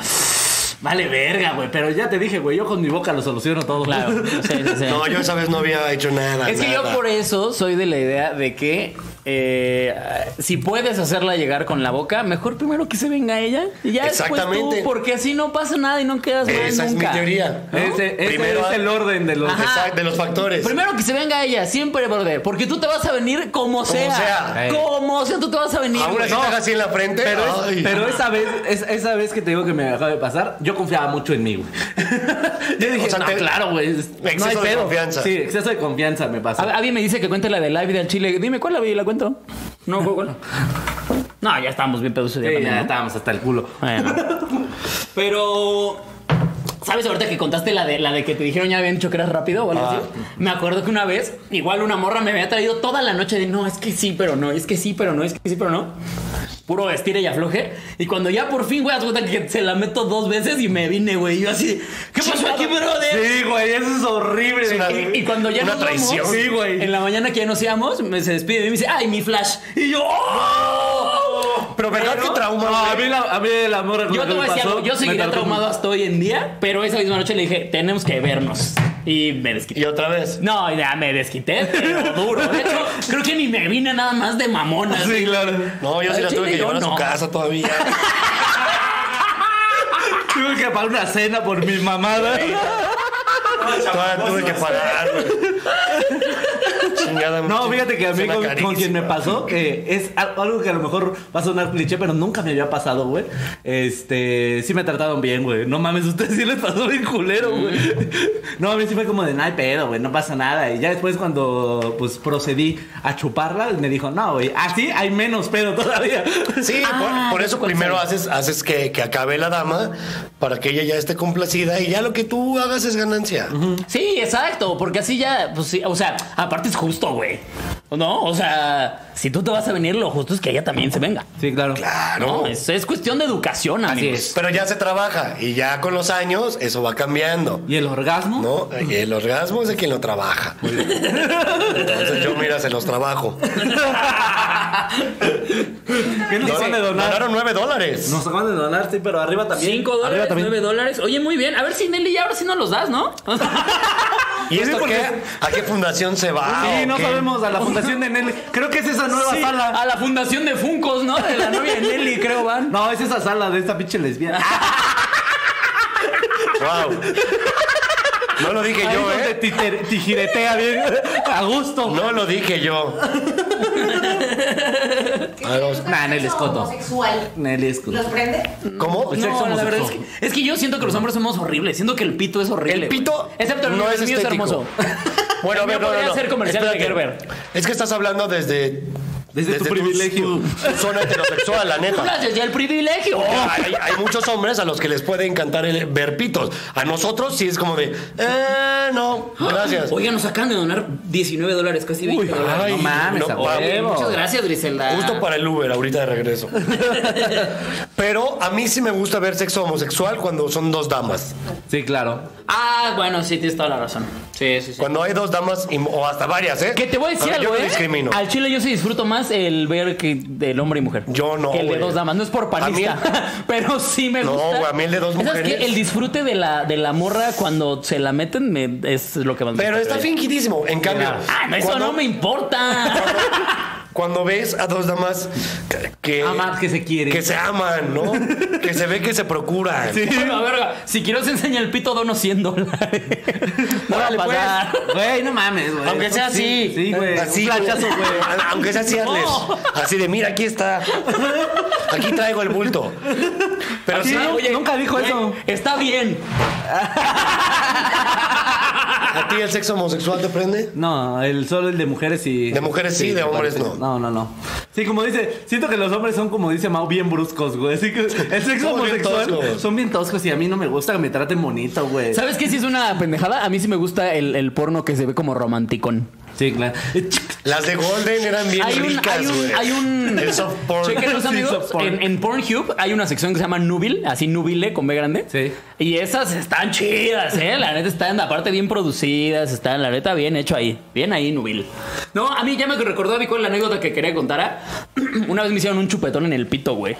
Speaker 4: vale verga, güey, pero ya te dije, güey, yo con mi boca lo soluciono todo.
Speaker 3: Claro, sí, sí, sí.
Speaker 1: No, yo esa vez no había hecho nada.
Speaker 3: Es que yo
Speaker 1: nada.
Speaker 3: por eso soy de la idea de que eh, si puedes hacerla llegar con la boca, mejor primero que se venga ella y ya después
Speaker 1: Exactamente. Eh,
Speaker 3: tú, porque así no pasa nada y no quedas mal
Speaker 1: Esa es mi
Speaker 3: nunca.
Speaker 1: teoría.
Speaker 4: Ese, ese
Speaker 1: Primero
Speaker 4: es
Speaker 1: a-
Speaker 4: el orden de los...
Speaker 3: Ajá.
Speaker 1: Exacto, de los factores.
Speaker 3: Primero que se venga ella, siempre, brother, porque tú te vas a venir como, sea.
Speaker 1: sea.
Speaker 4: Eh.
Speaker 3: Como sea, tú te vas a venir.
Speaker 1: Aún
Speaker 3: güey.
Speaker 1: así te hagas así en la frente.
Speaker 4: Pero, es-
Speaker 1: ay.
Speaker 4: pero esa vez, es- esa vez que te digo que me acaba de pasar, yo confiaba mucho en mí, güey. yo dije,
Speaker 1: O sea,
Speaker 4: "No,
Speaker 1: te-
Speaker 4: claro, güey, es- no hay
Speaker 1: exceso de
Speaker 4: pedo".
Speaker 1: confianza.
Speaker 4: Sí, exceso de confianza me pasó.
Speaker 3: A- Alguien me dice que cuente la de la vida al Chile. Dime, ¿cuál la vi? ¿La cuento? No, ¿cuál? cuál? No, ya estábamos bien pedos ese día
Speaker 4: Sí,
Speaker 3: también,
Speaker 4: ya
Speaker 3: ¿no?
Speaker 4: estábamos hasta el culo.
Speaker 3: Bueno. Pero. ¿Sabes ahorita que contaste la de, la de que te dijeron ya habían dicho que eras rápido o algo
Speaker 1: Ah.
Speaker 3: así? Me acuerdo que una vez, igual una morra me había traído toda la noche de no, es que sí, pero no, es que sí, pero no, es que sí, pero no. Puro vestir y afloje. Y cuando ya por fin, güey, haz cuenta que se la meto dos veces y me vine, güey. Y yo así, ¿qué pasó aquí, brother?
Speaker 4: Sí, güey, eso es horrible.
Speaker 1: una-
Speaker 4: güey.
Speaker 3: Y cuando ya
Speaker 1: Una
Speaker 3: nos vamos,
Speaker 1: traición.
Speaker 4: Sí, güey.
Speaker 3: en la mañana que ya nos íbamos, me se despide de mí y me dice, ¡ay, mi flash! Y yo, ¡oh!
Speaker 1: Pero ¿verdad que trauma,
Speaker 4: No, a
Speaker 1: güey?
Speaker 4: mí, la, a mí el amor
Speaker 3: Yo te voy a decir algo, yo seguiré traumado hasta hoy en día, pero esa misma noche le dije, tenemos que vernos. Y me desquité.
Speaker 1: Y otra vez.
Speaker 3: No, ya me desquité, pero duro. De hecho, creo que ni me vine nada más de mamona.
Speaker 4: Sí, claro.
Speaker 1: No, yo sí
Speaker 3: Al
Speaker 1: la tuve
Speaker 3: chile
Speaker 1: que
Speaker 3: yo
Speaker 1: llevar a su
Speaker 3: no.
Speaker 1: casa todavía.
Speaker 4: Tuve que pagar una cena por mi mamada.
Speaker 1: Todavía tuve que parar, güey. chingada.
Speaker 4: No,
Speaker 1: mucho.
Speaker 4: fíjate que a mí
Speaker 1: Suena
Speaker 4: con,
Speaker 1: carísimo.
Speaker 4: con quien me pasó, que es al- algo que a lo mejor va a sonar cliché, pero nunca me había pasado, güey. Este, sí me trataron bien, güey. No mames, ustedes sí les pasó bien culero, güey. No, a mí sí fue como de, no hay pedo, güey, no pasa nada. Y ya después cuando, pues, procedí a chuparla, me dijo, no, güey, así hay menos pedo todavía.
Speaker 1: Sí,
Speaker 4: Ah,
Speaker 1: por, por eso primero haces, haces que, que acabe la dama para que ella ya esté complacida y ya lo que tú hagas es ganancia.
Speaker 3: Sí, exacto, porque así ya, pues sí, o sea, aparte es justo, güey. ¿No? O sea, si tú te vas a venir, lo justo es que ella también se venga.
Speaker 4: Sí, claro. Oh.
Speaker 3: No, es, es cuestión de educación, así es.
Speaker 1: Pero ya se trabaja y ya con los años eso va cambiando.
Speaker 4: ¿Y el orgasmo?
Speaker 1: ¿No? Y el orgasmo es de quien lo trabaja. Entonces yo, mira, se los trabajo.
Speaker 4: ¿Qué nos van a donar?
Speaker 1: Ganaron nueve dólares.
Speaker 4: Nos acaban de donar, sí, pero arriba también.
Speaker 3: 5 dólares, 9 dólares. Oye, muy bien. A ver si Nelly ya ahora sí nos los das, ¿no?
Speaker 1: ¿Y esto
Speaker 4: porque-
Speaker 1: qué? ¿A qué fundación se va?
Speaker 4: Sí,
Speaker 1: o
Speaker 4: no
Speaker 1: qué?
Speaker 4: sabemos, a la fundación de Nelly. Creo que es esa nueva
Speaker 3: Sí,
Speaker 4: sala.
Speaker 3: A la fundación de Funcos, ¿no? De la novia de Nelly, creo van.
Speaker 4: No, es esa sala de esta pinche lesbiana.
Speaker 1: Wow. No lo dije
Speaker 4: Ahí
Speaker 1: yo,
Speaker 4: donde
Speaker 1: ¿eh?
Speaker 4: titer- tijiretea bien a gusto.
Speaker 1: No lo dije yo.
Speaker 4: Nah, en el escoto.
Speaker 5: Homosexual.
Speaker 4: Nelly es
Speaker 5: ¿Los prende?
Speaker 1: ¿Cómo?
Speaker 4: Pues sexo
Speaker 3: No, la verdad es
Speaker 4: homosexual.
Speaker 3: que, es que yo siento que los hombres somos horribles. Siento que el pito es horrible.
Speaker 1: El
Speaker 3: güey.
Speaker 1: pito
Speaker 3: Excepto el
Speaker 1: no
Speaker 3: mío,
Speaker 1: es
Speaker 3: el mío es
Speaker 1: estético.
Speaker 3: hermoso.
Speaker 1: Bueno, a
Speaker 3: El mío
Speaker 1: ver, no, no,
Speaker 3: podría
Speaker 1: no.
Speaker 3: ser comercial de
Speaker 1: Espérate.
Speaker 3: Gerber.
Speaker 1: Es que estás hablando desde.
Speaker 4: Desde tu privilegio.
Speaker 1: tu zona heterosexual, la neta.
Speaker 3: Gracias, ya el privilegio.
Speaker 1: Hay, hay muchos hombres a los que les puede encantar el ver pitos. A nosotros sí es como de. Eh, no, gracias.
Speaker 3: Oiga, nos acaban de donar 19 dólares, casi 20 dólares.
Speaker 1: ay,
Speaker 4: no mames,
Speaker 1: no,
Speaker 4: a
Speaker 1: pa-
Speaker 4: huevo.
Speaker 3: Muchas gracias, Griselda.
Speaker 1: ah, Justo para el Uber, ahorita de regreso. Pero a mí sí me gusta ver sexo homosexual cuando son dos damas.
Speaker 4: Sí, claro.
Speaker 3: Ah, bueno, sí, tienes toda la razón. Sí, sí, sí.
Speaker 1: Cuando hay dos damas y- o hasta varias, ¿eh?
Speaker 3: Que te voy a decir
Speaker 1: Pero
Speaker 3: algo,
Speaker 1: Yo no
Speaker 3: ¿eh?
Speaker 1: discrimino.
Speaker 3: Al chile yo sí disfruto más el ver que del hombre y mujer.
Speaker 1: Yo no,
Speaker 3: Que el de
Speaker 1: güey.
Speaker 3: dos damas. No es por panista,
Speaker 1: A mí-
Speaker 3: pero sí me
Speaker 1: No,
Speaker 3: gusta.
Speaker 1: güey, a mí el de dos
Speaker 3: ¿Sabes
Speaker 1: mujeres-
Speaker 3: qué? El disfrute de la, de la morra cuando se la meten me- es lo que más me
Speaker 1: Pero
Speaker 3: gusta.
Speaker 1: está fingidísimo. En cambio,
Speaker 3: Ah, no, eso
Speaker 1: cuando-
Speaker 3: no me importa.
Speaker 1: Cuando ves a dos damas que,
Speaker 4: Amad que se quiere.
Speaker 1: que se aman, ¿no? que se ve que se procuran.
Speaker 3: Bueno, verga, si quiero se enseña el pito, dono 100 dólares. No va a
Speaker 1: Órale, pues.
Speaker 3: pasar.
Speaker 4: Güey, no mames, güey.
Speaker 1: Aunque sea
Speaker 4: Sí,
Speaker 1: así.
Speaker 4: Sí, güey.
Speaker 1: Así,
Speaker 4: un flachazo, güey.
Speaker 1: A- Aunque sea así, hazles. Así de, mira, aquí está. Aquí traigo el bulto. Pero
Speaker 4: Aquí,
Speaker 1: sí,
Speaker 4: oye, nunca dijo
Speaker 3: Ah, güey,
Speaker 4: eso.
Speaker 3: Está bien.
Speaker 1: ¿a ti el sexo homosexual te prende?
Speaker 4: No, el solo el de mujeres y.
Speaker 1: De mujeres sí, de hombres no.
Speaker 4: No, no, no. Sí, como dice, siento que los hombres son como dice Mao, bien bruscos, güey. Así que el sexo
Speaker 1: Somos bien
Speaker 4: homosexual
Speaker 1: toscos.
Speaker 4: son bien toscos y a mí no me gusta que me traten bonito, güey.
Speaker 3: ¿Sabes qué? Si es una pendejada, a mí sí me gusta el, el porno que se ve como romanticón.
Speaker 4: Sí, claro. Eh,
Speaker 1: Las de Golden eran bien
Speaker 3: hay un,
Speaker 1: ricas,
Speaker 3: hay un,
Speaker 1: güey.
Speaker 3: hay un-
Speaker 1: El soft porn.
Speaker 3: Chequen los
Speaker 4: Sí,
Speaker 3: amigos.
Speaker 4: soft porn.
Speaker 3: En, en Pornhub hay una sección que se llama Nubil, así Nubile con B grande.
Speaker 4: Sí.
Speaker 3: Y esas están chidas, eh. La neta están aparte bien producidas, están la neta bien hecho ahí. Bien ahí, Nubil. No, a mí ya me recordó a mí con la anécdota que quería contar. ¿ah? una vez me hicieron un chupetón en el pito, güey.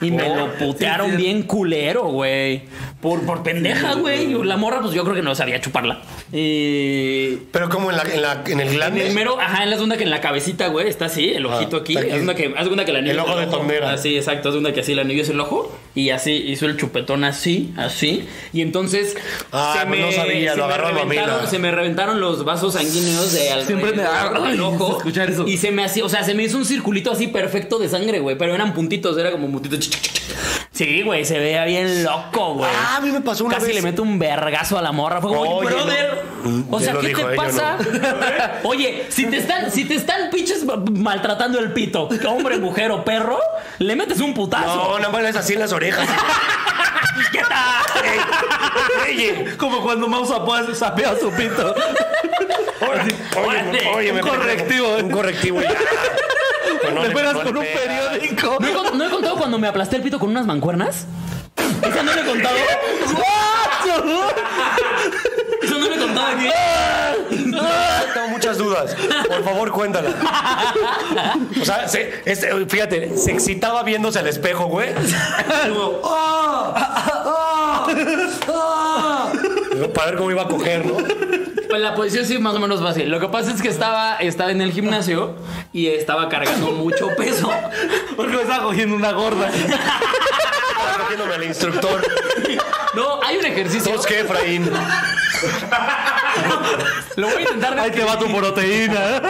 Speaker 3: Y me lo putearon
Speaker 4: sí.
Speaker 3: bien culero, güey. Por, por pendeja, güey. Y La morra, pues yo creo que no sabía chuparla. Y
Speaker 1: Pero como en, la, en, la- en el
Speaker 3: en el
Speaker 1: glande.
Speaker 3: mero, ajá, en la segunda que en la cabecita, güey, está así, el ojito aquí.
Speaker 1: eh, Ah, está aquí.
Speaker 3: Haz una que, haz de cuenta que el anillo.
Speaker 1: El ojo de tondera.
Speaker 3: Así, exacto. Haz de cuenta que así el anillo es el ojo. Y así hizo el chupetón así, así. Y entonces.
Speaker 1: Ah, pues no sabía, lo
Speaker 3: me
Speaker 1: agarró a mamila.
Speaker 3: reventaron- Se me reventaron los vasos sanguíneos de alrededor
Speaker 4: Siempre me da-
Speaker 3: del
Speaker 4: ay,
Speaker 3: ojo.
Speaker 4: escuchar eso.
Speaker 3: Y se me hacía, o sea, se me hizo un circulito así perfecto de sangre, güey. Pero eran puntitos, era como puntitos. chic, chic, chic. Sí, güey, se veía bien loco, güey.
Speaker 1: Ah, a mí me pasó una
Speaker 3: Casi
Speaker 1: vez.
Speaker 3: le meto un vergazo a la morra. Fue como,
Speaker 1: Oye,
Speaker 3: brother.
Speaker 1: no.
Speaker 3: O sea,
Speaker 1: Ya lo
Speaker 3: ¿qué
Speaker 1: dijo
Speaker 3: te
Speaker 1: ella,
Speaker 3: pasa? Oye, si te están, si te están pinches ma- maltratando el pito, hombre, mujer o perro, le metes un
Speaker 1: No,
Speaker 3: putazo.
Speaker 1: no me así en las orejas.
Speaker 3: ¿Qué tal?
Speaker 1: Oye,
Speaker 4: Como cuando Mao sapea, sapea su pito.
Speaker 1: oye, oye, me
Speaker 4: un correctivo.
Speaker 1: Un correctivo ya. Pues no
Speaker 4: Te
Speaker 1: le
Speaker 4: pegas
Speaker 1: pegó
Speaker 4: con
Speaker 1: el
Speaker 4: un
Speaker 1: peda.
Speaker 4: periódico.
Speaker 3: ¿No he, cont- no he contado cuando me aplasté el pito con unas mancuernas? ¿Eso no le he contado? ¿Eso no le he contado aquí?
Speaker 1: Tengo muchas dudas. Por favor, cuéntala. O sea, se- este, fíjate, se excitaba viéndose al espejo, güey. "Ah, Para ver cómo iba a coger, ¿no?
Speaker 3: Pues la posición sí más o menos fácil. Lo que pasa es que estaba, estaba en el gimnasio y estaba cargando mucho peso.
Speaker 4: Porque me estaba cogiendo una gorda.
Speaker 1: Estaba cogiéndome al instructor.
Speaker 3: No, hay un ejercicio.
Speaker 1: ¿Sos qué, Efraín?
Speaker 3: Lo voy a intentar
Speaker 4: Ahí te va tu proteína.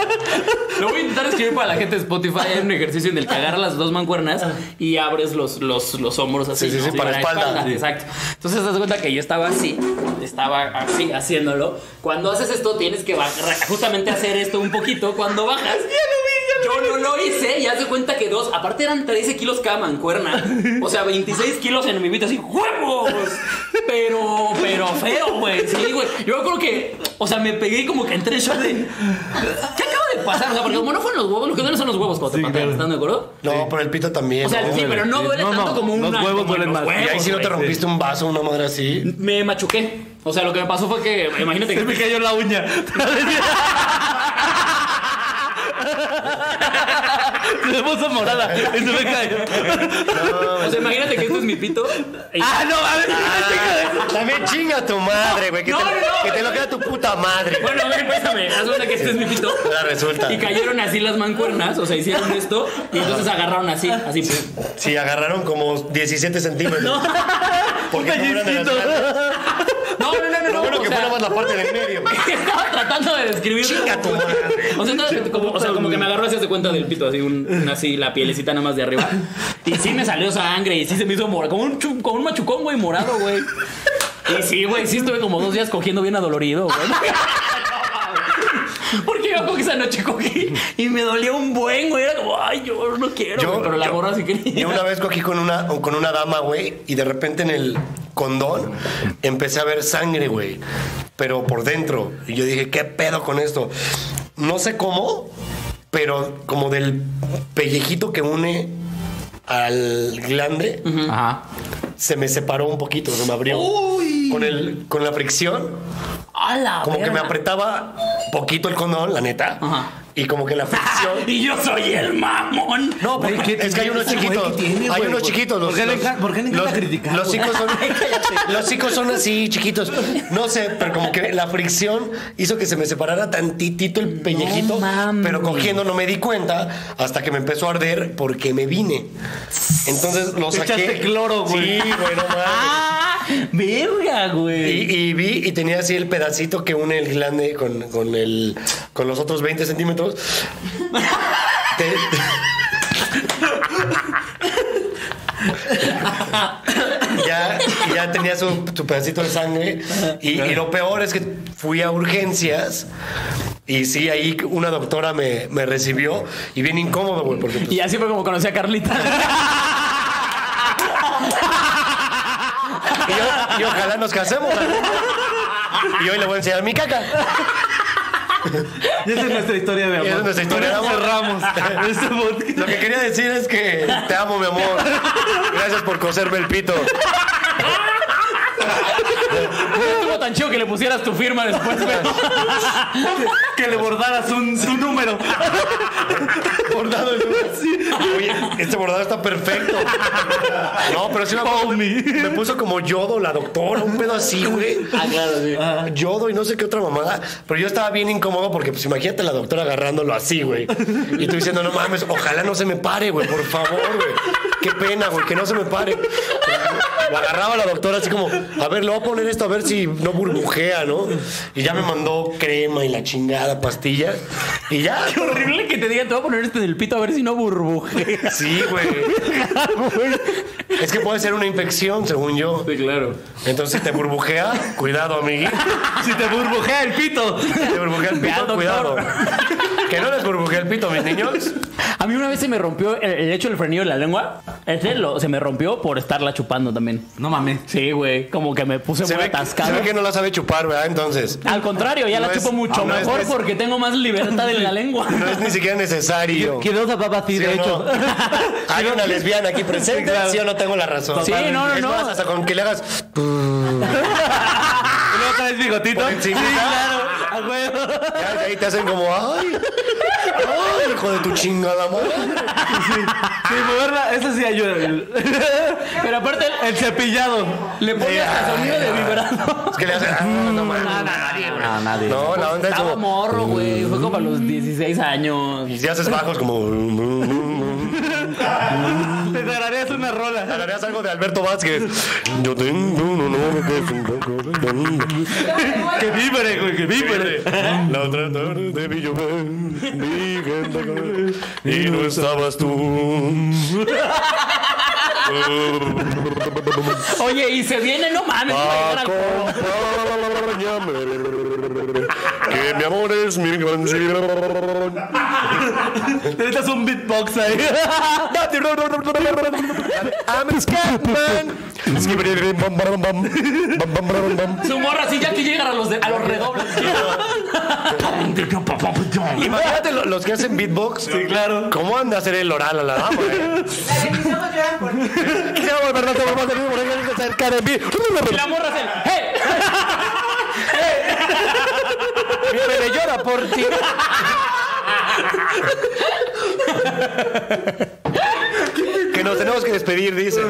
Speaker 3: Lo voy a intentar escribir para la gente de Spotify. Hay un ejercicio en el que agarras las dos mancuernas y abres los, los, los hombros así.
Speaker 1: Ah. Sí, sí, sí, para
Speaker 3: la
Speaker 1: espalda.
Speaker 3: Exacto. Entonces te das cuenta que yo estaba así, estaba así haciéndolo. Cuando haces esto, tienes que bajar- justamente hacer esto un poquito. Cuando bajas. Yo no lo hice y haz de cuenta que dos, aparte eran 13 kilos cada mancuerna. O sea, 26 kilos en mi vida, así, ¡huevos! Pero, pero feo, güey. Sí, güey. Yo creo que, o sea, me pegué como que entré yo de. ¿Qué acaba de pasar? O sea, porque como no fueron los huevos, lo que duele son los huevos cuando te patean, ¿están de acuerdo?
Speaker 1: No, pero el pito también.
Speaker 3: O sea,
Speaker 1: ¿no?
Speaker 3: sí, pero no duele
Speaker 4: No, no,
Speaker 3: tanto como un.
Speaker 4: los huevos
Speaker 3: como
Speaker 4: duelen
Speaker 3: los
Speaker 4: más.
Speaker 1: y ahí si no te
Speaker 3: güey.
Speaker 1: rompiste un vaso, una madre así.
Speaker 3: Me machuqué. O sea, lo que me pasó fue que, imagínate que.
Speaker 4: Se me cayó la uña. Se me puso morada. Y se me cayó.
Speaker 3: O sea, imagínate que esto es mi pito. Y-
Speaker 4: ¡Ah, no! A ver,
Speaker 1: También chinga tu madre, güey. Que,
Speaker 3: No,
Speaker 1: te,
Speaker 3: no, no.
Speaker 1: que te lo queda tu puta madre.
Speaker 3: Bueno, a ver, préstame. Haz cuenta que este es mi pito.
Speaker 1: La resulta.
Speaker 3: Y cayeron así las mancuernas, o sea, hicieron esto y entonces agarraron así, así.
Speaker 1: Sí, agarraron como 17 centímetros. porque no eran de las
Speaker 4: pellizquito.
Speaker 1: grandes.
Speaker 3: No, no, no, no, no.
Speaker 1: Lo bueno
Speaker 3: o
Speaker 1: que
Speaker 3: sea,
Speaker 1: fue nada más la parte del medio.
Speaker 3: estaba tratando de describir.
Speaker 1: Chinga tu madre.
Speaker 3: O sea, estaba como, o sea, como que me agarró así de cuenta del pito, así, un, un así, la pielecita nada más de arriba. Y sí me salió sangre y sí se me hizo morado, como un, chu- como un machucón, güey, morado, güey. Y sí, güey, sí estuve como dos días cogiendo bien adolorido, güey. Porque yo cogí esa noche cogí y me dolía un buen, güey. Era como, ay, yo no quiero,
Speaker 1: Yo-
Speaker 3: güey, pero la
Speaker 1: yo-
Speaker 3: borra sí
Speaker 1: Yo
Speaker 3: quería.
Speaker 1: una vez cogí con una, con una dama, güey, y de repente en el condón empecé a ver sangre, güey. Pero por dentro. Y yo dije, ¿qué pedo con esto? No sé cómo, pero como del pellejito que une al glande,
Speaker 3: Ajá.
Speaker 1: se me separó un poquito, se me abrió. Con, el, con la fricción,
Speaker 3: A la
Speaker 1: como que me
Speaker 3: verga.
Speaker 1: apretaba poquito el condón, la neta.
Speaker 3: Ajá.
Speaker 1: Y como que la fricción...
Speaker 3: Y yo soy el mamón.
Speaker 1: No,
Speaker 4: Güey, ¿qué
Speaker 1: es que hay
Speaker 4: tiene
Speaker 1: unos
Speaker 4: ese güey?
Speaker 1: chiquitos.
Speaker 4: ¿Qué tiene,
Speaker 1: hay
Speaker 4: güey?
Speaker 1: unos
Speaker 4: ¿Por-
Speaker 1: chiquitos.
Speaker 4: por
Speaker 1: Los,
Speaker 4: qué le
Speaker 1: los-
Speaker 4: enca- por qué le encanta
Speaker 1: los-
Speaker 4: criticar,
Speaker 1: Los
Speaker 4: güey?
Speaker 1: chicos son. los chicos son así, chiquitos. No sé, pero como que la fricción hizo que se me separara tantitito el pellejito.
Speaker 3: mames.
Speaker 1: pero cogiendo no me di cuenta hasta que me empezó a arder porque me vine. Entonces lo
Speaker 4: Te
Speaker 1: saqué.
Speaker 4: echaste cloro, güey.
Speaker 1: Sí, bueno,
Speaker 3: ¡Ah! ¡Verga, güey!
Speaker 1: y, y vi y tenía así el pedacito que une el glande con, con el, con los otros 20 centímetros. Te- ya, ya tenía su, su pedacito de sangre. Y, y lo peor es que fui a urgencias. Y sí, ahí una doctora me, me recibió. Y bien incómodo, güey, porque pues,
Speaker 3: Y así fue como conocí a Carlita.
Speaker 1: Y, yo- y ojalá nos casemos. algún día. Y hoy le voy a enseñar mi caca.
Speaker 4: Y esa es nuestra historia de amor.
Speaker 1: Y esa es nuestra historia de
Speaker 4: Con eso
Speaker 1: amor.
Speaker 4: cerramos este podcast.
Speaker 1: Lo que quería decir es que te amo, mi amor. Gracias por coserme el pito.
Speaker 3: Estuvo tan chido que le pusieras tu firma después, güey.
Speaker 4: Que le bordaras un, un número.
Speaker 1: Bordado en una- Oye, este bordado está perfecto. No, pero sí me acuerdo, me, me puso como yodo la doctora, un pedo así, güey. Ah, Yodo y no sé qué otra mamada. Pero yo estaba bien incómodo porque, pues imagínate la doctora agarrándolo así, güey. Y tú diciendo, no mames, ojalá no se me pare, güey, por favor, güey. Qué pena, güey, que no se me pare. Lo agarraba la doctora así como, a ver, le voy a poner esto a ver si no burbujea, ¿no? Y ya me mandó crema y la chingada, pastilla. Y ya.
Speaker 3: Horrible que te digan, te voy a poner este en el pito a ver si no burbuje.
Speaker 1: Sí, güey. Es que puede ser una infección, según yo.
Speaker 3: Sí, claro.
Speaker 1: Entonces, si te burbujea, cuidado, amiguito.
Speaker 4: Si te burbujea el pito.
Speaker 1: Si te burbujea el
Speaker 3: Ve al
Speaker 1: pito,
Speaker 3: doctor.
Speaker 1: cuidado. Que no les burbujea el pito, mis niños.
Speaker 3: A mí una vez se me rompió el, el hecho del frenillo de la lengua. Ese lo- se me rompió por estarla chupando también.
Speaker 4: No mames.
Speaker 3: Sí, güey. Como que me puse
Speaker 1: Se
Speaker 3: muy
Speaker 1: ve,
Speaker 3: atascado.
Speaker 1: se ve que no la sabe chupar, ¿verdad? Entonces,
Speaker 3: Al contrario, ya
Speaker 1: No
Speaker 3: la
Speaker 1: es-
Speaker 3: chupo mucho
Speaker 1: no es-
Speaker 3: mejor
Speaker 1: es-
Speaker 3: porque tengo más libertad en la lengua.
Speaker 1: no es ni siquiera necesario.
Speaker 4: Quedó la papa así,
Speaker 1: ¿Sí
Speaker 4: de
Speaker 1: o no?
Speaker 4: hecho.
Speaker 1: Hay una lesbiana aquí presente. Sí, yo no tengo la razón.
Speaker 3: Sí, no, no,
Speaker 1: Es
Speaker 3: no.
Speaker 1: más, hasta con que le hagas.
Speaker 4: ¿Y luego traes bigotito? Ah,
Speaker 1: Por encimita.
Speaker 4: Sí, claro. A huevo.
Speaker 1: Ya, de ahí te hacen como. ¡Ay! ¡Ay, hijo de tu chingada madre!
Speaker 4: Sí, moverla, eso sí ayuda.
Speaker 3: Pero aparte,
Speaker 4: El cepillado.
Speaker 3: le pones hasta sonido de vibrado.
Speaker 1: Es que le hacen. "Ah, no,
Speaker 4: Mm.
Speaker 1: mames".
Speaker 4: No, nadie.
Speaker 1: No, la onda es
Speaker 3: Estaba
Speaker 1: como.
Speaker 3: morro, güey. Fue como a los 16 años.
Speaker 1: mm, Y si haces bajos como.
Speaker 4: Te tarareas una rola.
Speaker 1: Agarras algo de Alberto Vázquez. Yo tengo un honor que es un poco de camino.
Speaker 4: Que vibre, güey, que vibre.
Speaker 1: La otra tarde debí llover, vi gente correr, y no estabas tú.
Speaker 3: Oye, y se viene, no
Speaker 1: Ah,
Speaker 3: mames. voy a llegar al-
Speaker 1: Acompáñame, que mi amor es mi canción.
Speaker 4: Necesitas un beatbox ahí.
Speaker 1: I'm a Scatman.
Speaker 3: Su morra así ya que llegan a los, de- a los redobles.
Speaker 1: Imagínate lo- los que hacen beatbox. Sí,
Speaker 4: claro.
Speaker 1: ¿Cómo anda a hacer el oral a la dama? eh?
Speaker 5: La que mis ojos lloran por ti.
Speaker 1: Quiero volver a tomar más de mí, por ahí hay que acercar de mí.
Speaker 3: Y la morra hace el, ¡Hey!
Speaker 1: Me le llora por ti. Que nos tenemos que despedir, dice.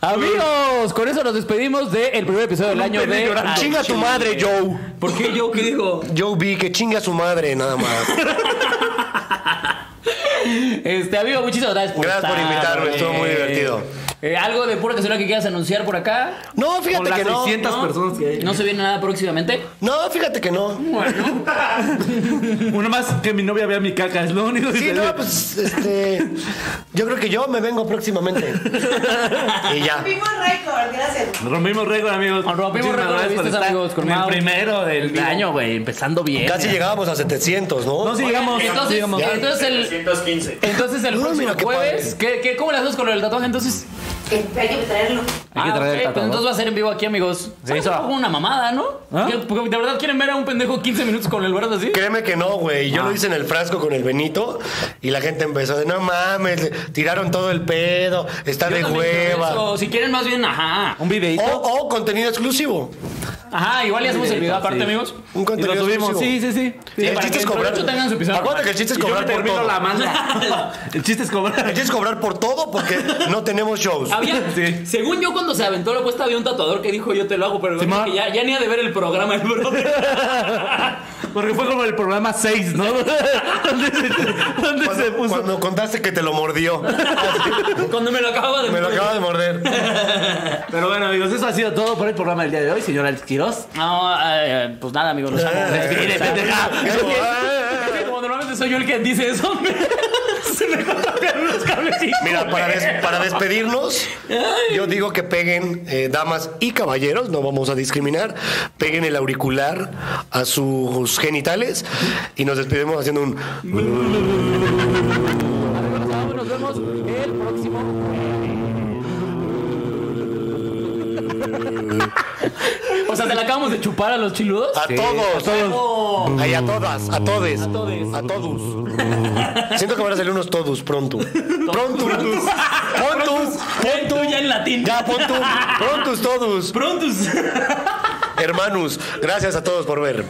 Speaker 3: Amigos, con eso nos despedimos del primer episodio del año de. Al
Speaker 1: Chinga tu
Speaker 3: Chile.
Speaker 1: madre, Joe.
Speaker 3: ¿Por qué yo qué digo?
Speaker 1: Joe B, que chinga su madre, nada más.
Speaker 3: Este, amigo, muchísimas gracias por
Speaker 1: Gracias por
Speaker 3: estar,
Speaker 1: invitarme,
Speaker 3: güey.
Speaker 1: estuvo muy divertido.
Speaker 3: Eh, ¿Algo de pura casualidad que quieras anunciar por acá?
Speaker 1: No,
Speaker 4: Con
Speaker 1: fíjate
Speaker 4: las
Speaker 1: que no.
Speaker 4: 600 personas que hay.
Speaker 3: ¿No se viene nada próximamente?
Speaker 1: No, fíjate que no.
Speaker 3: Bueno,
Speaker 4: Uno más que mi novia vea mi caca, es lo único que
Speaker 1: Sí,
Speaker 4: te
Speaker 1: no,
Speaker 4: digo.
Speaker 1: pues este. Yo creo que yo me vengo próximamente. Y ya.
Speaker 5: Rompimos récord, gracias.
Speaker 4: Rompimos récord, amigos.
Speaker 3: Rompimos
Speaker 4: Muchísimas
Speaker 3: récord de
Speaker 4: gracias por
Speaker 3: vistas,
Speaker 4: estar
Speaker 3: amigos, con
Speaker 4: en el
Speaker 3: Mau.
Speaker 4: primero del año.
Speaker 3: año, güey, empezando bien.
Speaker 1: Casi llegábamos a 700, ¿no?
Speaker 4: No, sí llegamos.
Speaker 3: Entonces,
Speaker 4: llegamos.
Speaker 3: entonces el,
Speaker 2: 315.
Speaker 3: entonces el
Speaker 1: No,
Speaker 3: próximo
Speaker 1: mira, qué
Speaker 3: jueves, ¿qué, qué, cómo le haces con el tatuaje entonces?
Speaker 5: Que hay que traerlo.
Speaker 4: Hay que traer el
Speaker 3: Ah, ok,
Speaker 4: tatuaje.
Speaker 3: pues Entonces va a ser en vivo aquí, amigos.
Speaker 4: Sí,
Speaker 3: Es
Speaker 4: eso.
Speaker 3: una mamada, ¿no?
Speaker 4: ¿Ah?
Speaker 3: ¿Qué- porque ¿De verdad quieren ver a un pendejo 15 minutos con el brazo así?
Speaker 1: Créeme que no, güey. Yo lo hice en el frasco con el Benito y la gente empezó de no mames, tiraron todo el pedo, está
Speaker 3: Yo
Speaker 1: de
Speaker 3: también creo
Speaker 1: hueva.
Speaker 3: eso. Si quieren más bien, ajá.
Speaker 4: Un
Speaker 1: O,
Speaker 4: videito.
Speaker 1: o contenido exclusivo.
Speaker 3: Ajá, igual ya hacemos el video
Speaker 4: Sí.
Speaker 3: aparte, amigos.
Speaker 1: Un
Speaker 4: Y lo
Speaker 1: contenido
Speaker 4: subimos.
Speaker 1: exclusivo.
Speaker 4: Sí, sí, sí.
Speaker 1: El chiste
Speaker 3: para que
Speaker 1: es
Speaker 3: el
Speaker 1: cobrar.
Speaker 3: provecho tengan su episodio
Speaker 1: Acuérdate que el chiste es cobrar por todo.
Speaker 4: manga. El chiste es
Speaker 1: El
Speaker 4: cobrar.
Speaker 1: chiste es cobrar por todo porque no tenemos shows.
Speaker 3: Había,
Speaker 4: Sí.
Speaker 3: Según yo, cuando se aventó la apuesta, había un tatuador que dijo: Yo te lo hago, pero
Speaker 4: Sí,
Speaker 3: creo
Speaker 4: ma.
Speaker 3: que ya, ya ni ha de ver el programa, el brother.
Speaker 4: Porque fue como el programa 6, ¿no? donde se, donde se
Speaker 1: Cuando,
Speaker 4: puso.
Speaker 1: cuando contaste que te lo mordió,
Speaker 3: cuando me lo acababa de
Speaker 1: me lo acaba de morder.
Speaker 4: Pero bueno, amigos, eso ha sido todo por el programa del día de hoy, señor Alex Quiroz.
Speaker 3: No, eh, pues nada, amigos, los amo.
Speaker 4: Despide,
Speaker 3: O sea,
Speaker 4: pendeja.
Speaker 3: es que- es que Como normalmente soy yo el que dice eso, me- se me cortaron los cablecitos.
Speaker 1: Mira, para, des- para despedirnos, yo digo que peguen, eh, damas y caballeros, no vamos a discriminar, peguen el auricular a sus genitales y nos despedimos haciendo un...
Speaker 3: Nos vemos el próximo. O sea, ¿te la acabamos de chupar a los chiludos?
Speaker 1: A todos,
Speaker 3: Oh.
Speaker 1: Ay, a todas, a todes, a
Speaker 3: todes.
Speaker 1: todos. Siento que van a salir unos todos pronto. Pronto. Pronto.
Speaker 3: Pon tú ya en latín.
Speaker 1: Ya, pon tú. Prontos todos.
Speaker 3: Prontus.
Speaker 1: Hermanos, gracias a todos por ver.